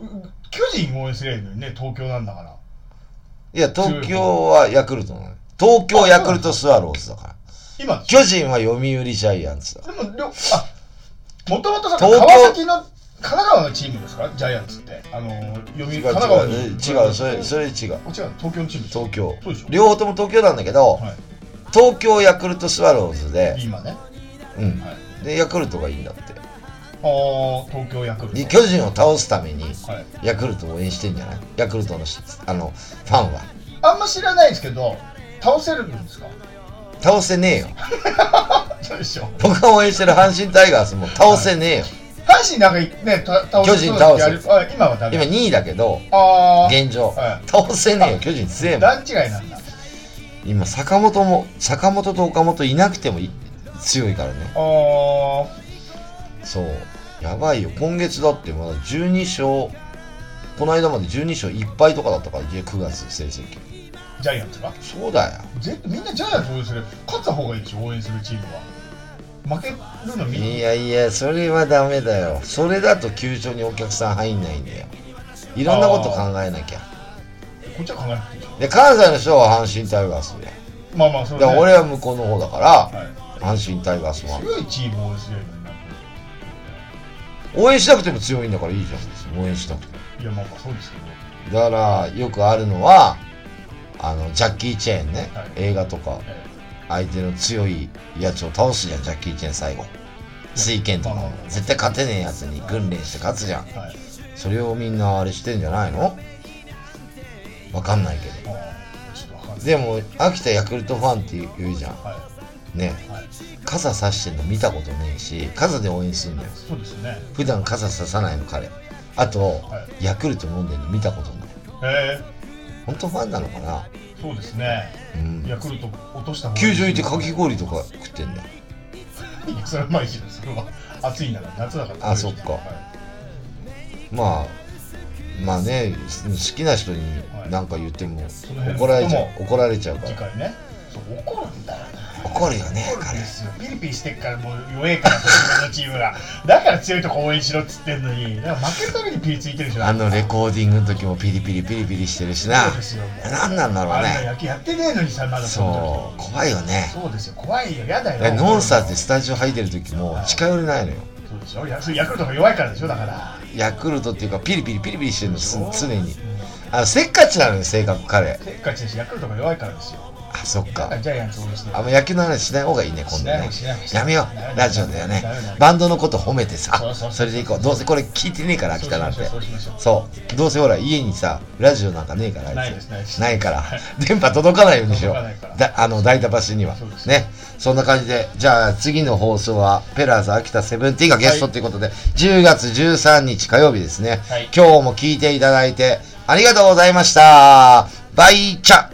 B: 巨人を応援すればいいのにね、東京なんだから。
A: いや、東京はヤクルトなのよ。東京ヤクルトスワローズだから。
B: 今、で
A: 巨人は読売ジャイアンツだ。
B: も、りょあ、もともとさ、
A: 東
B: 川
A: 京
B: 崎の、神奈川のチームですかジャイアンツって。あの、
A: 違
B: 読売、神
A: う
B: 奈川に。
A: 違う、違う、それ、それ違う。
B: あ違うの、東京のチームですか
A: 東京
B: そうでしょ。
A: 両方とも東京なんだけど、
B: はい。
A: 東京ヤクルトスワローズで、
B: 今ね。
A: うん。
B: はい。
A: で、ヤクルトがいいんだって。
B: ああ、東京ヤクル
A: で、
B: ト。
A: 巨人を倒すために、
B: はい。
A: ヤクルトを応援してんじゃないヤクルトのし、あの、ファンは。
B: あんま知らないですけど、倒せるんですか
A: 倒せねえよ。
B: そうでしょ。
A: 僕が応援してる阪神タイガースも倒せねえよ。
B: 阪神なんかね、た倒
A: 巨人倒す
B: やるあ今はダメ。
A: 今2位だけど、
B: ああ、
A: 現状
B: は。
A: 倒せねえよ、巨人強えもん。
B: 段違いなんだ。
A: 今、坂本も、坂本と岡本いなくてもい強いからね。
B: ああ、
A: そう。やばいよ。今月だってまだ12勝、この間まで12勝1敗とかだったから、いや9月成績。
B: ジャイアンツが
A: そうだよ。
B: ぜみんなジャイアンツ応援する勝った方がいいでしょ応援するチームは負けるのみん
A: い
B: な
A: やいや、それはダメだよ。それだと球場にお客さん入んないんだよ。いろんなこと考えなきゃ。
B: こっちは考えなくていいでし
A: で、関西の人は阪神タイガースで。
B: ょまあまあそれ
A: で
B: ね
A: 俺は向こうの方だから、
B: は、。
A: 阪神タイガースはい
B: 強いチームを応援すればいいのにな
A: 応援しなくても強いんだからいいじゃん。応援しなくても。
B: いやまあまあそうですけど
A: だから、よくあるのは、あの、ジャッキー・チェーンね
B: はい。
A: 映画とか、
B: え
A: 相手の強いやつを倒すじゃん、ジャッキー・チェーン最後。水拳とかも。絶対勝てねえやつに訓練して勝つじゃん。
B: えはい
A: それをみんなあれしてんじゃないのわかんないけど。
B: まあちょっとわかんない
A: でも、秋田ヤクルトファンって言うじゃん。
B: は
A: ね。
B: いはい
A: 傘差してんの見たことねえし、傘で応援するのよ。
B: そうですね
A: 普段傘差さないの彼あと、
B: は
A: ヤクルト飲んでるの見たことない
B: え
A: 本当ファンなのかな
B: えそうですね
A: うん
B: ヤクルト落とした方が
A: 球場行ってかき氷とか食ってんだよ
B: いやそれはまあいいじゃんそれは暑いんだから夏だから
A: あそっか
B: はい
A: まあまあね好きな人に何か言っても
B: の辺
A: 怒られちゃ
B: のこ
A: う怒られちゃうか
B: 次
A: ら
B: 回ねそう怒るんだよな
A: 怒るよね
B: そうなん
A: 彼
B: ですよピリピリしてっからもう弱えから自分のチームがだから強いとこ応援しろっつってんのにだから負けるためにピリついてるじゃん
A: あのレコーディングの時もピリピリピリピリしてるしな
B: そうですよもう
A: 何なんだろ
B: あ
A: うん
B: な
A: ね
B: 野球やってねえのにさまだんな
A: そう怖いよね
B: そうですよ怖いよやだ
A: だから
B: よ
A: ノンサーってスタジオ入ってる時も近寄れないのよ
B: そうでしょヤそれヤクルトが弱いからでしょだから
A: ヤクルトっていうかピリピリピリピリしてるのす常に
B: うん
A: あのせっかちなのよ性格彼
B: せっかちだしヤクルトが弱いからですよ
A: あそっ
B: だか
A: から
B: ジャイアンツ応援してる
A: あんま野球の話しない方がいいね今度ね
B: しない方がいいしない
A: や
B: 方がいい
A: めよ
B: ダメだ
A: うラジオだよね
B: ダメだ
A: バンドのこと褒めて
B: そ
A: さ
B: うそう
A: それでいこうどうせこれ聞いてねえから秋田なんて
B: そうしましょう
A: そうどうせほら家にさラジオなんかねえからあ
B: ない
A: い
B: ですないで
A: つ
B: す
A: ないから電波届かないようにしよ
B: 届かないから
A: うだあの大田橋には
B: そうです
A: ねそんな感じでじゃあ次の放送はペラーズ秋田セブンティーンがゲストということで10月13日火曜日ですね
B: はい
A: 今日も聞いていただいてありがとうございましたバイチャ